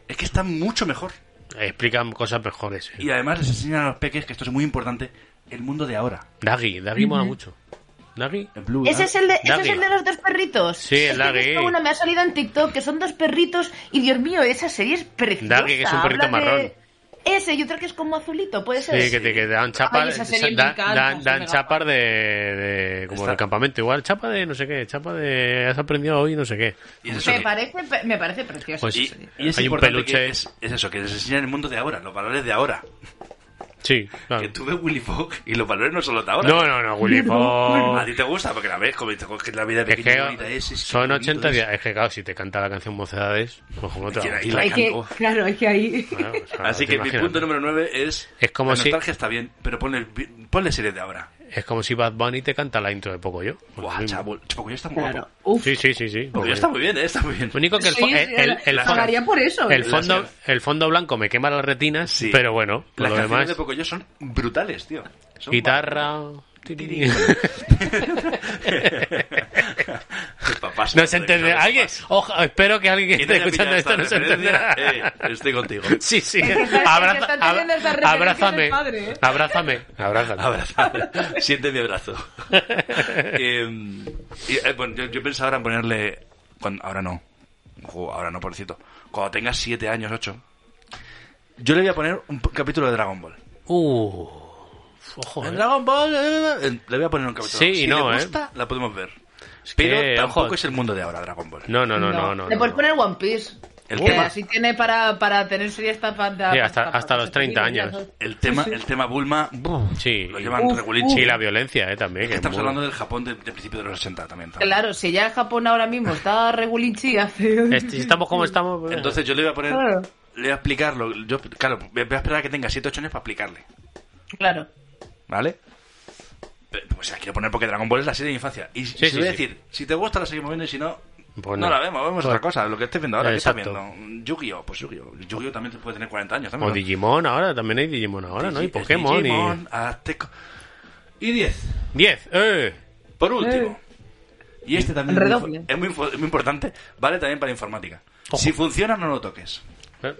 [SPEAKER 3] es que están mucho mejor.
[SPEAKER 4] Explican cosas mejores. eh.
[SPEAKER 3] Y además les enseñan a los peques, que esto es muy importante, el mundo de ahora.
[SPEAKER 4] Dagi, Dagi mola mucho. Dagi.
[SPEAKER 3] El Blue.
[SPEAKER 6] ¿Ese,
[SPEAKER 3] ¿no?
[SPEAKER 6] es el de, ese es
[SPEAKER 4] Dagi.
[SPEAKER 6] el de los dos perritos.
[SPEAKER 4] Sí, el
[SPEAKER 6] Es que he
[SPEAKER 4] Dagi.
[SPEAKER 6] visto Una me ha salido en TikTok que son dos perritos y Dios mío, esa serie es preciosa.
[SPEAKER 4] Dagi, que es un perrito
[SPEAKER 6] Habla de-
[SPEAKER 4] marrón.
[SPEAKER 6] Ese y otro que es como azulito, puede ser.
[SPEAKER 4] Sí, que te que dan
[SPEAKER 6] Ay,
[SPEAKER 4] chapas.
[SPEAKER 6] esa serie me
[SPEAKER 4] da-
[SPEAKER 6] encanta,
[SPEAKER 4] dan
[SPEAKER 6] se
[SPEAKER 4] dan
[SPEAKER 6] me
[SPEAKER 4] chapas de, de- Como
[SPEAKER 3] Está-
[SPEAKER 4] en el campamento, igual. Chapa de no sé qué. Chapa de. Has aprendido hoy no sé qué.
[SPEAKER 3] Y es eso,
[SPEAKER 5] Me
[SPEAKER 3] que-
[SPEAKER 5] parece, pe- me parece precioso.
[SPEAKER 4] Pues-
[SPEAKER 3] y- y es
[SPEAKER 4] Hay un
[SPEAKER 3] importante
[SPEAKER 4] peluche.
[SPEAKER 3] que Es, es eso, que les enseñan el mundo de ahora, los valores de ahora.
[SPEAKER 4] Sí, claro.
[SPEAKER 3] Que tú ves Willy Fogg y los valores no son los de ahora.
[SPEAKER 4] Ah. No, no, no, Willy Fogg.
[SPEAKER 3] A ti te gusta porque la ves, como dices, "Joder, que la vida
[SPEAKER 4] Es
[SPEAKER 3] pequeña y bonita
[SPEAKER 4] que
[SPEAKER 3] es, es que
[SPEAKER 4] son
[SPEAKER 3] bonito
[SPEAKER 4] 80
[SPEAKER 3] es".
[SPEAKER 4] días. Es que, claro, si te canta la canción Mocedades, pues como te va a
[SPEAKER 3] Quiera ir
[SPEAKER 4] gustar.
[SPEAKER 3] la
[SPEAKER 5] hay que,
[SPEAKER 3] canto.
[SPEAKER 5] claro, hay que ahí.
[SPEAKER 4] Claro, o sea,
[SPEAKER 3] Así
[SPEAKER 4] te
[SPEAKER 3] que mi
[SPEAKER 4] imaginas.
[SPEAKER 3] punto número 9 es.
[SPEAKER 4] Es como
[SPEAKER 3] la
[SPEAKER 4] si- Pues
[SPEAKER 3] nostalgia está bien, pero ponle, el vi- ponle series de ahora.
[SPEAKER 4] Es como si Bad Bunny te canta la intro de Pocoyo.
[SPEAKER 3] Guau, chavo. Pocoyo está muy
[SPEAKER 5] Claro.
[SPEAKER 3] guapo.
[SPEAKER 5] Uf.
[SPEAKER 4] Sí, sí, sí, sí.
[SPEAKER 3] Pocoyo está muy bien, eh, está muy bien.
[SPEAKER 4] Lo único que el, fo-
[SPEAKER 5] Sí,
[SPEAKER 4] el- el- el
[SPEAKER 3] la-
[SPEAKER 4] fo-
[SPEAKER 5] Pagaría por eso.
[SPEAKER 4] el
[SPEAKER 5] ¿eh?
[SPEAKER 4] fondo el fondo blanco me quema las retinas,
[SPEAKER 3] Sí.
[SPEAKER 4] pero bueno, por
[SPEAKER 3] Las
[SPEAKER 4] lo
[SPEAKER 3] canciones
[SPEAKER 4] demás,
[SPEAKER 3] de Pocoyo son brutales, tío. Son
[SPEAKER 4] guitarra... tiri.
[SPEAKER 3] Papás,
[SPEAKER 4] no se entenderá. ¿Alguien? Oja- espero que alguien que
[SPEAKER 3] ¿Quién
[SPEAKER 4] esté
[SPEAKER 3] haya
[SPEAKER 4] escuchando
[SPEAKER 3] pillado esta
[SPEAKER 4] esto no se
[SPEAKER 3] referencia?
[SPEAKER 4] entenderá.
[SPEAKER 3] Eh, estoy contigo.
[SPEAKER 4] Sí, sí.
[SPEAKER 5] que están-
[SPEAKER 4] Abraza-
[SPEAKER 5] están
[SPEAKER 4] ab-
[SPEAKER 5] teniendo estas referencias
[SPEAKER 4] abrázame.
[SPEAKER 5] del padre, ¿eh?
[SPEAKER 4] Abrázame. Abrázame.
[SPEAKER 3] Abrázame. Siente mi abrazo. Eh, y, eh, bueno, yo, yo pensaba ahora en ponerle. cuando- ahora no. Jo, ahora no, pobrecito. Cuando tenga 7 años, 8. Yo le voy a poner un p- capítulo de Dragon Ball.
[SPEAKER 4] Uh, ojo,
[SPEAKER 3] En
[SPEAKER 4] eh.
[SPEAKER 3] Pues Dragon Ball. eh, eh, le voy a poner un capítulo.
[SPEAKER 4] Sí,
[SPEAKER 3] si
[SPEAKER 4] no,
[SPEAKER 3] le
[SPEAKER 4] eh.
[SPEAKER 3] gusta, la podemos ver.
[SPEAKER 4] Es que,
[SPEAKER 3] Pero tampoco
[SPEAKER 4] ojo.
[SPEAKER 3] es el mundo de ahora, Dragon Ball.
[SPEAKER 4] No, no, no, no, no.
[SPEAKER 6] Le
[SPEAKER 4] no,
[SPEAKER 6] puedes
[SPEAKER 4] no.
[SPEAKER 6] poner One Piece.
[SPEAKER 3] El
[SPEAKER 6] que
[SPEAKER 3] tema-
[SPEAKER 6] así tiene para, para tener serie hasta para,
[SPEAKER 4] Sí, hasta- hasta los 30 años.
[SPEAKER 3] El tema, el tema Bulma. brr,
[SPEAKER 4] Sí.
[SPEAKER 3] Lo llevan
[SPEAKER 5] Uf,
[SPEAKER 3] regulín.
[SPEAKER 5] uf.
[SPEAKER 4] Sí, la violencia, eh, también. que es
[SPEAKER 3] Estamos
[SPEAKER 4] muy-
[SPEAKER 3] hablando del Japón de, de principios de los 80 también. también.
[SPEAKER 6] Claro, si ya Japón ahora mismo está regulinchi hace...
[SPEAKER 4] Est- si estamos como estamos. pues-
[SPEAKER 3] Entonces yo le voy a poner.
[SPEAKER 6] Claro.
[SPEAKER 3] Le voy a explicarlo. Yo, claro, voy a esperar a que tenga 7 8 años para explicarle.
[SPEAKER 6] Claro.
[SPEAKER 3] ¿Vale? Pero, Pues la quiero poner porque Dragon Ball es la serie de infancia. Y si
[SPEAKER 4] Sí, sí,
[SPEAKER 3] voy a
[SPEAKER 4] sí.
[SPEAKER 3] decir, si te gusta la seguimos viendo y si no,
[SPEAKER 4] Pues
[SPEAKER 3] no
[SPEAKER 4] no.
[SPEAKER 3] la vemos, vemos
[SPEAKER 4] Pues-
[SPEAKER 3] otra cosa. Lo que estés viendo ahora, ¿qué estás
[SPEAKER 4] Exacto. Pues
[SPEAKER 3] viendo? Yu-Gi-Oh! Pues Yu-Gi-Oh! Yu-Gi-Oh! también puede tener 40 años.
[SPEAKER 4] O
[SPEAKER 3] También, ¿no?
[SPEAKER 4] Digimon ahora, también hay Digimon ahora, ¿no? Y
[SPEAKER 3] Digi-
[SPEAKER 4] Pokémon
[SPEAKER 3] Digimon, Azteco. Y 10.
[SPEAKER 4] y... 10. ¡Eh!
[SPEAKER 3] Por último. Y este también es muy,
[SPEAKER 5] Redoble.
[SPEAKER 3] es muy info- es muy importante. Vale también para informática. Si funciona, no lo toques.
[SPEAKER 4] Eh,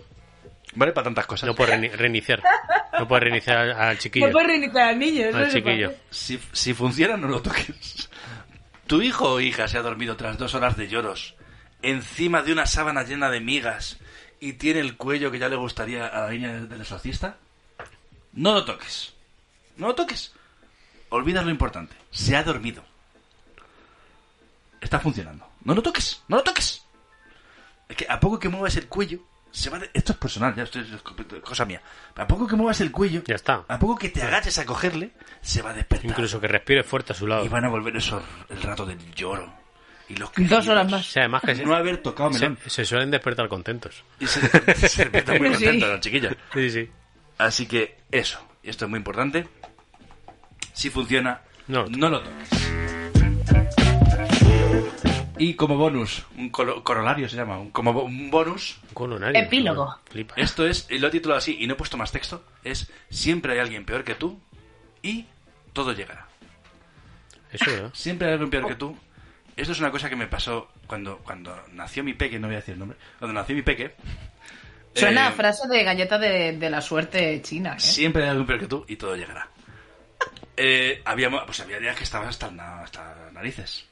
[SPEAKER 3] Vale para tantas cosas.
[SPEAKER 4] No puedes reini- reiniciar. No puedes reiniciar al, al chiquillo.
[SPEAKER 3] Pues
[SPEAKER 5] No puedes reiniciar al niño.
[SPEAKER 3] Ah,
[SPEAKER 5] eso
[SPEAKER 4] Al
[SPEAKER 5] no se
[SPEAKER 4] chiquillo.
[SPEAKER 5] puede.
[SPEAKER 3] Si, si funciona, no lo toques. Tu hijo o hija se ha dormido tras dos horas de lloros, encima de una sábana llena de migas, y tiene el cuello que ya le gustaría a la niña del del exorcista. No lo toques. No lo toques. Olvidas lo importante. Se ha dormido. Está funcionando. No lo toques. No lo toques. Es que a poco que muevas el cuello, se va de- Esto es personal, ya esto es cosa mía. A poco que muevas el cuello,
[SPEAKER 4] Ya está.
[SPEAKER 3] a poco que te agaches a cogerle, se va a despertar.
[SPEAKER 4] Incluso que respire fuerte a su lado.
[SPEAKER 3] Y
[SPEAKER 4] O
[SPEAKER 3] van a volver esos el rato del lloro. Y los
[SPEAKER 6] Dos horas más.
[SPEAKER 4] sea, además que se,
[SPEAKER 3] No haber tocado melón.
[SPEAKER 4] se- se suelen despertar contentos.
[SPEAKER 3] Y se, se despierta muy
[SPEAKER 5] Sí.
[SPEAKER 3] contenta la chiquilla.
[SPEAKER 4] Sí, sí.
[SPEAKER 3] Así que eso. Y esto es muy importante. Si funciona,
[SPEAKER 4] No
[SPEAKER 3] no,
[SPEAKER 4] lo
[SPEAKER 3] lo toques. Y como bonus, un colo- corolario se llama, un- como bo- un bonus,
[SPEAKER 4] Colonario.
[SPEAKER 6] Epílogo.
[SPEAKER 4] Flipa.
[SPEAKER 3] esto es, y lo he titulado así y no he puesto más texto, es siempre hay alguien peor que tú y todo llegará.
[SPEAKER 4] Eso, ¿verdad?
[SPEAKER 3] Siempre hay alguien peor que tú. Esto es una cosa que me pasó cuando, cuando nació mi peque, no voy a decir el nombre, cuando nació mi peque.
[SPEAKER 6] Suena
[SPEAKER 3] eh,
[SPEAKER 6] a frase de galleta de, de la suerte china, ¿eh?
[SPEAKER 3] Siempre hay alguien peor que tú y todo llegará. Eh, había, mo- pues había días que estabas hasta, el na- hasta las narices.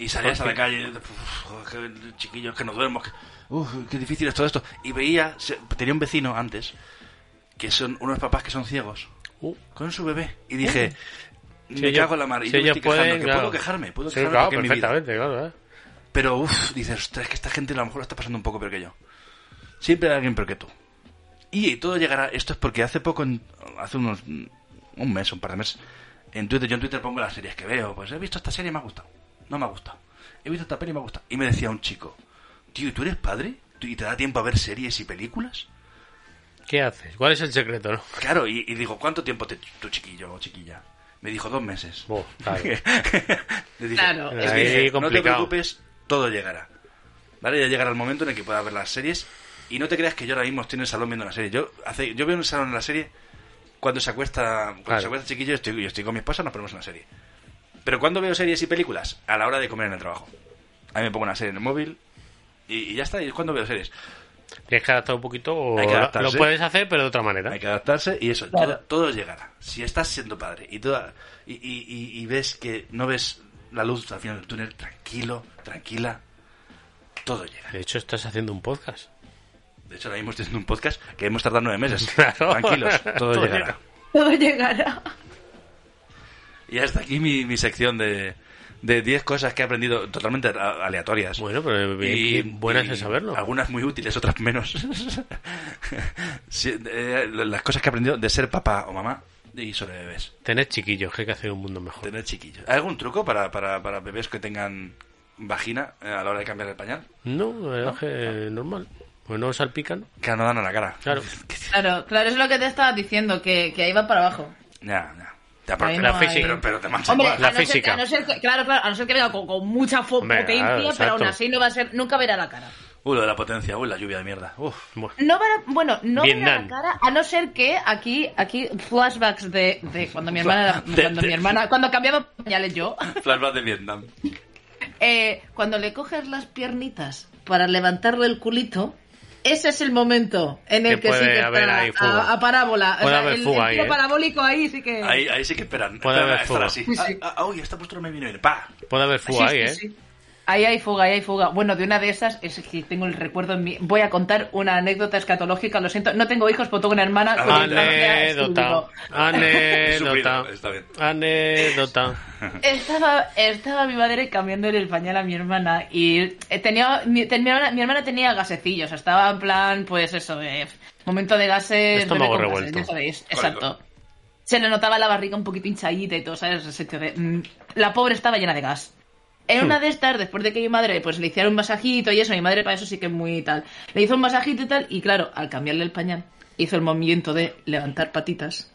[SPEAKER 3] Y salías a la calle, "Uf, joder, qué chiquillos, que no duermo, que- uf, qué difícil es todo esto. Y veía, se- tenía un vecino antes, que son unos papás que son ciegos,
[SPEAKER 4] Uh.
[SPEAKER 3] con su bebé. Y dije,
[SPEAKER 4] Si
[SPEAKER 3] me
[SPEAKER 4] ellos-
[SPEAKER 3] cago en la mar, y
[SPEAKER 4] si
[SPEAKER 3] yo me
[SPEAKER 4] ellos
[SPEAKER 3] estoy quejando,
[SPEAKER 4] pueden,
[SPEAKER 3] que
[SPEAKER 4] claro.
[SPEAKER 3] puedo quejarme, puedo
[SPEAKER 4] Sí,
[SPEAKER 3] quejarme
[SPEAKER 4] claro,
[SPEAKER 3] porque es mi vida.
[SPEAKER 4] perfectamente, claro. ¿eh?
[SPEAKER 3] Pero uff, dices, ostras, es que esta gente a lo mejor lo está pasando un poco peor que yo. Siempre hay alguien peor que tú. Y todo llegará. Esto es porque hace poco, en- hace unos. un mes, un par de meses, en Twitter, yo en Twitter pongo las series que veo. Pues he visto esta serie y me ha gustado. No me ha gustado. He visto esta peli y me ha gustado. Y me decía un chico, tío, ¿y ¿tú eres padre? ¿Tú- ¿Y te da tiempo a ver series y películas?
[SPEAKER 4] ¿Qué haces? ¿Cuál es el secreto? No?
[SPEAKER 3] Claro, y, y dijo, ¿cuánto tiempo te, tu chiquillo o chiquilla? Me dijo dos meses.
[SPEAKER 4] claro.
[SPEAKER 3] Le dije,
[SPEAKER 4] Claro.
[SPEAKER 3] le
[SPEAKER 4] Ahí
[SPEAKER 3] dije, no te
[SPEAKER 4] complicado.
[SPEAKER 3] preocupes, todo llegará. ¿Vale? Ya llegará el momento en el que puedas ver las series. Y no te creas que yo ahora mismo estoy en el salón viendo la serie. Yo, hace, yo veo en el salón la serie cuando se acuesta, cuando
[SPEAKER 4] Claro.
[SPEAKER 3] se acuesta el chiquillo, yo estoy, yo estoy con mi esposa, nos ponemos una serie. Pero cuando veo series y películas, a la hora de comer en el trabajo. A mí me pongo una serie en el móvil y, y ya está, y es cuando veo series.
[SPEAKER 4] Tienes que adaptar un poquito o
[SPEAKER 3] Hay que
[SPEAKER 4] lo-
[SPEAKER 3] adaptarse.
[SPEAKER 4] lo puedes hacer, pero de otra manera.
[SPEAKER 3] Hay que adaptarse y eso, todo, todo llegará. Si estás siendo padre y, toda, y, y- y- y ves que no ves la luz al final del túnel, tranquilo, tranquila, todo llega.
[SPEAKER 4] De hecho, estás haciendo un podcast.
[SPEAKER 3] De hecho, ahora mismo estoy haciendo un podcast que hemos tardado nueve meses.
[SPEAKER 4] Claro.
[SPEAKER 3] Tranquilos, todo,
[SPEAKER 4] Todo
[SPEAKER 3] llegará.
[SPEAKER 4] llega.
[SPEAKER 5] Todo llegará.
[SPEAKER 3] Y hasta aquí mi, mi sección de de 10 cosas que he aprendido totalmente a- aleatorias. Bueno,
[SPEAKER 4] pero buenas es
[SPEAKER 3] saberlo. Algunas muy útiles, otras menos. Sí, eh, las cosas que he aprendido de ser papá o mamá y sobre bebés.
[SPEAKER 4] Tener chiquillos, que hay que hacer un mundo mejor.
[SPEAKER 3] Tener chiquillos. ¿Hay algún truco para, para, para bebés que tengan vagina eh, a la hora de cambiar el pañal?
[SPEAKER 4] No, la verdad es que eh, normal. Pues no salpican.
[SPEAKER 3] Que no dan a la cara.
[SPEAKER 4] Claro.
[SPEAKER 5] Claro, claro, es lo que te estaba diciendo, que, que ahí va para abajo.
[SPEAKER 3] Ya, ya. Ya, pero-
[SPEAKER 5] Ahí no
[SPEAKER 3] la
[SPEAKER 5] hay-
[SPEAKER 3] física. Pero, pero te mancha
[SPEAKER 5] Hombre,
[SPEAKER 3] igual.
[SPEAKER 5] a no ser- a no ser que- claro, claro, a no ser que venga con, con mucha fo-
[SPEAKER 3] Hombre, claro,
[SPEAKER 5] potencia, pero aún
[SPEAKER 3] exacto.
[SPEAKER 5] así no va a ser, nunca verá la cara.
[SPEAKER 3] Uy, lo de la potencia. Uy, la lluvia de mierda. Uf.
[SPEAKER 5] No verá, bueno, no verá
[SPEAKER 3] Vietnam.
[SPEAKER 5] la cara, a no ser que aquí, aquí flashbacks de, de cuando mi hermana, era-
[SPEAKER 3] De-
[SPEAKER 5] cuando
[SPEAKER 3] de-
[SPEAKER 5] mi hermana, cuando cambiaba pañales yo,
[SPEAKER 3] Flashback de Vietnam.
[SPEAKER 5] eh, cuando le coges las piernitas para levantarle el culito, ese es el momento en el
[SPEAKER 3] Que
[SPEAKER 5] que sí
[SPEAKER 3] puede
[SPEAKER 5] que
[SPEAKER 3] haber
[SPEAKER 5] está
[SPEAKER 3] ahí fuga.
[SPEAKER 5] a, a parábola,
[SPEAKER 3] Puede
[SPEAKER 5] o sea,
[SPEAKER 3] haber
[SPEAKER 5] el,
[SPEAKER 3] fuga
[SPEAKER 5] el
[SPEAKER 3] ahí,
[SPEAKER 5] tiro
[SPEAKER 3] ¿eh?
[SPEAKER 5] parabólico ahí sí que
[SPEAKER 3] Ahí, ahí sí que esperan.
[SPEAKER 4] Puede
[SPEAKER 3] Esperan a
[SPEAKER 4] haber
[SPEAKER 3] estar
[SPEAKER 4] fuga.
[SPEAKER 3] así.
[SPEAKER 5] Sí, sí.
[SPEAKER 3] Ah, ah, uy, esta postura me vino bien. ¡Pa!
[SPEAKER 4] Puede haber fuga
[SPEAKER 5] Sí,
[SPEAKER 4] ahí, ¿eh?
[SPEAKER 5] sí, sí. Ahí hay fuga, ahí hay fuga. Bueno, de una de esas es que tengo el recuerdo en mí. Voy a contar una anécdota escatológica, lo siento. No tengo hijos, pero tengo una hermana. con infancia
[SPEAKER 4] Anécdota. Anécdota.
[SPEAKER 3] Suplido, está bien.
[SPEAKER 4] Anécdota.
[SPEAKER 5] Estaba, estaba mi madre cambiándole el pañal a mi hermana y tenía mi, ten- mi hermana, mi hermana tenía gasecillos, o sea, estaba en plan, pues eso, eh, momento de gases,
[SPEAKER 4] Estómago
[SPEAKER 5] bebé con gases,
[SPEAKER 4] revuelto.
[SPEAKER 5] ya sabéis, exacto. Se le notaba la barriga un poquito hinchadita y todo, ¿sabes? Ese hecho de, mm, la pobre estaba llena de gas. En
[SPEAKER 6] Hmm.
[SPEAKER 5] una de estas, después de que mi madre pues, le hiciera un masajito y eso, mi madre para eso sí que es muy tal, le hizo un masajito y tal, y claro, al cambiarle el pañal, hizo el movimiento de levantar patitas.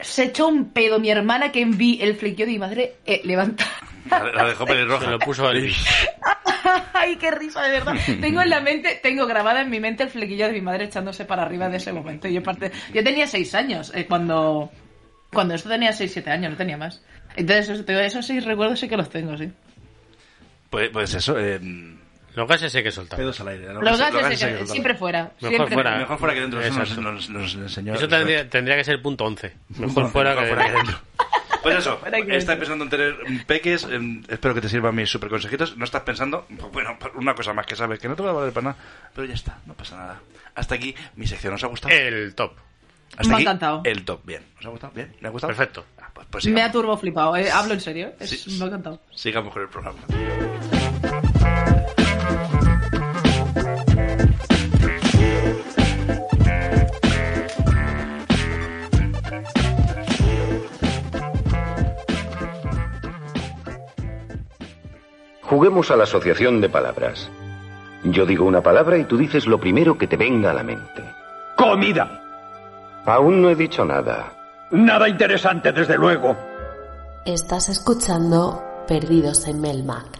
[SPEAKER 5] Se echó un pedo mi hermana que vi el flequillo de mi madre eh, levantar.
[SPEAKER 3] La, la dejó pelirroja.
[SPEAKER 4] Se lo puso al
[SPEAKER 5] Ay, qué risa, de verdad. Tengo en la mente, tengo grabada en mi mente el flequillo de mi madre echándose para arriba de ese momento. Yo parte, yo tenía seis años eh, cuando cuando esto tenía seis, siete años, no tenía más. Entonces eso, tengo- esos seis recuerdos sí que los tengo, sí.
[SPEAKER 3] Pues, pues eso. Eh,
[SPEAKER 4] los gases hay que soltar.
[SPEAKER 3] Pedos al aire.
[SPEAKER 5] Los gases se quedan siempre fuera.
[SPEAKER 4] Mejor
[SPEAKER 5] siempre
[SPEAKER 4] fuera. ¿eh?
[SPEAKER 3] Mejor fuera que dentro. Eso nos,
[SPEAKER 4] Exacto.
[SPEAKER 3] nos, nos enseñó.
[SPEAKER 4] Eso tendría, tendría que ser punto 11. Mejor
[SPEAKER 3] Mejor
[SPEAKER 4] fuera que
[SPEAKER 3] fuera que dentro. Pues eso,
[SPEAKER 4] Fuera que
[SPEAKER 3] estás pensando en tener mm, peques, em, espero que te sirvan mis super consejitos. No estás pensando, pues bueno, una cosa más que sabes, que no te va a valer para nada, pero ya está, no pasa nada. Hasta aquí mi sección, ¿os ha gustado?
[SPEAKER 4] El top.
[SPEAKER 3] Hasta
[SPEAKER 5] Me ha
[SPEAKER 3] aquí,
[SPEAKER 5] encantado.
[SPEAKER 3] El top, bien. ¿Os ha gustado? Bien, ¿le ha gustado?
[SPEAKER 4] Perfecto.
[SPEAKER 3] pues
[SPEAKER 5] me
[SPEAKER 3] sigamos.
[SPEAKER 5] ha turbo flipado, eh, hablo en serio, es- me ha encantado.
[SPEAKER 3] Sigamos con el programa.
[SPEAKER 12] Juguemos a la asociación de palabras. Yo digo una palabra y tú dices lo primero que te venga a la mente.
[SPEAKER 1] Comida.
[SPEAKER 12] Aún no he dicho nada.
[SPEAKER 1] Nada interesante, desde luego.
[SPEAKER 13] Estás escuchando Perdidos en Melmac.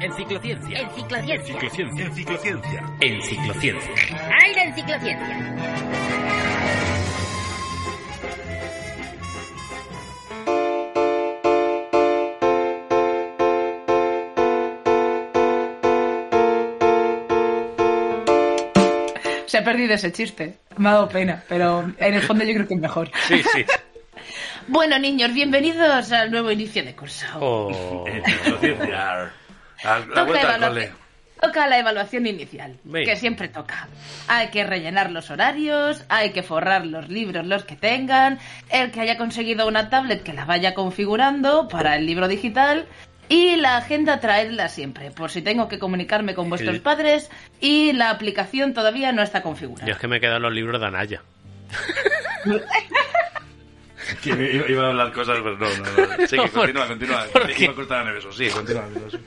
[SPEAKER 14] Enciclociencia. Enciclociencia.
[SPEAKER 15] Enciclociencia. Enciclociencia. Enciclociencia.
[SPEAKER 14] Ay, la enciclociencia.
[SPEAKER 5] Se ha perdido ese chiste, me ha dado pena, pero en el fondo yo creo que es mejor.
[SPEAKER 4] Sí, sí.
[SPEAKER 5] Bueno, niños, bienvenidos al nuevo inicio de curso.
[SPEAKER 4] Oh.
[SPEAKER 3] Enciclociencia. A la
[SPEAKER 5] Toca
[SPEAKER 3] vuelta al
[SPEAKER 5] evaluar-
[SPEAKER 3] cole.
[SPEAKER 5] Toca la evaluación inicial,
[SPEAKER 3] Venga.
[SPEAKER 5] que siempre toca. Hay que rellenar los horarios, hay que forrar los libros los que tengan, el que haya conseguido una tablet que la vaya configurando para el libro digital y la agenda traerla siempre, por si tengo que comunicarme con vuestros
[SPEAKER 4] El-
[SPEAKER 5] padres y la aplicación todavía no está configurada.
[SPEAKER 4] Yo es que me he quedado en los libros de Anaya.
[SPEAKER 3] Que iba- Iba a hablar cosas, pero no, no, no. Sí,
[SPEAKER 4] No,
[SPEAKER 3] que
[SPEAKER 4] ¿por
[SPEAKER 3] continúa,
[SPEAKER 4] qué?
[SPEAKER 3] continúa.
[SPEAKER 4] ¿Por
[SPEAKER 3] Que
[SPEAKER 4] qué?
[SPEAKER 3] iba a cortar a Neveso, sí, continúa. Neveso.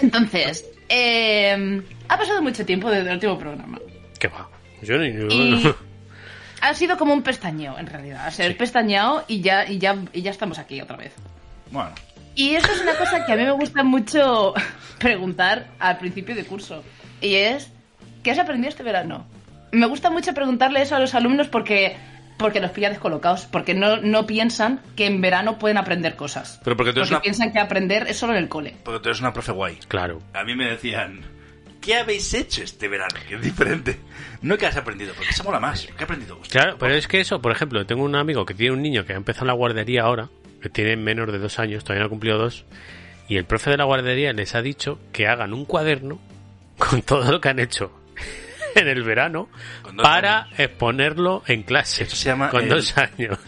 [SPEAKER 5] Entonces, Eh, ha pasado mucho tiempo desde el último programa.
[SPEAKER 4] ¿Qué va? Yo ni.
[SPEAKER 5] Y- Ha sido como un pestañeo, en realidad. O sea, he pestañeado y ya, y, ya, y ya estamos aquí otra vez.
[SPEAKER 3] Bueno.
[SPEAKER 5] Y esto es una cosa que a mí me gusta mucho preguntar al principio de curso. Y es, ¿qué has aprendido este verano? Me gusta mucho preguntarle eso a los alumnos porque, porque los pilla descolocados, porque no, no piensan que en verano pueden aprender cosas.
[SPEAKER 3] Pero porque tú eres
[SPEAKER 5] Porque
[SPEAKER 3] una,
[SPEAKER 5] piensan que aprender es solo en el cole.
[SPEAKER 3] porque tú eres una profe guay.
[SPEAKER 4] Claro.
[SPEAKER 3] A mí me decían, ¿qué habéis hecho este verano? Que es diferente. No que has aprendido, porque se mola más. ¿Qué ha aprendido?
[SPEAKER 4] Claro, pero es que eso, por ejemplo, tengo un amigo que tiene un niño que ha empezado en la guardería ahora, que tiene menos de dos años, todavía no ha cumplido dos, y el profe de la guardería les ha dicho que hagan un cuaderno con todo lo que han hecho en el verano para exponerlo en clase. con
[SPEAKER 3] en-
[SPEAKER 4] dos años.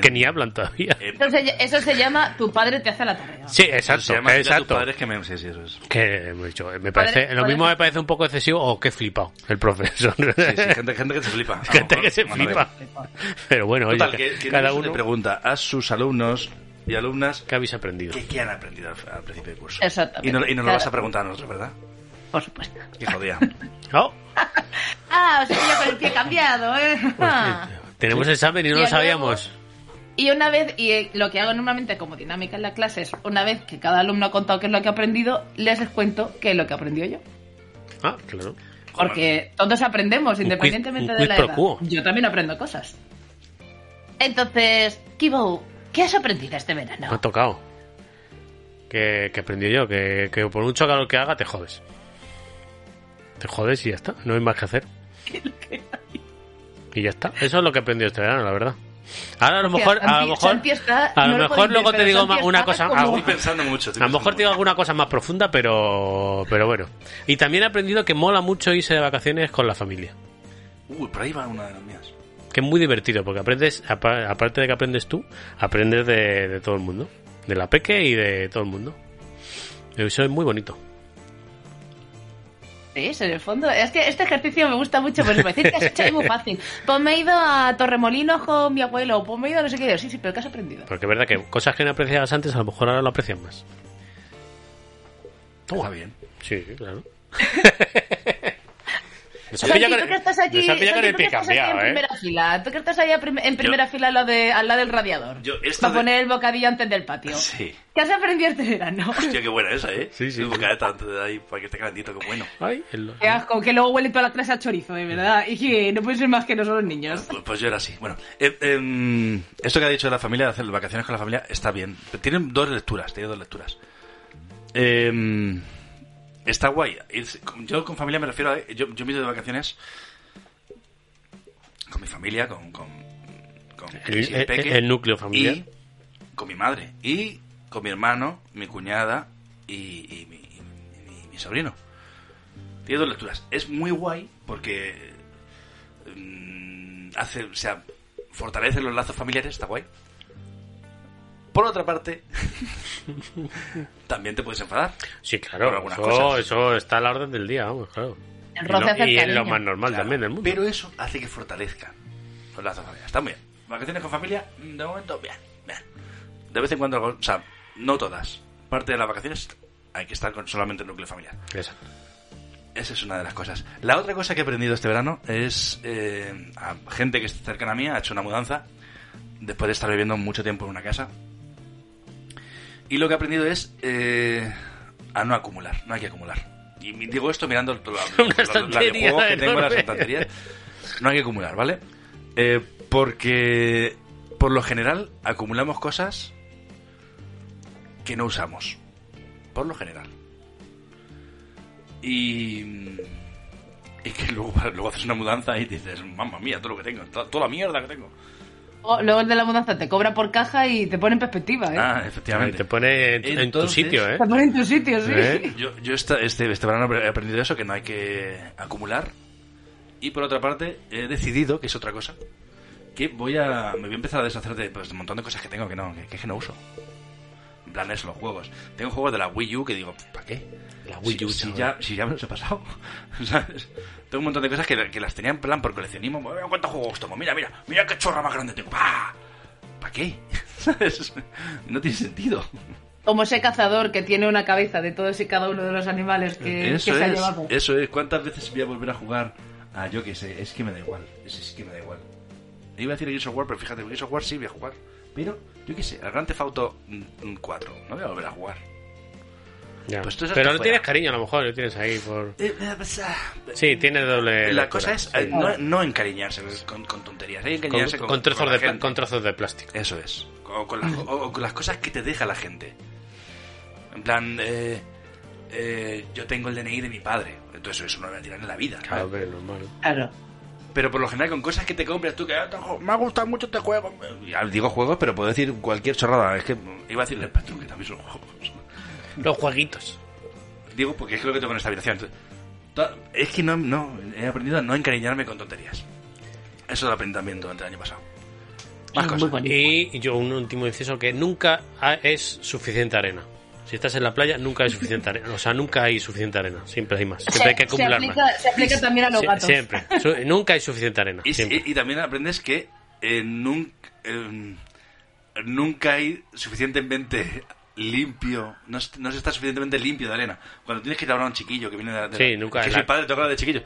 [SPEAKER 4] que ni hablan todavía.
[SPEAKER 3] em,
[SPEAKER 5] Entonces, eso se llama tu padre te hace la tarea.
[SPEAKER 4] sí, exacto.
[SPEAKER 3] Se llama dile a tus
[SPEAKER 4] exacto.
[SPEAKER 3] padres que me... Sí, sí, eso es.
[SPEAKER 4] Que hemos dicho, me
[SPEAKER 5] Padre-
[SPEAKER 4] parece, lo
[SPEAKER 5] padre-
[SPEAKER 4] mismo me parece un poco excesivo o que flipado el profesor.
[SPEAKER 3] Sí, sí, gente, gente que se flipa. A lo
[SPEAKER 4] Gente
[SPEAKER 3] mejor,
[SPEAKER 4] que se
[SPEAKER 3] bueno, a ver.
[SPEAKER 4] flipa. Pero bueno, oye,
[SPEAKER 3] Total,
[SPEAKER 4] que
[SPEAKER 3] que- que
[SPEAKER 4] cada
[SPEAKER 3] Nelson le
[SPEAKER 4] uno
[SPEAKER 3] pregunta a sus alumnos y alumnas
[SPEAKER 4] qué habéis aprendido.
[SPEAKER 3] ¿Qué, han aprendido al, al principio del curso?
[SPEAKER 5] Exactamente.
[SPEAKER 3] Y, no, y nos lo
[SPEAKER 5] Claro.
[SPEAKER 3] vas a preguntar a nosotros, ¿verdad?
[SPEAKER 5] Por supuesto.
[SPEAKER 3] Qué jodida.
[SPEAKER 5] Ah, o sea, que yo con el pie cambiado, ¿eh?
[SPEAKER 3] Pues
[SPEAKER 4] Tenemos examen y no
[SPEAKER 5] Y
[SPEAKER 4] lo
[SPEAKER 5] luego-
[SPEAKER 4] sabíamos.
[SPEAKER 5] Y una vez, y eh, lo que hago normalmente como dinámica en la clase es, una vez que cada alumno ha contado qué es lo que ha aprendido, les cuento qué es lo que aprendió yo.
[SPEAKER 4] Ah, claro.
[SPEAKER 5] Porque todos aprendemos, independientemente
[SPEAKER 4] un
[SPEAKER 5] de
[SPEAKER 4] quid
[SPEAKER 5] la
[SPEAKER 4] pro
[SPEAKER 5] edad.
[SPEAKER 4] quo.
[SPEAKER 5] Yo también aprendo cosas. Entonces, Kibo, ¿qué has aprendido este verano?
[SPEAKER 4] Me ha tocado. Que, que aprendí yo, que, que por mucho calor que haga, te jodes. Te jodes y ya está, no hay más que hacer. Y ya está. Eso es lo que aprendí este verano, la verdad. Ahora a lo
[SPEAKER 5] Que
[SPEAKER 4] mejor, a
[SPEAKER 5] Santi-
[SPEAKER 4] lo mejor,
[SPEAKER 5] Santi está-
[SPEAKER 4] a
[SPEAKER 5] no
[SPEAKER 4] lo
[SPEAKER 5] lo
[SPEAKER 4] mejor
[SPEAKER 5] podéis
[SPEAKER 4] luego
[SPEAKER 5] ver,
[SPEAKER 4] te
[SPEAKER 5] pero
[SPEAKER 4] digo
[SPEAKER 5] Santi
[SPEAKER 4] ma- una
[SPEAKER 5] está
[SPEAKER 4] cosa,
[SPEAKER 5] como-
[SPEAKER 4] algo-
[SPEAKER 5] Estoy
[SPEAKER 3] pensando mucho.
[SPEAKER 4] a lo mejor te digo alguna cosa más profunda, pero, pero bueno. Y también he aprendido que mola mucho irse de vacaciones con la familia.
[SPEAKER 3] Uy, por ahí va una de las mías.
[SPEAKER 4] que es muy divertido porque aprendes apa- aparte de que aprendes tú aprendes de, de todo el mundo de la peque y de todo el mundo eso es muy bonito
[SPEAKER 5] Sí, es en el fondo. Es que este ejercicio me gusta mucho, pero me decir que has hecho es muy fácil. Pues me he ido a Torremolinos con mi abuelo, pues me he ido a no sé qué. Yo, Sí, sí, pero ¿qué has aprendido?
[SPEAKER 4] porque es verdad que cosas que no apreciabas antes a lo mejor ahora lo aprecias más
[SPEAKER 3] Está bien.
[SPEAKER 4] sí claro Nos ha
[SPEAKER 5] Santi,
[SPEAKER 4] pillado
[SPEAKER 5] tú
[SPEAKER 4] con-
[SPEAKER 5] que estás aquí,
[SPEAKER 4] nos ha pillado con el
[SPEAKER 5] Santi, tú que
[SPEAKER 4] pie
[SPEAKER 5] estás aquí en
[SPEAKER 4] cambiado, ¿eh?
[SPEAKER 5] primera fila, tú que estás ahí a prim- en primera fila al lado, de- al lado del radiador.
[SPEAKER 3] Yo, esto
[SPEAKER 5] para
[SPEAKER 3] de-
[SPEAKER 5] poner el bocadillo antes del patio.
[SPEAKER 3] Sí.
[SPEAKER 5] ¿Qué has aprendido este verano?
[SPEAKER 3] Hostia, qué buena esa, ¿eh? Sí, sí. Un bocadeta antes de ahí para que esté calentito, qué bueno.
[SPEAKER 4] Ay,
[SPEAKER 5] Qué asco, que luego huele toda la clase a chorizo, de verdad. Y que no puede ser más que nosotros niños.
[SPEAKER 3] Pues, pues yo era así. Bueno, eh, em, esto que ha dicho de la familia, de hacer vacaciones con la familia, está bien. Tienen dos lecturas, tiene dos lecturas. Em, está guay. Irse- con- Yo con familia me refiero a... Yo, yo me he ido de vacaciones con mi familia, con... con, con
[SPEAKER 4] El-
[SPEAKER 3] si es
[SPEAKER 4] el-
[SPEAKER 3] peque,
[SPEAKER 4] el núcleo familiar.
[SPEAKER 3] Y con mi madre. Y con mi hermano, mi cuñada y, y mi, y mi- mi sobrino. Tiene dos lecturas. Es muy guay porque mm, hace, o sea, fortalece los lazos familiares, está guay. Por otra parte, también te puedes enfadar.
[SPEAKER 4] Sí, claro.
[SPEAKER 3] Por algunas
[SPEAKER 4] Eso,
[SPEAKER 3] cosas.
[SPEAKER 4] eso está a la orden del día vamos claro
[SPEAKER 3] El
[SPEAKER 4] y,
[SPEAKER 3] roce
[SPEAKER 4] no-
[SPEAKER 3] hace el
[SPEAKER 4] y es lo
[SPEAKER 3] cariño.
[SPEAKER 4] más normal
[SPEAKER 3] Claro.
[SPEAKER 4] también del mundo
[SPEAKER 3] Pero eso hace que fortalezcan los lazos familiares. Está muy bien. Vacaciones con familia, mm, de momento, bien, bien. De vez en cuando, algo- o sea, no todas. Parte de las vacaciones hay que estar con solamente el núcleo familiar.
[SPEAKER 4] Exacto.
[SPEAKER 3] Esa es una de las cosas. La otra cosa que he aprendido este verano es eh, a gente que está cercana a mí ha hecho una mudanza después de estar viviendo mucho tiempo en una casa. Y lo que he aprendido es eh, a no acumular, no hay que acumular. Y mi- digo esto mirando lo- lo-
[SPEAKER 4] Una
[SPEAKER 3] lo- la de
[SPEAKER 4] estantería
[SPEAKER 3] juegos que tengo en las
[SPEAKER 4] enorme.
[SPEAKER 3] estanterías. No hay que acumular, ¿vale? Eh, porque por lo general acumulamos cosas que no usamos. Por lo general. Y, mm, y que luego, luego haces una mudanza y dices, mamma mía, todo lo que tengo, to- toda la mierda que tengo.
[SPEAKER 5] O- Luego el de la mudanza te cobra por caja y te pone en perspectiva, ¿eh?
[SPEAKER 3] Ah, efectivamente.
[SPEAKER 4] Te pone en, en tu
[SPEAKER 3] Entonces-
[SPEAKER 4] sitio, ¿eh?
[SPEAKER 5] Te pone en tu sitio, sí.
[SPEAKER 4] ¿Eh?
[SPEAKER 3] Yo, yo esta- este, este verano he aprendido eso, que no hay que acumular. Y por otra parte, he decidido, que es otra cosa, que voy a... Me voy a empezar a deshacer de pues, un montón de cosas que tengo que no, que, que no uso. En plan, es los juegos. Tengo juegos de la Wii U que digo, ¿para qué? La
[SPEAKER 4] Wii U,
[SPEAKER 3] si,
[SPEAKER 4] chaval.
[SPEAKER 3] ya, si ya me los he pasado. ¿Sabes? Tengo un montón de cosas que, que las tenía en plan por coleccionismo. Mira ¿Cuántos juegos tomo? Mira, mira, mira qué chorra más grande tengo. ¿Para qué? ¿Sabes? No tiene sentido.
[SPEAKER 5] como ese cazador que tiene una cabeza de todos y cada uno de los animales que, que
[SPEAKER 3] Eso
[SPEAKER 5] se ha
[SPEAKER 3] es,
[SPEAKER 5] llevado.
[SPEAKER 3] eso es. ¿Cuántas veces voy a volver a jugar a yo qué sé? Es que me da igual. Es, es que me da igual. Iba a decir a Gears of War, pero fíjate, Gears of War sí voy a jugar. Pero, yo qué sé, al Grand Theft Auto mm, mm, 4 no voy a volver a jugar.
[SPEAKER 4] Ya.
[SPEAKER 3] Pues tú esas
[SPEAKER 4] Pero
[SPEAKER 3] que
[SPEAKER 4] lo tienes cariño, a lo mejor lo tienes ahí por.
[SPEAKER 3] Eh, eh, pues, ah,
[SPEAKER 4] Sí, tiene doble.
[SPEAKER 3] La
[SPEAKER 4] lectura,
[SPEAKER 3] cosa es
[SPEAKER 4] sí.
[SPEAKER 3] eh, no, no encariñarse con, con tonterías, hay que
[SPEAKER 4] Con-
[SPEAKER 3] encariñarse
[SPEAKER 4] con
[SPEAKER 3] con,
[SPEAKER 4] trozos
[SPEAKER 3] la
[SPEAKER 4] de pla-
[SPEAKER 3] gente.
[SPEAKER 4] con trozos de plástico.
[SPEAKER 3] Eso es. O con, las, o con las cosas que te deja la gente. En plan, eh, eh, yo tengo el DNI de mi padre, entonces eso no lo voy a tirar en la vida. ¿vale?
[SPEAKER 5] Claro.
[SPEAKER 3] Pero por lo general con cosas que te compras tú, que ah, te jo- me ha gustado mucho este juego. Ya Digo juegos, pero puedo decir cualquier chorrada. Es que mm, iba a decir el patrón, que también son juegos.
[SPEAKER 4] Los jueguitos.
[SPEAKER 3] Digo porque es que lo que tengo en esta habitación. To- Es que no, no, he aprendido a no encariñarme con tonterías. Eso lo aprendí también durante el año pasado. Más cosas.
[SPEAKER 4] Y yo un último inciso que nunca ha- es suficiente arena. Si estás en la playa, nunca hay suficiente arena. O sea, nunca hay suficiente arena. Siempre hay más. Siempre hay que
[SPEAKER 5] se,
[SPEAKER 4] acumular más.
[SPEAKER 5] aplica, se aplica también a los
[SPEAKER 4] Sie-
[SPEAKER 5] gatos.
[SPEAKER 4] Siempre. Su- nunca hay suficiente arena.
[SPEAKER 3] Y,
[SPEAKER 4] siempre.
[SPEAKER 3] y- y también aprendes que eh, nun- eh, nunca hay suficientemente limpio, no, es- no se está suficientemente limpio de arena. Cuando tienes que ir a hablar a un chiquillo que viene de, de
[SPEAKER 4] Sí,
[SPEAKER 3] la-
[SPEAKER 4] nunca-
[SPEAKER 3] que
[SPEAKER 4] la-
[SPEAKER 3] soy padre, tengo que hablar de chiquillos.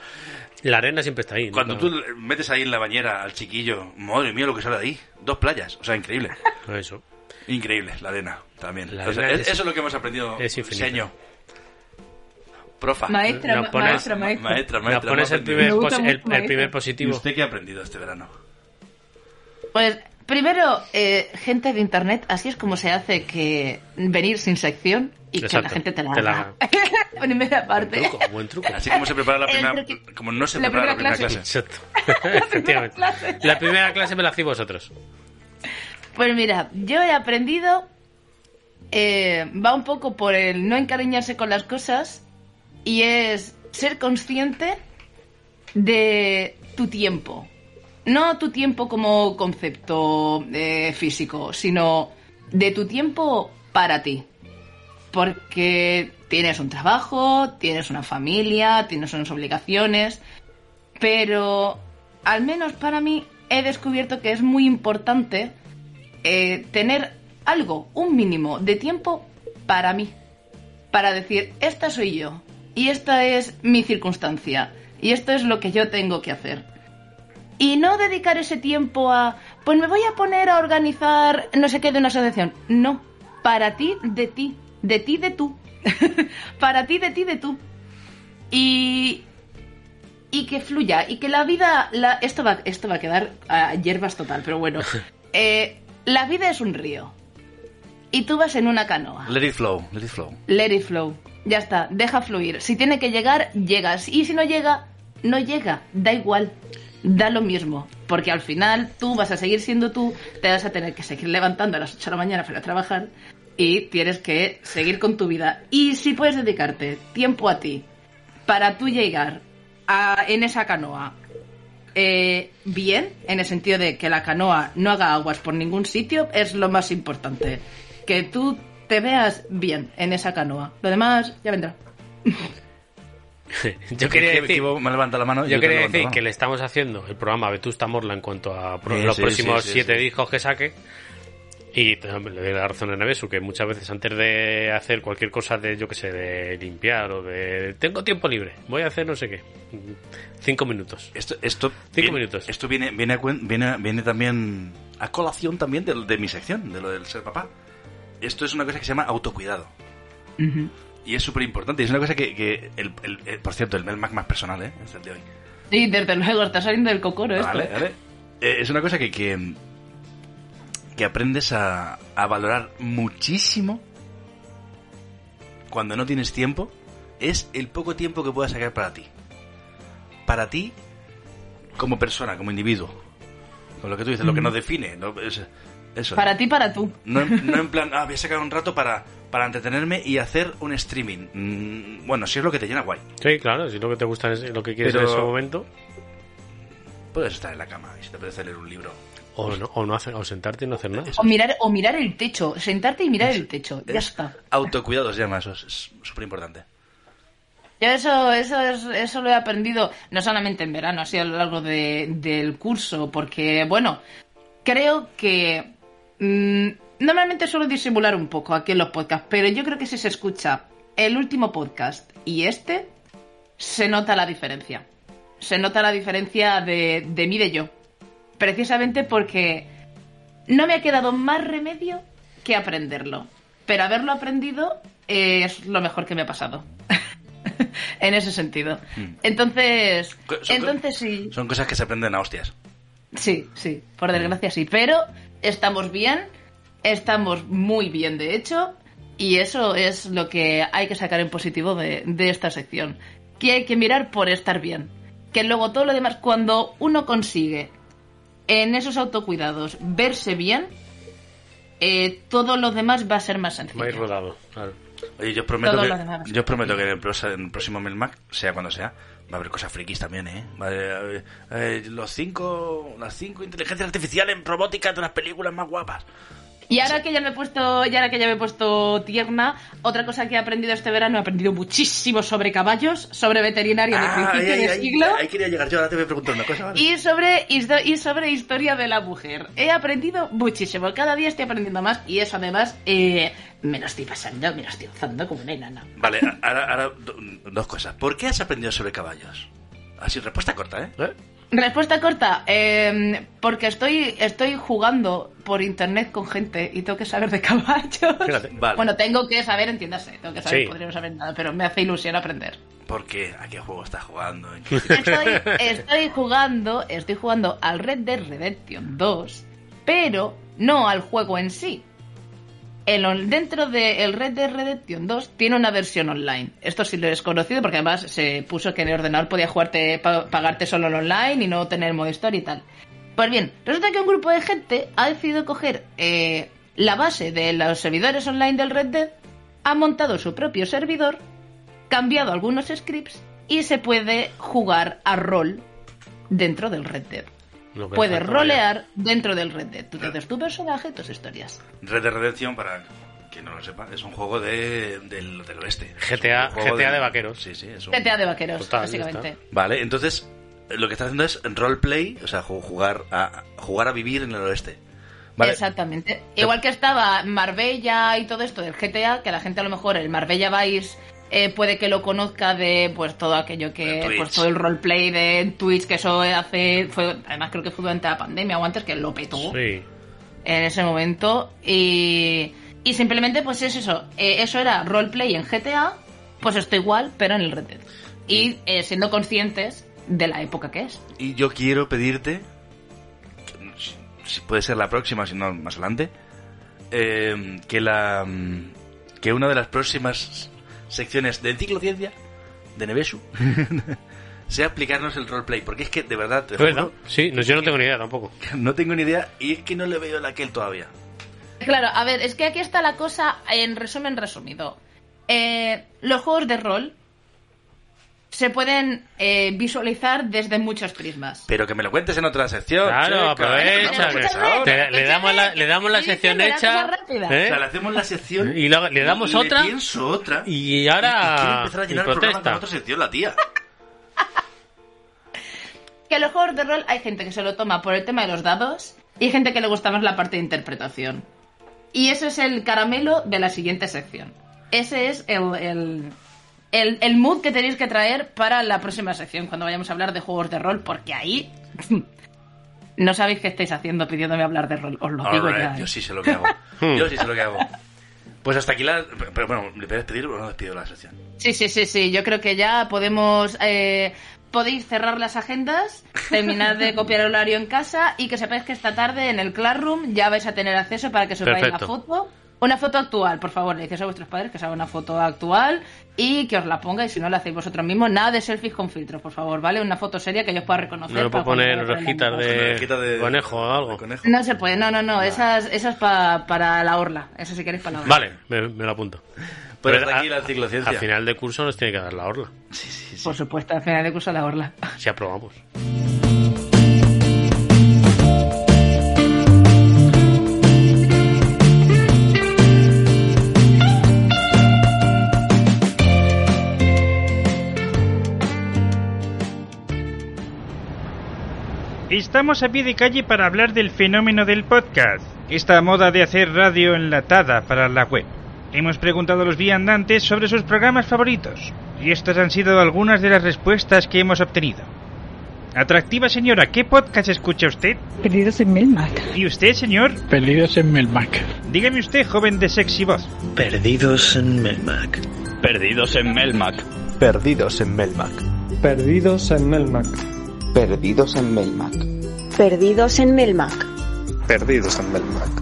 [SPEAKER 4] La arena siempre está ahí.
[SPEAKER 3] Cuando
[SPEAKER 4] nunca-
[SPEAKER 3] tú le- metes ahí en la bañera al chiquillo, madre mía lo que sale de ahí. Dos playas, o sea, increíble.
[SPEAKER 4] Eso.
[SPEAKER 3] Increíble, la arena también.
[SPEAKER 4] La
[SPEAKER 3] O sea,
[SPEAKER 4] arena
[SPEAKER 3] es-
[SPEAKER 4] es-
[SPEAKER 3] eso es lo que hemos aprendido,
[SPEAKER 4] es infinita.
[SPEAKER 3] señor. Profa.
[SPEAKER 5] Maestra, Nos ma- pones- maestra, maestra.
[SPEAKER 3] maestra,
[SPEAKER 4] Nos
[SPEAKER 3] maestra,
[SPEAKER 4] pones
[SPEAKER 3] hemos
[SPEAKER 4] el
[SPEAKER 3] aprendido.
[SPEAKER 4] primer Me gusta posi- mucho, el- el maestra. primer
[SPEAKER 3] ¿Y
[SPEAKER 4] positivo.
[SPEAKER 3] usted qué ha aprendido este verano?
[SPEAKER 5] Pues primero, eh, gente de internet, así es como se hace que venir sin sección y que
[SPEAKER 3] Exacto,
[SPEAKER 5] la gente te la
[SPEAKER 3] te la
[SPEAKER 5] haga. primera parte.
[SPEAKER 4] buen truco.
[SPEAKER 3] Así como se prepara la
[SPEAKER 5] El
[SPEAKER 3] primera,
[SPEAKER 5] truqui-
[SPEAKER 3] como no se
[SPEAKER 5] la
[SPEAKER 3] prepara
[SPEAKER 5] primera
[SPEAKER 3] la primera clase.
[SPEAKER 4] Exacto. Efectivamente. La primera clase me la hacéis vosotros.
[SPEAKER 5] Pues mira, yo he aprendido. eh, va un poco por el no encariñarse con las cosas y es ser consciente de tu tiempo. No tu tiempo como concepto eh, físico, sino de tu tiempo para ti. Porque tienes un trabajo, tienes una familia, tienes unas obligaciones, pero al menos para mí he descubierto que es muy importante eh, tener algo, un mínimo de tiempo para mí. Para decir, esta soy yo. Y esta es mi circunstancia. Y esto es lo que yo tengo que hacer. Y no dedicar ese tiempo a, pues me voy a poner a organizar no sé qué de una asociación. No. Para ti, de ti. De ti, de tú. para ti, de ti, de tú. Y, y que fluya y que la vida la- esto va esto va a quedar a hierbas total pero bueno Eh, la vida es un río y tú vas en una canoa
[SPEAKER 3] Let it flow, let it flow.
[SPEAKER 5] let it flow ya está deja fluir si tiene que llegar llegas y si no llega no llega da igual da lo mismo porque al final tú vas a seguir siendo tú te vas a tener que seguir levantando a las 8 de la mañana para trabajar y tienes que seguir con tu vida y si puedes dedicarte tiempo a ti para tú llegar a- en esa canoa eh, bien, en el sentido de que la canoa no haga aguas por ningún sitio, es lo más importante. Que tú te veas bien en esa canoa. Lo demás ya vendrá.
[SPEAKER 4] Yo quería
[SPEAKER 3] Que-
[SPEAKER 4] decir,
[SPEAKER 3] que vos me levanta la mano. y
[SPEAKER 4] yo
[SPEAKER 3] te
[SPEAKER 4] quería
[SPEAKER 3] levanto la
[SPEAKER 4] decir
[SPEAKER 3] mano.
[SPEAKER 4] que le estamos haciendo el programa Vetusta Morla en cuanto a pro-
[SPEAKER 3] Sí,
[SPEAKER 4] los
[SPEAKER 3] sí,
[SPEAKER 4] próximos
[SPEAKER 3] sí, sí,
[SPEAKER 4] siete
[SPEAKER 3] sí.
[SPEAKER 4] discos que saque. Y también le doy la razón a Nevesu, que muchas veces antes de hacer cualquier cosa de, yo que sé, de limpiar o de... Tengo tiempo libre, voy a hacer no sé qué. Cinco minutos.
[SPEAKER 3] Esto, esto
[SPEAKER 4] Cinco
[SPEAKER 3] viene-
[SPEAKER 4] minutos.
[SPEAKER 3] Esto viene, viene, a cuen- viene, a- viene también a colación también de, de mi sección, de lo del ser papá. Esto es una cosa que se llama autocuidado. Y es súper importante. Es una cosa que, que el, el- el- por cierto, el Melmac más personal, ¿eh? Es el de hoy.
[SPEAKER 5] Sí, desde luego, está saliendo del cocoro esto.
[SPEAKER 3] Vale, vale. Eh, es una cosa que, que, que aprendes a, a valorar muchísimo cuando no tienes tiempo. Es el poco tiempo que puedas sacar para ti. Para ti, como persona, como individuo. Con lo que tú dices, lo que nos define. ¿no? Es- eso.
[SPEAKER 5] Para ti, para tú.
[SPEAKER 3] No, en- no en plan, ah, voy a sacar un rato para, para entretenerme y hacer un streaming. Mm, bueno, si es lo que te llena, guay.
[SPEAKER 4] Sí, claro, si lo que te gusta es lo que quieres
[SPEAKER 3] Pero-
[SPEAKER 4] en ese momento.
[SPEAKER 3] Puedes estar en la cama y si te apetece leer un libro.
[SPEAKER 4] O, no, o, no hacer- o sentarte y no hacer nada.
[SPEAKER 5] O mirar, o mirar el techo, sentarte y mirar el techo. Ya
[SPEAKER 3] Es-
[SPEAKER 5] está.
[SPEAKER 3] Autocuidado se llama, eso es- es súper importante.
[SPEAKER 5] Yo eso, eso, es- eso lo he aprendido no solamente en verano, así a lo largo de- del curso, porque, bueno, creo que mm, Normalmente suelo disimular un poco aquí en los podcasts, pero yo creo que si se escucha el último podcast y este, se nota la diferencia. Se nota la diferencia de, de mí de yo. Precisamente porque no me ha quedado más remedio que aprenderlo. Pero haberlo aprendido eh, es lo mejor que me ha pasado. en ese sentido. Entonces,
[SPEAKER 3] Mm. Co- son
[SPEAKER 5] entonces
[SPEAKER 3] co-
[SPEAKER 5] sí.
[SPEAKER 3] Son cosas que se aprenden a hostias.
[SPEAKER 5] Sí, sí, por desgracia sí. Pero estamos bien, estamos muy bien de hecho, y eso es lo que hay que sacar en positivo de, de esta sección. Que hay que mirar por estar bien. Que luego todo lo demás, cuando uno consigue en esos autocuidados verse bien, eh, todo lo demás va a ser más sencillo.
[SPEAKER 4] Me habéis rodado. Claro.
[SPEAKER 3] Oye, yo os prometo,
[SPEAKER 5] Todo
[SPEAKER 3] que,
[SPEAKER 5] lo demás.
[SPEAKER 3] yo os prometo que en el, pros- en el próximo Melmac, sea cuando sea, va a haber cosas frikis también, ¿eh? Va a haber- eh, los cinco, las cinco inteligencias artificiales en robótica de las películas más guapas.
[SPEAKER 5] Y ahora que ya me he puesto, y ahora que ya me he puesto tierna, otra cosa que he aprendido este verano, he aprendido muchísimo sobre caballos, sobre veterinaria de principio de siglo
[SPEAKER 3] Ah, ahí quería llegar yo, ahora te voy preguntando cosas. ¿vale?
[SPEAKER 5] y sobre histo- y sobre historia de la mujer. He aprendido muchísimo, cada día estoy aprendiendo más y eso además eh, me lo estoy pasando, me lo estoy gozando como una enana.
[SPEAKER 3] Vale, a- ahora, ahora do- dos cosas. ¿Por qué has aprendido sobre caballos? Así, respuesta corta, ¿eh?
[SPEAKER 5] Respuesta corta, eh, porque estoy, estoy jugando por internet con gente y tengo que saber de caballos.
[SPEAKER 3] Vale.
[SPEAKER 5] Bueno, tengo que saber, entiéndase, tengo que saber,
[SPEAKER 3] Sí.
[SPEAKER 5] podría no saber nada, pero me hace ilusión aprender.
[SPEAKER 3] ¿Por qué? ¿A qué juego estás jugando? ¿En qué-
[SPEAKER 5] Estoy jugando, estoy jugando al Red Dead Redemption 2, pero no al juego en sí. El on- dentro del Red Dead Redemption 2 tiene una versión online. Esto sí lo es conocido porque además se puso que en el ordenador podía jugarte, pa- pagarte solo el online y no tener modo historia y tal. Pues bien, resulta que un grupo de gente ha decidido coger eh, la base de los servidores online del Red Dead, ha montado su propio servidor cambiado algunos scripts y se puede jugar a rol dentro del Red Dead.
[SPEAKER 3] Lo que
[SPEAKER 5] Puedes
[SPEAKER 3] falta,
[SPEAKER 5] rolear dentro del Red Dead. Tú te haces tu personaje, tus historias.
[SPEAKER 3] Red de Redemption, para quien no lo sepa, es un juego de, del, del oeste.
[SPEAKER 4] GTA
[SPEAKER 3] Es un juego
[SPEAKER 4] GTA de vaqueros.
[SPEAKER 3] Sí, sí, es un-
[SPEAKER 5] GTA de vaqueros,
[SPEAKER 4] Total, ya
[SPEAKER 5] básicamente.
[SPEAKER 3] Vale, entonces eh, lo que está haciendo es roleplay, o sea, ju- jugar a, jugar a vivir en el oeste. Vale,
[SPEAKER 5] Exactamente. Igual que estaba Marbella y todo esto del GTA, que la gente a lo mejor el Marbella Vice eh, puede que lo conozca de pues todo aquello
[SPEAKER 3] De
[SPEAKER 5] que
[SPEAKER 3] Twitch.
[SPEAKER 5] pues todo el roleplay de Twitch que eso hace fue además creo que fue durante la pandemia o antes que lo petó.
[SPEAKER 4] Sí.
[SPEAKER 5] en ese momento y, y simplemente pues es eso, Eh, eso era roleplay en GTA, pues esto igual, pero en el Red Dead. Y eh, siendo conscientes de la época que es.
[SPEAKER 3] y yo quiero pedirte, que- si- si puede ser la próxima, si no más adelante, eh, que la mm, que una de las próximas secciones de Enciclociencia de Nevesu sea aplicarnos el roleplay, porque es que de verdad, te
[SPEAKER 4] ¿Es verdad?
[SPEAKER 3] juro,
[SPEAKER 4] Sí, no, yo no tengo ni idea tampoco.
[SPEAKER 3] no tengo ni idea y es que no le veo la aquel todavía.
[SPEAKER 5] Claro, a ver, es que aquí está la cosa en resumen resumido. Eh, los juegos de rol se pueden eh, visualizar desde muchos prismas.
[SPEAKER 3] Pero que me lo cuentes en otra sección.
[SPEAKER 4] Claro,
[SPEAKER 3] chica.
[SPEAKER 4] aprovecha.
[SPEAKER 3] Vamos
[SPEAKER 4] que-
[SPEAKER 3] ahora.
[SPEAKER 4] te- le, damos la, le damos la sección
[SPEAKER 5] diciendo la
[SPEAKER 4] hecha.
[SPEAKER 5] cosa rápida.
[SPEAKER 4] ¿eh?
[SPEAKER 3] O sea, le hacemos la sección
[SPEAKER 4] Y luego le damos
[SPEAKER 3] y
[SPEAKER 4] otra.
[SPEAKER 3] pienso otra.
[SPEAKER 4] Y
[SPEAKER 3] Y quiere
[SPEAKER 4] ahora. pues
[SPEAKER 3] empezar a
[SPEAKER 4] y
[SPEAKER 3] llenar el programa con
[SPEAKER 4] protesta.
[SPEAKER 3] otra sección, la tía.
[SPEAKER 5] Que los juegos de rol hay gente que se lo toma por el tema de los dados y hay gente que le gusta más la parte de interpretación. Y ese es el caramelo de la siguiente sección. Ese es el, el, el- el mood que tenéis que traer para la próxima sección, cuando vayamos a hablar de juegos de rol, porque ahí no sabéis qué estáis haciendo pidiéndome hablar de rol. Os lo digo
[SPEAKER 3] Alright,
[SPEAKER 5] ya. ¿eh?
[SPEAKER 3] Yo sí sé lo que hago.
[SPEAKER 4] Hmm.
[SPEAKER 3] Yo sí sé lo que hago. Pues hasta aquí la. Pero bueno, ¿le puedes pedir o no despido la sección?
[SPEAKER 5] Sí, sí, sí, sí. Yo creo que ya podemos. eh, podéis cerrar las agendas, terminar de copiar el horario en casa y que sepáis que esta tarde en el Classroom ya vais a tener acceso para que subáis la
[SPEAKER 4] Perfecto.
[SPEAKER 5] foto. Una foto actual, por favor, le decís a vuestros padres que os haga una foto actual y que os la ponga y si no la hacéis vosotros mismos, nada de selfies con filtros, por favor, ¿vale? Una foto seria que yo os pueda reconocer.
[SPEAKER 4] No le
[SPEAKER 5] para
[SPEAKER 4] puedo
[SPEAKER 5] cuando
[SPEAKER 4] poner
[SPEAKER 5] vaya pues a hacer la
[SPEAKER 4] orejitas
[SPEAKER 5] moto.
[SPEAKER 4] de,
[SPEAKER 3] Orejitas de-
[SPEAKER 4] conejo o algo.
[SPEAKER 5] No se puede, no, no, no, esas, esas pa- para la orla, eso si queréis para la orla.
[SPEAKER 4] Vale, me, me lo apunto.
[SPEAKER 3] Pues
[SPEAKER 4] Pero
[SPEAKER 3] hasta
[SPEAKER 4] a-
[SPEAKER 3] aquí la ciclociencia.
[SPEAKER 4] Al final de curso nos tiene que dar la orla.
[SPEAKER 5] Por supuesto, al final de curso la orla.
[SPEAKER 4] Si aprobamos.
[SPEAKER 16] Estamos a pie de calle para hablar del fenómeno del podcast. esta moda de hacer radio enlatada para la web. Hemos preguntado a los viandantes sobre sus programas favoritos y estas han sido algunas de las respuestas que hemos obtenido. Atractiva señora, ¿qué podcast escucha usted?
[SPEAKER 17] Perdidos en Melmac.
[SPEAKER 16] ¿Y usted, señor?
[SPEAKER 18] Perdidos en Melmac.
[SPEAKER 16] Dígame usted, joven de sexy voz.
[SPEAKER 19] Perdidos en Melmac.
[SPEAKER 20] Perdidos en Melmac.
[SPEAKER 21] Perdidos en Melmac.
[SPEAKER 22] Perdidos en Melmac.
[SPEAKER 23] Perdidos en Melmac.
[SPEAKER 24] Perdidos en Melmac.
[SPEAKER 22] Perdidos en Melmac.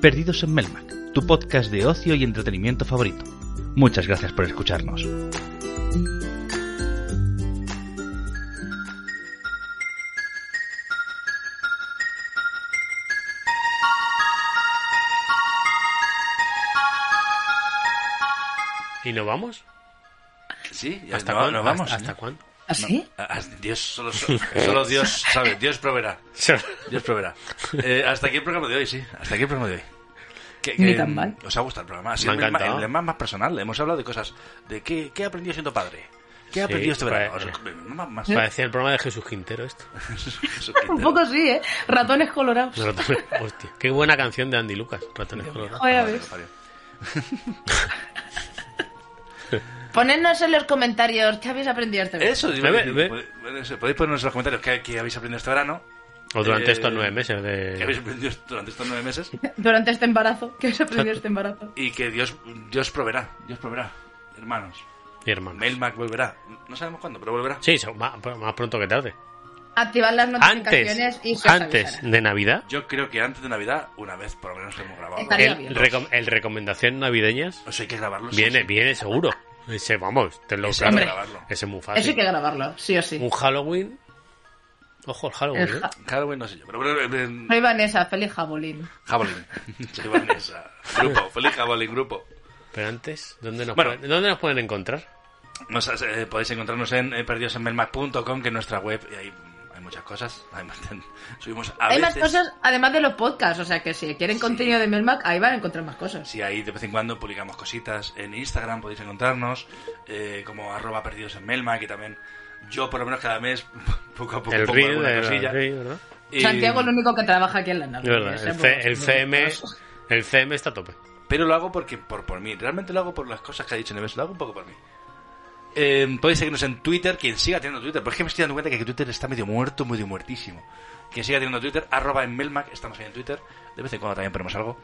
[SPEAKER 3] Perdidos en Melmac, tu podcast de ocio y entretenimiento favorito. Muchas gracias por escucharnos.
[SPEAKER 4] ¿Y nos vamos?
[SPEAKER 3] Sí,
[SPEAKER 4] ¿Hasta ¿eh?
[SPEAKER 3] no-
[SPEAKER 4] cuándo?
[SPEAKER 3] nos vamos.
[SPEAKER 4] ¿Hasta- hasta
[SPEAKER 3] ¿no?
[SPEAKER 4] cuándo?
[SPEAKER 5] ¿Ah, sí?
[SPEAKER 3] No, a- a- Dios, solo, solo- solo Dios sabe, Dios proveerá. Dios proveerá. Eh, hasta aquí el programa de hoy, sí. Hasta aquí el programa de hoy. Que-
[SPEAKER 5] Ni
[SPEAKER 3] que,
[SPEAKER 5] tan mal.
[SPEAKER 3] ¿Os ha gustado el programa? Ha
[SPEAKER 4] Me
[SPEAKER 3] sido
[SPEAKER 4] ha
[SPEAKER 3] el, más,
[SPEAKER 4] encantado.
[SPEAKER 3] el más, más personal. Hemos hablado de cosas de qué, qué he aprendido siendo padre. ¿Qué he
[SPEAKER 4] Sí,
[SPEAKER 3] aprendido este verano?
[SPEAKER 4] pare-
[SPEAKER 3] O sea, más- más-
[SPEAKER 4] Parecía el programa de Jesús Quintero este. esto.
[SPEAKER 5] Un poco sí, ¿eh? Ratones colorados.
[SPEAKER 4] Ratones- hostia, qué buena canción de Andy Lucas, Ratones Colorados.
[SPEAKER 5] Joder, a ver. Ponednos en los comentarios qué habéis aprendido este verano.
[SPEAKER 3] Eso, digo, podéis podéis ponernos en los comentarios qué, qué habéis aprendido este verano.
[SPEAKER 4] O durante estos nueve meses de-
[SPEAKER 3] ¿Qué habéis aprendido durante estos nueve meses?
[SPEAKER 5] Durante este embarazo. ¿Qué habéis aprendido este embarazo?
[SPEAKER 3] Y que Dios, Dios proveerá, Dios proveerá, hermanos.
[SPEAKER 4] Y hermano.
[SPEAKER 3] Melmac volverá. No sabemos cuándo, pero volverá.
[SPEAKER 4] Sí, so- más, más pronto que tarde.
[SPEAKER 5] Activad las notificaciones
[SPEAKER 4] Antes,
[SPEAKER 5] y se os
[SPEAKER 4] antes
[SPEAKER 5] avisará.
[SPEAKER 4] de Navidad.
[SPEAKER 3] Yo creo que antes de Navidad, una vez por lo menos hemos grabado.
[SPEAKER 5] Estaría
[SPEAKER 4] El, recom- el recomendación navideñas.
[SPEAKER 3] O sea, hay que grabarlo.
[SPEAKER 4] Viene, viene seguro. Ese, vamos, te lo
[SPEAKER 3] Ese
[SPEAKER 4] claro.
[SPEAKER 3] hay que grabarlo.
[SPEAKER 4] Ese es muy fácil.
[SPEAKER 5] Eso hay que grabarlo, sí o sí.
[SPEAKER 4] Un Halloween. Ojo, el Halloween.
[SPEAKER 5] El
[SPEAKER 4] ¿eh?
[SPEAKER 5] ja-
[SPEAKER 3] Halloween no sé yo, pero bueno, eh, eh,
[SPEAKER 5] Soy Vanessa, feliz jabolín.
[SPEAKER 3] Jabalín. Soy Vanessa. Grupo, feliz Jabalín Grupo.
[SPEAKER 4] Pero antes, ¿dónde nos,
[SPEAKER 3] Bueno.
[SPEAKER 4] pueden, ¿dónde nos pueden encontrar?
[SPEAKER 3] Nos, eh, podéis encontrarnos en eh, perdidosenmelmac.com, que es nuestra web, y hay, hay muchas cosas. Hay bastante- subimos a
[SPEAKER 5] Hay
[SPEAKER 3] veces,
[SPEAKER 5] más cosas, además de los podcasts, o sea que si quieren contenido de Melmac, ahí van a encontrar más cosas.
[SPEAKER 3] si ahí de vez en cuando publicamos cositas. En Instagram podéis encontrarnos, eh, como arroba perdidosenmelmac, y también yo por lo menos cada mes, poco a poco,
[SPEAKER 4] El
[SPEAKER 3] pongo
[SPEAKER 4] reel,
[SPEAKER 3] alguna
[SPEAKER 4] el
[SPEAKER 3] cosilla.
[SPEAKER 4] reel, ¿verdad?
[SPEAKER 3] Y-
[SPEAKER 5] Santiago es el único que trabaja aquí en la
[SPEAKER 4] Es
[SPEAKER 5] nave.
[SPEAKER 4] verdad, el,
[SPEAKER 5] Seamos-
[SPEAKER 4] C- el CM, el CM está a tope.
[SPEAKER 3] Pero lo hago porque por, por mí. Realmente lo hago por las cosas que ha dicho Neves. Lo hago un poco por mí. Eh, podéis seguirnos en Twitter. Quien siga teniendo Twitter. Porque me estoy dando cuenta que Twitter está medio muerto, medio muertísimo. Quien siga teniendo Twitter, arroba en Melmac. Estamos ahí en Twitter. De vez en cuando también ponemos algo.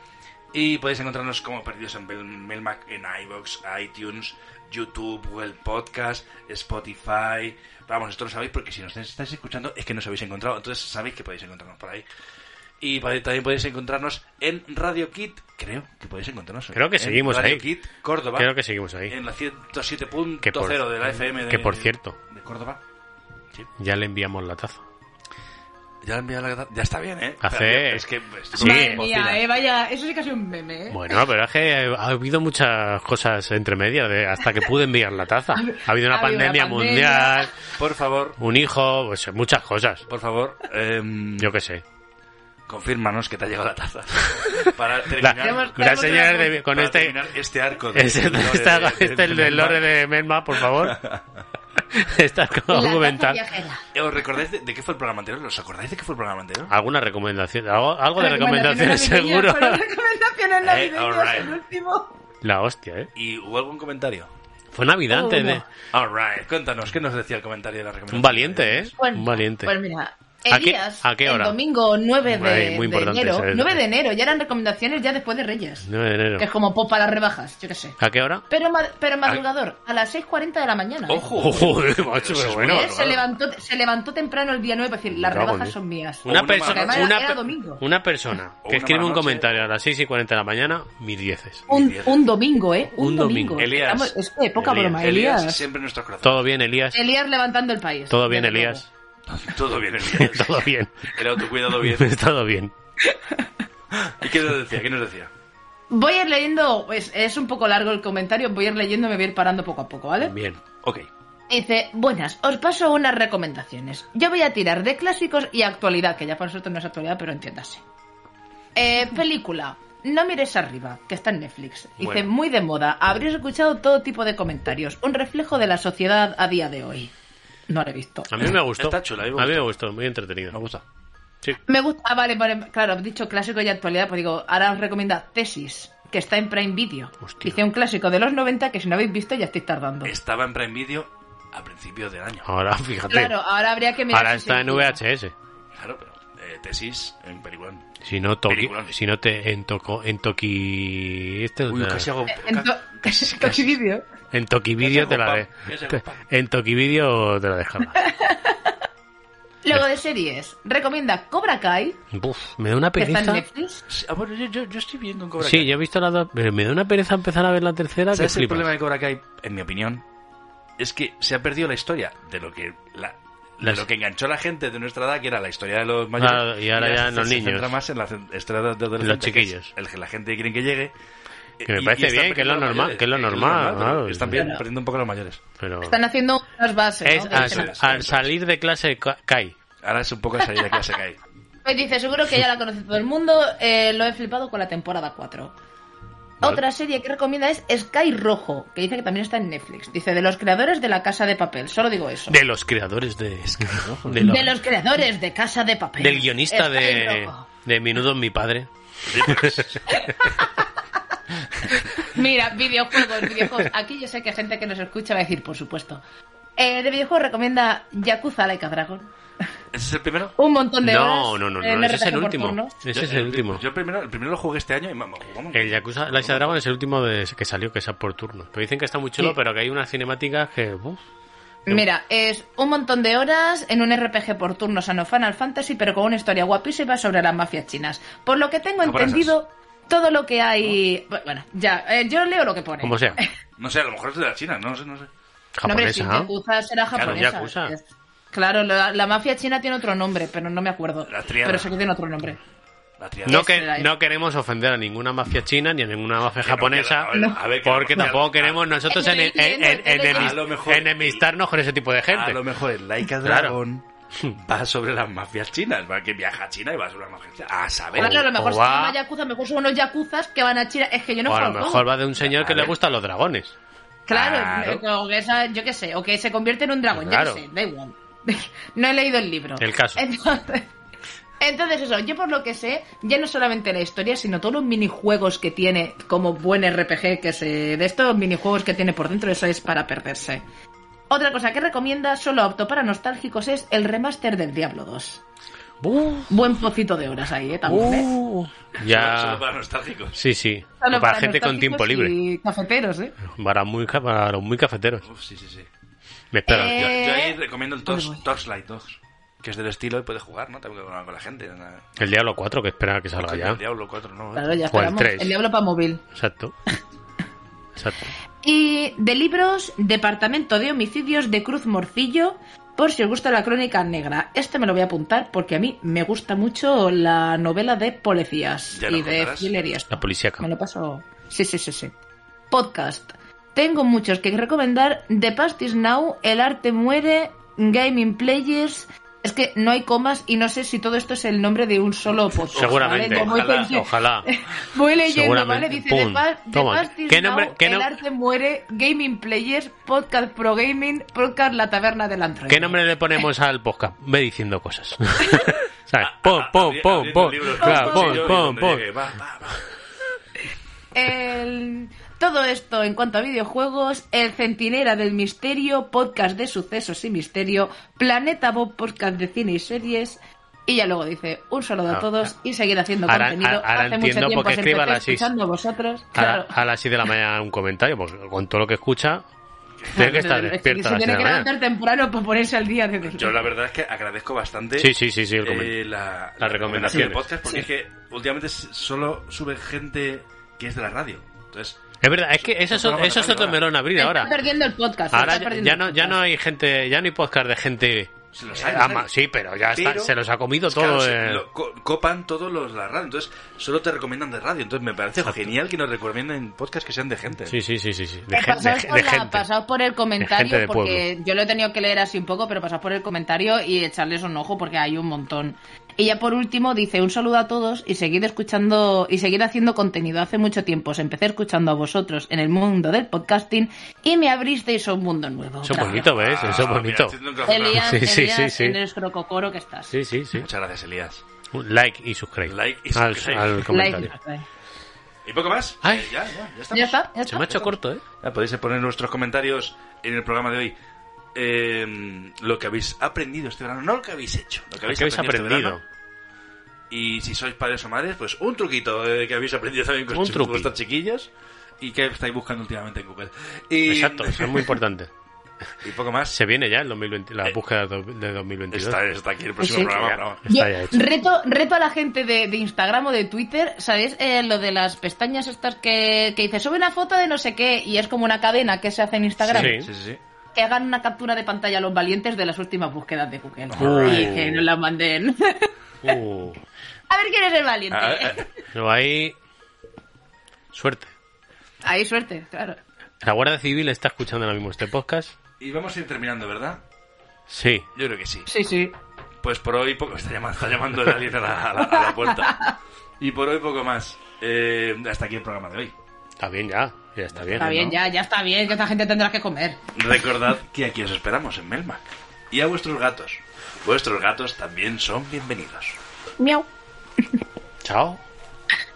[SPEAKER 3] Y podéis encontrarnos como perdidos en Bel- Melmac en iBox, iTunes, YouTube, Google Podcast, Spotify. Vamos, esto lo sabéis porque si nos estáis escuchando es que nos habéis encontrado. Entonces sabéis que podéis encontrarnos por ahí. Y pode- también podéis encontrarnos en Radio Kit. Creo que podéis encontrarnos.
[SPEAKER 4] Creo que
[SPEAKER 3] en
[SPEAKER 4] seguimos
[SPEAKER 3] Radio
[SPEAKER 4] ahí.
[SPEAKER 3] Kit, Córdoba.
[SPEAKER 4] Creo que seguimos ahí.
[SPEAKER 3] En la 107.0
[SPEAKER 4] Que por-
[SPEAKER 3] de la FM de,
[SPEAKER 4] que por cierto.
[SPEAKER 3] de Córdoba.
[SPEAKER 4] Ya le enviamos la taza.
[SPEAKER 3] Ya la he enviado la Ya está bien, ¿eh?
[SPEAKER 4] Hace-
[SPEAKER 3] Pero, Es que estoy
[SPEAKER 4] Sí.
[SPEAKER 5] Madre
[SPEAKER 3] bocina.
[SPEAKER 5] mía, eh, vaya, eso sí que ha sido un meme, eh.
[SPEAKER 4] Bueno, pero es que ha habido muchas cosas entre medias de hasta que pude enviar la taza. Ha habido una
[SPEAKER 5] Ha habido una
[SPEAKER 4] pandemia
[SPEAKER 5] pandemia.
[SPEAKER 4] mundial,
[SPEAKER 3] Por favor,
[SPEAKER 4] un hijo, pues muchas cosas.
[SPEAKER 3] por favor, eh,
[SPEAKER 4] Yo qué sé.
[SPEAKER 3] confírmanos que te ha llegado la taza. Para
[SPEAKER 4] La,
[SPEAKER 3] terminar,
[SPEAKER 4] la señora de- con
[SPEAKER 3] para
[SPEAKER 4] este...
[SPEAKER 3] terminar este arco. de-
[SPEAKER 4] Este,
[SPEAKER 3] de-
[SPEAKER 4] este-
[SPEAKER 3] de- de-
[SPEAKER 4] este- el
[SPEAKER 3] de-
[SPEAKER 4] del lore de Menma, por favor. Está argumental.
[SPEAKER 3] Eh, ¿Os recordáis de, de qué fue el programa anterior? ¿Os acordáis de qué fue el programa anterior?
[SPEAKER 4] ¿Alguna recomendación? Algo, algo de recomendaciones,
[SPEAKER 5] Recomendaciones
[SPEAKER 4] seguro.
[SPEAKER 5] navideñas, pero recomendaciones
[SPEAKER 3] Eh,
[SPEAKER 5] navideñas,
[SPEAKER 3] alright.
[SPEAKER 5] el último.
[SPEAKER 4] La hostia, ¿eh?
[SPEAKER 3] ¿Y hubo algún comentario?
[SPEAKER 4] Fue Navidad antes de...
[SPEAKER 3] Alright, cuéntanos, ¿qué nos decía el comentario de la recomendación?
[SPEAKER 4] Un valiente, ¿eh?
[SPEAKER 5] Bueno,
[SPEAKER 4] Un valiente.
[SPEAKER 5] Pues mira,
[SPEAKER 4] ¿A qué-
[SPEAKER 5] Elías,
[SPEAKER 4] a qué hora?
[SPEAKER 5] el domingo 9 de,
[SPEAKER 4] Ay, muy
[SPEAKER 5] de
[SPEAKER 4] importante
[SPEAKER 5] enero.
[SPEAKER 4] ese-
[SPEAKER 5] 9 de enero, ya eran recomendaciones ya después de Reyes.
[SPEAKER 4] 9 de enero.
[SPEAKER 5] Que es como pop para las rebajas, yo qué sé.
[SPEAKER 4] ¿A qué hora?
[SPEAKER 5] Pero, ma- pero madrugador, a las 6.40 de la mañana. ¿eh?
[SPEAKER 4] Ah. Ojo, joder, macho, pero bueno.
[SPEAKER 5] Él se, levantó, se levantó temprano el día 9 para decir, las
[SPEAKER 4] Bravo,
[SPEAKER 5] rebajas
[SPEAKER 4] ¿eh?
[SPEAKER 5] son mías.
[SPEAKER 4] Una,
[SPEAKER 5] Porque
[SPEAKER 4] persona,
[SPEAKER 5] además
[SPEAKER 4] una,
[SPEAKER 5] era
[SPEAKER 4] per-
[SPEAKER 5] domingo.
[SPEAKER 4] una persona que
[SPEAKER 3] una
[SPEAKER 4] escribe
[SPEAKER 3] mala
[SPEAKER 4] un
[SPEAKER 3] noche.
[SPEAKER 4] comentario a las 6 y 40 de la mañana, mis dieces.
[SPEAKER 5] Un, un domingo, ¿eh? Un,
[SPEAKER 4] Un domingo.
[SPEAKER 5] domingo.
[SPEAKER 4] Elías.
[SPEAKER 5] Estamos- es que poca
[SPEAKER 4] Elías.
[SPEAKER 5] broma,
[SPEAKER 4] Elías,
[SPEAKER 5] Elías.
[SPEAKER 3] Siempre en nuestros corazones.
[SPEAKER 4] Todo bien, Elías.
[SPEAKER 5] Elías levantando el país.
[SPEAKER 4] Todo bien,
[SPEAKER 5] Desde luego.
[SPEAKER 4] Elías.
[SPEAKER 3] Todo bien, Elías.
[SPEAKER 4] Todo bien.
[SPEAKER 3] El autocuidado bien.
[SPEAKER 4] Todo bien.
[SPEAKER 3] ¿Y qué nos decía? ¿Qué nos decía?
[SPEAKER 5] Voy a ir leyendo, pues es un poco largo el comentario, voy a ir leyendo, me voy a ir parando poco a poco, ¿vale?
[SPEAKER 4] Bien.
[SPEAKER 3] Ok.
[SPEAKER 4] Ah.
[SPEAKER 5] Dice, buenas, os paso unas recomendaciones. Yo voy a tirar de clásicos y actualidad, que ya para nosotros no es actualidad, pero entiéndase. Eh, película, No mires arriba, que está en Netflix. Dice,
[SPEAKER 25] Bueno.
[SPEAKER 5] muy de moda, habréis escuchado todo tipo de comentarios, un reflejo de la sociedad a día de hoy. No la he visto.
[SPEAKER 4] A mí me gustó.
[SPEAKER 3] Está chula, a mí me
[SPEAKER 4] a mí me gustó, muy entretenido. Me
[SPEAKER 3] gusta.
[SPEAKER 5] Me gusta. Ah, vale, vale, claro, he dicho clásico y actualidad, pues digo, ahora os recomienda Tesis, que está en Prime Video.
[SPEAKER 3] Hostia.
[SPEAKER 5] Dice un clásico de los 90 que si no habéis visto ya estáis tardando.
[SPEAKER 3] Estaba en Prime Video a principios del año.
[SPEAKER 4] Ahora, fíjate.
[SPEAKER 5] Claro, ahora habría que mirar
[SPEAKER 4] Ahora
[SPEAKER 5] si
[SPEAKER 4] está
[SPEAKER 5] se
[SPEAKER 4] en
[SPEAKER 5] encuentra.
[SPEAKER 4] VHS.
[SPEAKER 3] Claro, pero eh, tesis en película.
[SPEAKER 4] Si no, toqui,
[SPEAKER 3] Película.
[SPEAKER 4] si no te en toco en toqui este
[SPEAKER 3] Uy,
[SPEAKER 4] la-
[SPEAKER 3] casi hago...
[SPEAKER 5] En to- casi vídeo.
[SPEAKER 4] en toqui video te la de,
[SPEAKER 3] Ya se hago
[SPEAKER 4] en toqui video te la dejaba.
[SPEAKER 5] Luego de series, recomienda Cobra Kai,
[SPEAKER 4] Buf, me da una
[SPEAKER 5] que está en
[SPEAKER 4] pereza.
[SPEAKER 5] Netflix.
[SPEAKER 3] Ah, bueno, yo, yo, yo estoy viendo en Cobra
[SPEAKER 4] Sí,
[SPEAKER 3] Kai.
[SPEAKER 4] yo he visto la dos, pero me da una pereza empezar a ver la tercera que
[SPEAKER 3] ¿Sabes el
[SPEAKER 4] flipas.
[SPEAKER 3] problema de Cobra Kai, en mi opinión? Es que se ha perdido la historia de lo que la, de
[SPEAKER 4] Las-
[SPEAKER 3] lo que enganchó a la gente de nuestra edad, que era la historia de los mayores.
[SPEAKER 4] Ah, y ahora ya en
[SPEAKER 3] se-
[SPEAKER 4] los
[SPEAKER 3] se
[SPEAKER 4] niños.
[SPEAKER 3] centra más en la cen- estrada de adolescentes,
[SPEAKER 4] Los
[SPEAKER 3] que es
[SPEAKER 4] chiquillos.
[SPEAKER 3] El que la gente quiere que llegue.
[SPEAKER 4] Que me
[SPEAKER 3] Y- y
[SPEAKER 4] parece
[SPEAKER 3] están
[SPEAKER 4] bien, que es lo
[SPEAKER 3] perdiendo a los
[SPEAKER 4] normal, que es lo normal,
[SPEAKER 3] pero
[SPEAKER 4] claro.
[SPEAKER 3] Están bien, perdiendo un poco a los mayores.
[SPEAKER 4] Pero
[SPEAKER 5] Están haciendo unas bases.
[SPEAKER 4] es
[SPEAKER 5] ¿no?
[SPEAKER 4] al,
[SPEAKER 5] Dicen,
[SPEAKER 4] al salir de clase ca- Kai.
[SPEAKER 3] Ahora es un poco salir de clase Kai.
[SPEAKER 5] Pues dice, seguro que ya la conoce todo el mundo, eh, lo he flipado con la temporada 4.
[SPEAKER 3] Vale.
[SPEAKER 5] Otra serie que recomienda es Sky Rojo, que dice que también está en Netflix. Dice, de los creadores de La Casa de Papel, solo digo eso.
[SPEAKER 4] De los creadores de, de
[SPEAKER 5] De,
[SPEAKER 4] los-
[SPEAKER 5] los creadores de Casa de Papel.
[SPEAKER 4] del guionista
[SPEAKER 5] Sky
[SPEAKER 4] de,
[SPEAKER 5] Rojo.
[SPEAKER 4] de Menudo mi padre.
[SPEAKER 5] Mira, videojuegos, videojuegos. Aquí yo sé que gente que nos escucha va a decir, por supuesto. Eh, de videojuegos recomienda Yakuza Laika Dragon.
[SPEAKER 3] ¿Ese es el primero?
[SPEAKER 5] Un montón de
[SPEAKER 4] No,
[SPEAKER 5] horas
[SPEAKER 4] no, no,
[SPEAKER 5] en
[SPEAKER 4] no, ese es
[SPEAKER 5] RPG
[SPEAKER 4] el
[SPEAKER 5] eh, por
[SPEAKER 4] último.
[SPEAKER 5] turnos.
[SPEAKER 4] Ese
[SPEAKER 3] Yo-
[SPEAKER 4] es el último.
[SPEAKER 3] Yo el primero, el primero lo jugué este año y vamos, jugamos.
[SPEAKER 4] Uh. El Yakuza Laika Dragon es el último de, que salió, que es por turno. Que dicen que está muy chulo,
[SPEAKER 5] Sí.
[SPEAKER 4] pero que hay unas cinemáticas que... uf.
[SPEAKER 5] Mira, es un montón de horas en un RPG por turnos a no Final Fantasy, pero con una historia guapísima sobre las mafias chinas. Por lo que tengo
[SPEAKER 3] Ah, por esas.
[SPEAKER 5] entendido, todo lo que hay... Bueno, ya, eh, yo leo lo que pone.
[SPEAKER 4] Como sea.
[SPEAKER 3] No sé, a lo mejor es de la China, no sé, no sé.
[SPEAKER 5] No, hombre, si
[SPEAKER 4] Japonesa.
[SPEAKER 5] Yakuza será
[SPEAKER 4] Claro,
[SPEAKER 5] japonesa.
[SPEAKER 4] Yakuza.
[SPEAKER 5] Es- Claro, la, la mafia china tiene otro nombre, pero no me acuerdo.
[SPEAKER 3] La triada.
[SPEAKER 5] Pero sé que tiene otro nombre.
[SPEAKER 3] La triada.
[SPEAKER 4] No,
[SPEAKER 5] Es
[SPEAKER 4] que,
[SPEAKER 5] la-
[SPEAKER 4] no queremos ofender a ninguna mafia china ni a ninguna mafia japonesa,
[SPEAKER 3] que no, a ver, que
[SPEAKER 4] porque
[SPEAKER 3] no,
[SPEAKER 4] tampoco
[SPEAKER 3] que no.
[SPEAKER 5] Ah,
[SPEAKER 4] queremos nosotros en,
[SPEAKER 3] Estoy
[SPEAKER 4] en- en-
[SPEAKER 3] leyendo, estoy
[SPEAKER 4] enemis-
[SPEAKER 3] leyendo. A lo mejor-
[SPEAKER 4] enemistarnos con ese tipo de gente.
[SPEAKER 3] A lo mejor el Laika
[SPEAKER 4] Claro.
[SPEAKER 3] Dragon va sobre las mafias chinas, va que viaja a China y va sobre las mafias chinas. A saber.
[SPEAKER 5] Claro, a lo mejor
[SPEAKER 4] o
[SPEAKER 5] se
[SPEAKER 4] pues va-
[SPEAKER 5] llama Yakuza, a lo mejor son unos Yakuzas que van a China. Es que yo no
[SPEAKER 4] o a lo
[SPEAKER 5] conozco.
[SPEAKER 4] mejor va de un señor que le
[SPEAKER 3] ver.
[SPEAKER 4] gustan los dragones.
[SPEAKER 5] Claro, eh, o que esa- yo qué sé, o que se convierte en un dragón,
[SPEAKER 4] Claro.
[SPEAKER 5] yo qué sé, da igual. no he leído el libro.
[SPEAKER 4] El caso.
[SPEAKER 5] Entonces, entonces eso, yo por lo que sé, ya no solamente la historia, sino todos los minijuegos que tiene como buen RPG, que se de estos minijuegos que tiene por dentro, eso es para perderse. Otra cosa que recomienda, solo apto para nostálgicos, es el remaster del Diablo 2. Buen pocito de horas ahí, ¿eh? También, ¿eh?
[SPEAKER 4] Ya...
[SPEAKER 3] Solo para nostálgicos.
[SPEAKER 4] Sí, sí.
[SPEAKER 5] Solo
[SPEAKER 4] para, gente con
[SPEAKER 5] nostálgicos
[SPEAKER 4] tiempo libre.
[SPEAKER 5] Y cafeteros, ¿eh?
[SPEAKER 4] Para, muy, ca- para los muy cafeteros.
[SPEAKER 3] Uf, sí, sí, sí.
[SPEAKER 4] Me esperan.
[SPEAKER 3] Yo,
[SPEAKER 5] Eh,
[SPEAKER 3] yo ahí recomiendo el
[SPEAKER 5] Uy, voy.
[SPEAKER 3] Tox, Tox Light Dogs, que es del estilo y puedes jugar, ¿no? También con con la gente. ¿no?
[SPEAKER 4] El Diablo 4, que espera que salga
[SPEAKER 3] El
[SPEAKER 4] ya.
[SPEAKER 3] Diablo 4, ¿no?
[SPEAKER 5] Claro, ya
[SPEAKER 4] O el
[SPEAKER 5] esperamos.
[SPEAKER 4] tres.
[SPEAKER 5] El Diablo para móvil.
[SPEAKER 4] Exacto. Exacto.
[SPEAKER 5] Y de libros, Departamento de Homicidios de Cruz Morcillo, por si os gusta la crónica negra. Este me lo voy a apuntar porque a mí me gusta mucho la novela de policías
[SPEAKER 4] Ya
[SPEAKER 5] y
[SPEAKER 4] nos
[SPEAKER 5] de
[SPEAKER 4] contarás.
[SPEAKER 5] thrillerías.
[SPEAKER 4] La policíaca.
[SPEAKER 5] Me lo paso. Sí, sí, sí, sí. Podcast. Tengo muchos que recomendar. The Past is Now, El Arte Muere, Gaming Players. Es que no hay comas y no sé si todo esto es el nombre de un solo podcast.
[SPEAKER 4] Seguramente.
[SPEAKER 5] ¿vale? Como
[SPEAKER 4] Ojalá.
[SPEAKER 5] dicen-
[SPEAKER 4] ojalá.
[SPEAKER 5] Voy leyendo,
[SPEAKER 4] Seguramente.
[SPEAKER 5] ¿vale? Dice
[SPEAKER 4] Pum.
[SPEAKER 5] The Past- The
[SPEAKER 4] Toma.
[SPEAKER 5] Past is
[SPEAKER 4] ¿Qué
[SPEAKER 5] Now,
[SPEAKER 4] nombre- qué
[SPEAKER 5] El
[SPEAKER 4] nom-
[SPEAKER 5] Arte Muere, Gaming Players, Podcast Pro Gaming, Podcast La Taberna del Antro.
[SPEAKER 4] ¿Qué nombre le ponemos al podcast? Ve diciendo cosas. ¿Sabes? Pon, pon,
[SPEAKER 3] abri-
[SPEAKER 4] pon,
[SPEAKER 3] Ah, abriendo
[SPEAKER 4] pon.
[SPEAKER 3] el libro.
[SPEAKER 4] Claro,
[SPEAKER 3] Pon,
[SPEAKER 4] pon,
[SPEAKER 3] pon,
[SPEAKER 4] pon,
[SPEAKER 3] donde
[SPEAKER 4] pon.
[SPEAKER 3] llegue, va, va, va.
[SPEAKER 5] El- Todo esto en cuanto a videojuegos, El Centinela del Misterio, Podcast de Sucesos y Misterio, Planeta Bob, Podcast de Cine y Series... Y ya luego dice, un saludo
[SPEAKER 4] Ah,
[SPEAKER 5] a todos y seguir haciendo
[SPEAKER 4] ahora-
[SPEAKER 5] contenido.
[SPEAKER 4] ahora- ahora
[SPEAKER 5] Hace
[SPEAKER 4] entiendo
[SPEAKER 5] mucho tiempo
[SPEAKER 4] por qué
[SPEAKER 5] os
[SPEAKER 4] escriba
[SPEAKER 5] empecé
[SPEAKER 4] a las seis.
[SPEAKER 5] escuchando a vosotros.
[SPEAKER 4] A, la-
[SPEAKER 5] Claro.
[SPEAKER 4] a las 6 de la mañana un comentario, pues con todo lo que escucha, tiene que estar
[SPEAKER 5] Es que
[SPEAKER 4] despierta a
[SPEAKER 5] Se
[SPEAKER 4] las 6 de la
[SPEAKER 5] tiene
[SPEAKER 4] ¿eh?
[SPEAKER 5] que
[SPEAKER 4] mañana.
[SPEAKER 5] levantar temprano para ponerse al día. De...
[SPEAKER 3] Yo la verdad es que agradezco bastante
[SPEAKER 4] Sí, sí, sí, sí, el
[SPEAKER 3] eh,
[SPEAKER 4] comentario.
[SPEAKER 3] la,
[SPEAKER 4] Las recomendaciones.
[SPEAKER 3] recomendación de podcast porque es que últimamente s- solo sube gente que es de la radio. Entonces,
[SPEAKER 4] Es verdad, es que eso es,
[SPEAKER 3] Son programas
[SPEAKER 4] eso es
[SPEAKER 3] de
[SPEAKER 4] otro
[SPEAKER 3] radio,
[SPEAKER 4] melón a abrir
[SPEAKER 5] Está
[SPEAKER 4] ahora.
[SPEAKER 5] perdiendo el podcast.
[SPEAKER 4] Ahora
[SPEAKER 5] está
[SPEAKER 4] ya,
[SPEAKER 5] perdiendo
[SPEAKER 4] ya
[SPEAKER 5] el
[SPEAKER 4] no, ya no hay gente, ya no hay podcast de gente.
[SPEAKER 3] se los hay,
[SPEAKER 4] eh,
[SPEAKER 3] los
[SPEAKER 4] ama-
[SPEAKER 3] hay.
[SPEAKER 4] sí, pero ya está,
[SPEAKER 3] Pero-
[SPEAKER 4] se los ha comido
[SPEAKER 3] Claro,
[SPEAKER 4] todo.
[SPEAKER 3] se-
[SPEAKER 4] eh.
[SPEAKER 3] lo co- copan todos los de la radio. Entonces, solo te recomiendan de radio. Entonces, me parece genial que nos recomienden podcasts que sean de gente.
[SPEAKER 4] Sí, sí, sí, sí. sí. De,
[SPEAKER 5] Eh,
[SPEAKER 4] gen- de-
[SPEAKER 5] pasaos, por
[SPEAKER 4] de
[SPEAKER 5] la-
[SPEAKER 4] gente.
[SPEAKER 5] pasaos por el
[SPEAKER 4] gente de
[SPEAKER 5] comentario, porque yo lo he tenido que leer así un poco, pero pasaos por el comentario y echarles un ojo porque hay un montón. Y ya por último dice un saludo a todos y seguid escuchando y seguir haciendo contenido. Hace mucho tiempo os empecé escuchando a vosotros en el mundo del podcasting y me abristeis a un mundo nuevo.
[SPEAKER 4] Eso es
[SPEAKER 5] Gracias.
[SPEAKER 4] bonito, ¿ves? pues, Eso es
[SPEAKER 3] Ah, mira,
[SPEAKER 4] bonito.
[SPEAKER 3] estoy haciendo un café.
[SPEAKER 5] Elías,
[SPEAKER 4] Sí, sí,
[SPEAKER 5] Elías,
[SPEAKER 4] sí, sí.
[SPEAKER 5] en el crococoro que estás.
[SPEAKER 4] Sí, sí, sí.
[SPEAKER 3] Muchas gracias, Elías.
[SPEAKER 4] Like y subscribe.
[SPEAKER 3] Like y
[SPEAKER 4] Al-
[SPEAKER 3] suscribe.
[SPEAKER 4] Al, comentario.
[SPEAKER 3] ¿Y poco más?
[SPEAKER 4] Ay.
[SPEAKER 3] Eh, ya, ya, ya estamos.
[SPEAKER 5] Ya está, ya
[SPEAKER 4] Se
[SPEAKER 5] está.
[SPEAKER 4] me ha hecho corto, ¿eh?
[SPEAKER 3] Ya podéis poner nuestros comentarios en el programa de hoy. Eh, lo que habéis aprendido este verano, no lo que habéis hecho, lo que habéis,
[SPEAKER 4] que habéis
[SPEAKER 3] aprendido. este
[SPEAKER 4] aprendido.
[SPEAKER 3] verano. y si sois padres o madres, pues un truquito eh, que habéis aprendido también con
[SPEAKER 4] Un
[SPEAKER 3] chi-
[SPEAKER 4] truqui.
[SPEAKER 3] vuestros chiquillos y que estáis buscando últimamente en Google. Y-
[SPEAKER 4] Exacto, eso es muy importante.
[SPEAKER 3] y poco más.
[SPEAKER 4] Se viene ya el 2020, la búsqueda do- de 2022.
[SPEAKER 3] Eh, Está- está aquí el
[SPEAKER 5] próximo Sí. programa,
[SPEAKER 4] Ya,
[SPEAKER 3] bravo.
[SPEAKER 4] Está ya hecho.
[SPEAKER 5] Reto, reto a la gente de, de Instagram o de Twitter, ¿sabéis? Eh, lo de las pestañas estas que, que dice, sube una foto de no sé qué y es como una cadena que se hace en Instagram.
[SPEAKER 3] Sí, sí, sí.
[SPEAKER 5] Que hagan una captura de pantalla a los valientes de las últimas búsquedas de Google.
[SPEAKER 4] Uh.
[SPEAKER 5] Y que nos la manden.
[SPEAKER 4] Uh,
[SPEAKER 5] a ver quién es el valiente.
[SPEAKER 4] Ah,
[SPEAKER 3] Ah,
[SPEAKER 4] eh,
[SPEAKER 3] eh,
[SPEAKER 4] no hay suerte.
[SPEAKER 5] Hay suerte, claro.
[SPEAKER 4] La Guardia Civil está escuchando ahora mismo este podcast.
[SPEAKER 3] Y vamos a ir terminando, ¿verdad?
[SPEAKER 4] Sí.
[SPEAKER 3] Yo creo que sí.
[SPEAKER 5] Sí, sí.
[SPEAKER 3] Pues por hoy poco. Está llamando, está llamando el alien a la, a la- a la puerta. Y por hoy poco más. Eh, hasta aquí el programa de hoy.
[SPEAKER 4] Está bien ya. Ya está bien.
[SPEAKER 5] Está bien, ya, ya está bien, que esta gente tendrá que comer.
[SPEAKER 3] Recordad que aquí os esperamos en Melmac. Y a vuestros gatos. Vuestros gatos también son bienvenidos.
[SPEAKER 5] Miau.
[SPEAKER 4] Chao.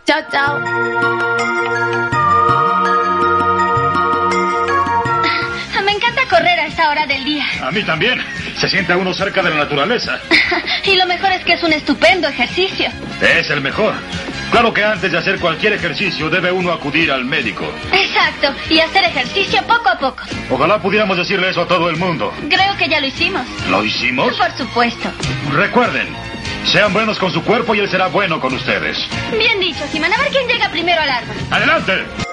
[SPEAKER 5] Chao, chao.
[SPEAKER 14] Ah, Me encanta correr a esta hora del día.
[SPEAKER 2] A mí también. Se sienta uno cerca de la naturaleza.
[SPEAKER 14] Y lo mejor es que es un estupendo ejercicio.
[SPEAKER 2] Es el mejor. Claro que antes de hacer cualquier ejercicio debe uno acudir al médico.
[SPEAKER 14] Exacto, y hacer ejercicio poco a poco.
[SPEAKER 2] Ojalá pudiéramos decirle eso a todo el mundo.
[SPEAKER 14] Creo que ya lo hicimos.
[SPEAKER 2] ¿Lo hicimos?
[SPEAKER 14] Por supuesto.
[SPEAKER 2] Recuerden, sean buenos con su cuerpo y él será bueno con ustedes.
[SPEAKER 14] Bien dicho, Simon. A ver quién llega primero al árbol.
[SPEAKER 2] ¡Adelante!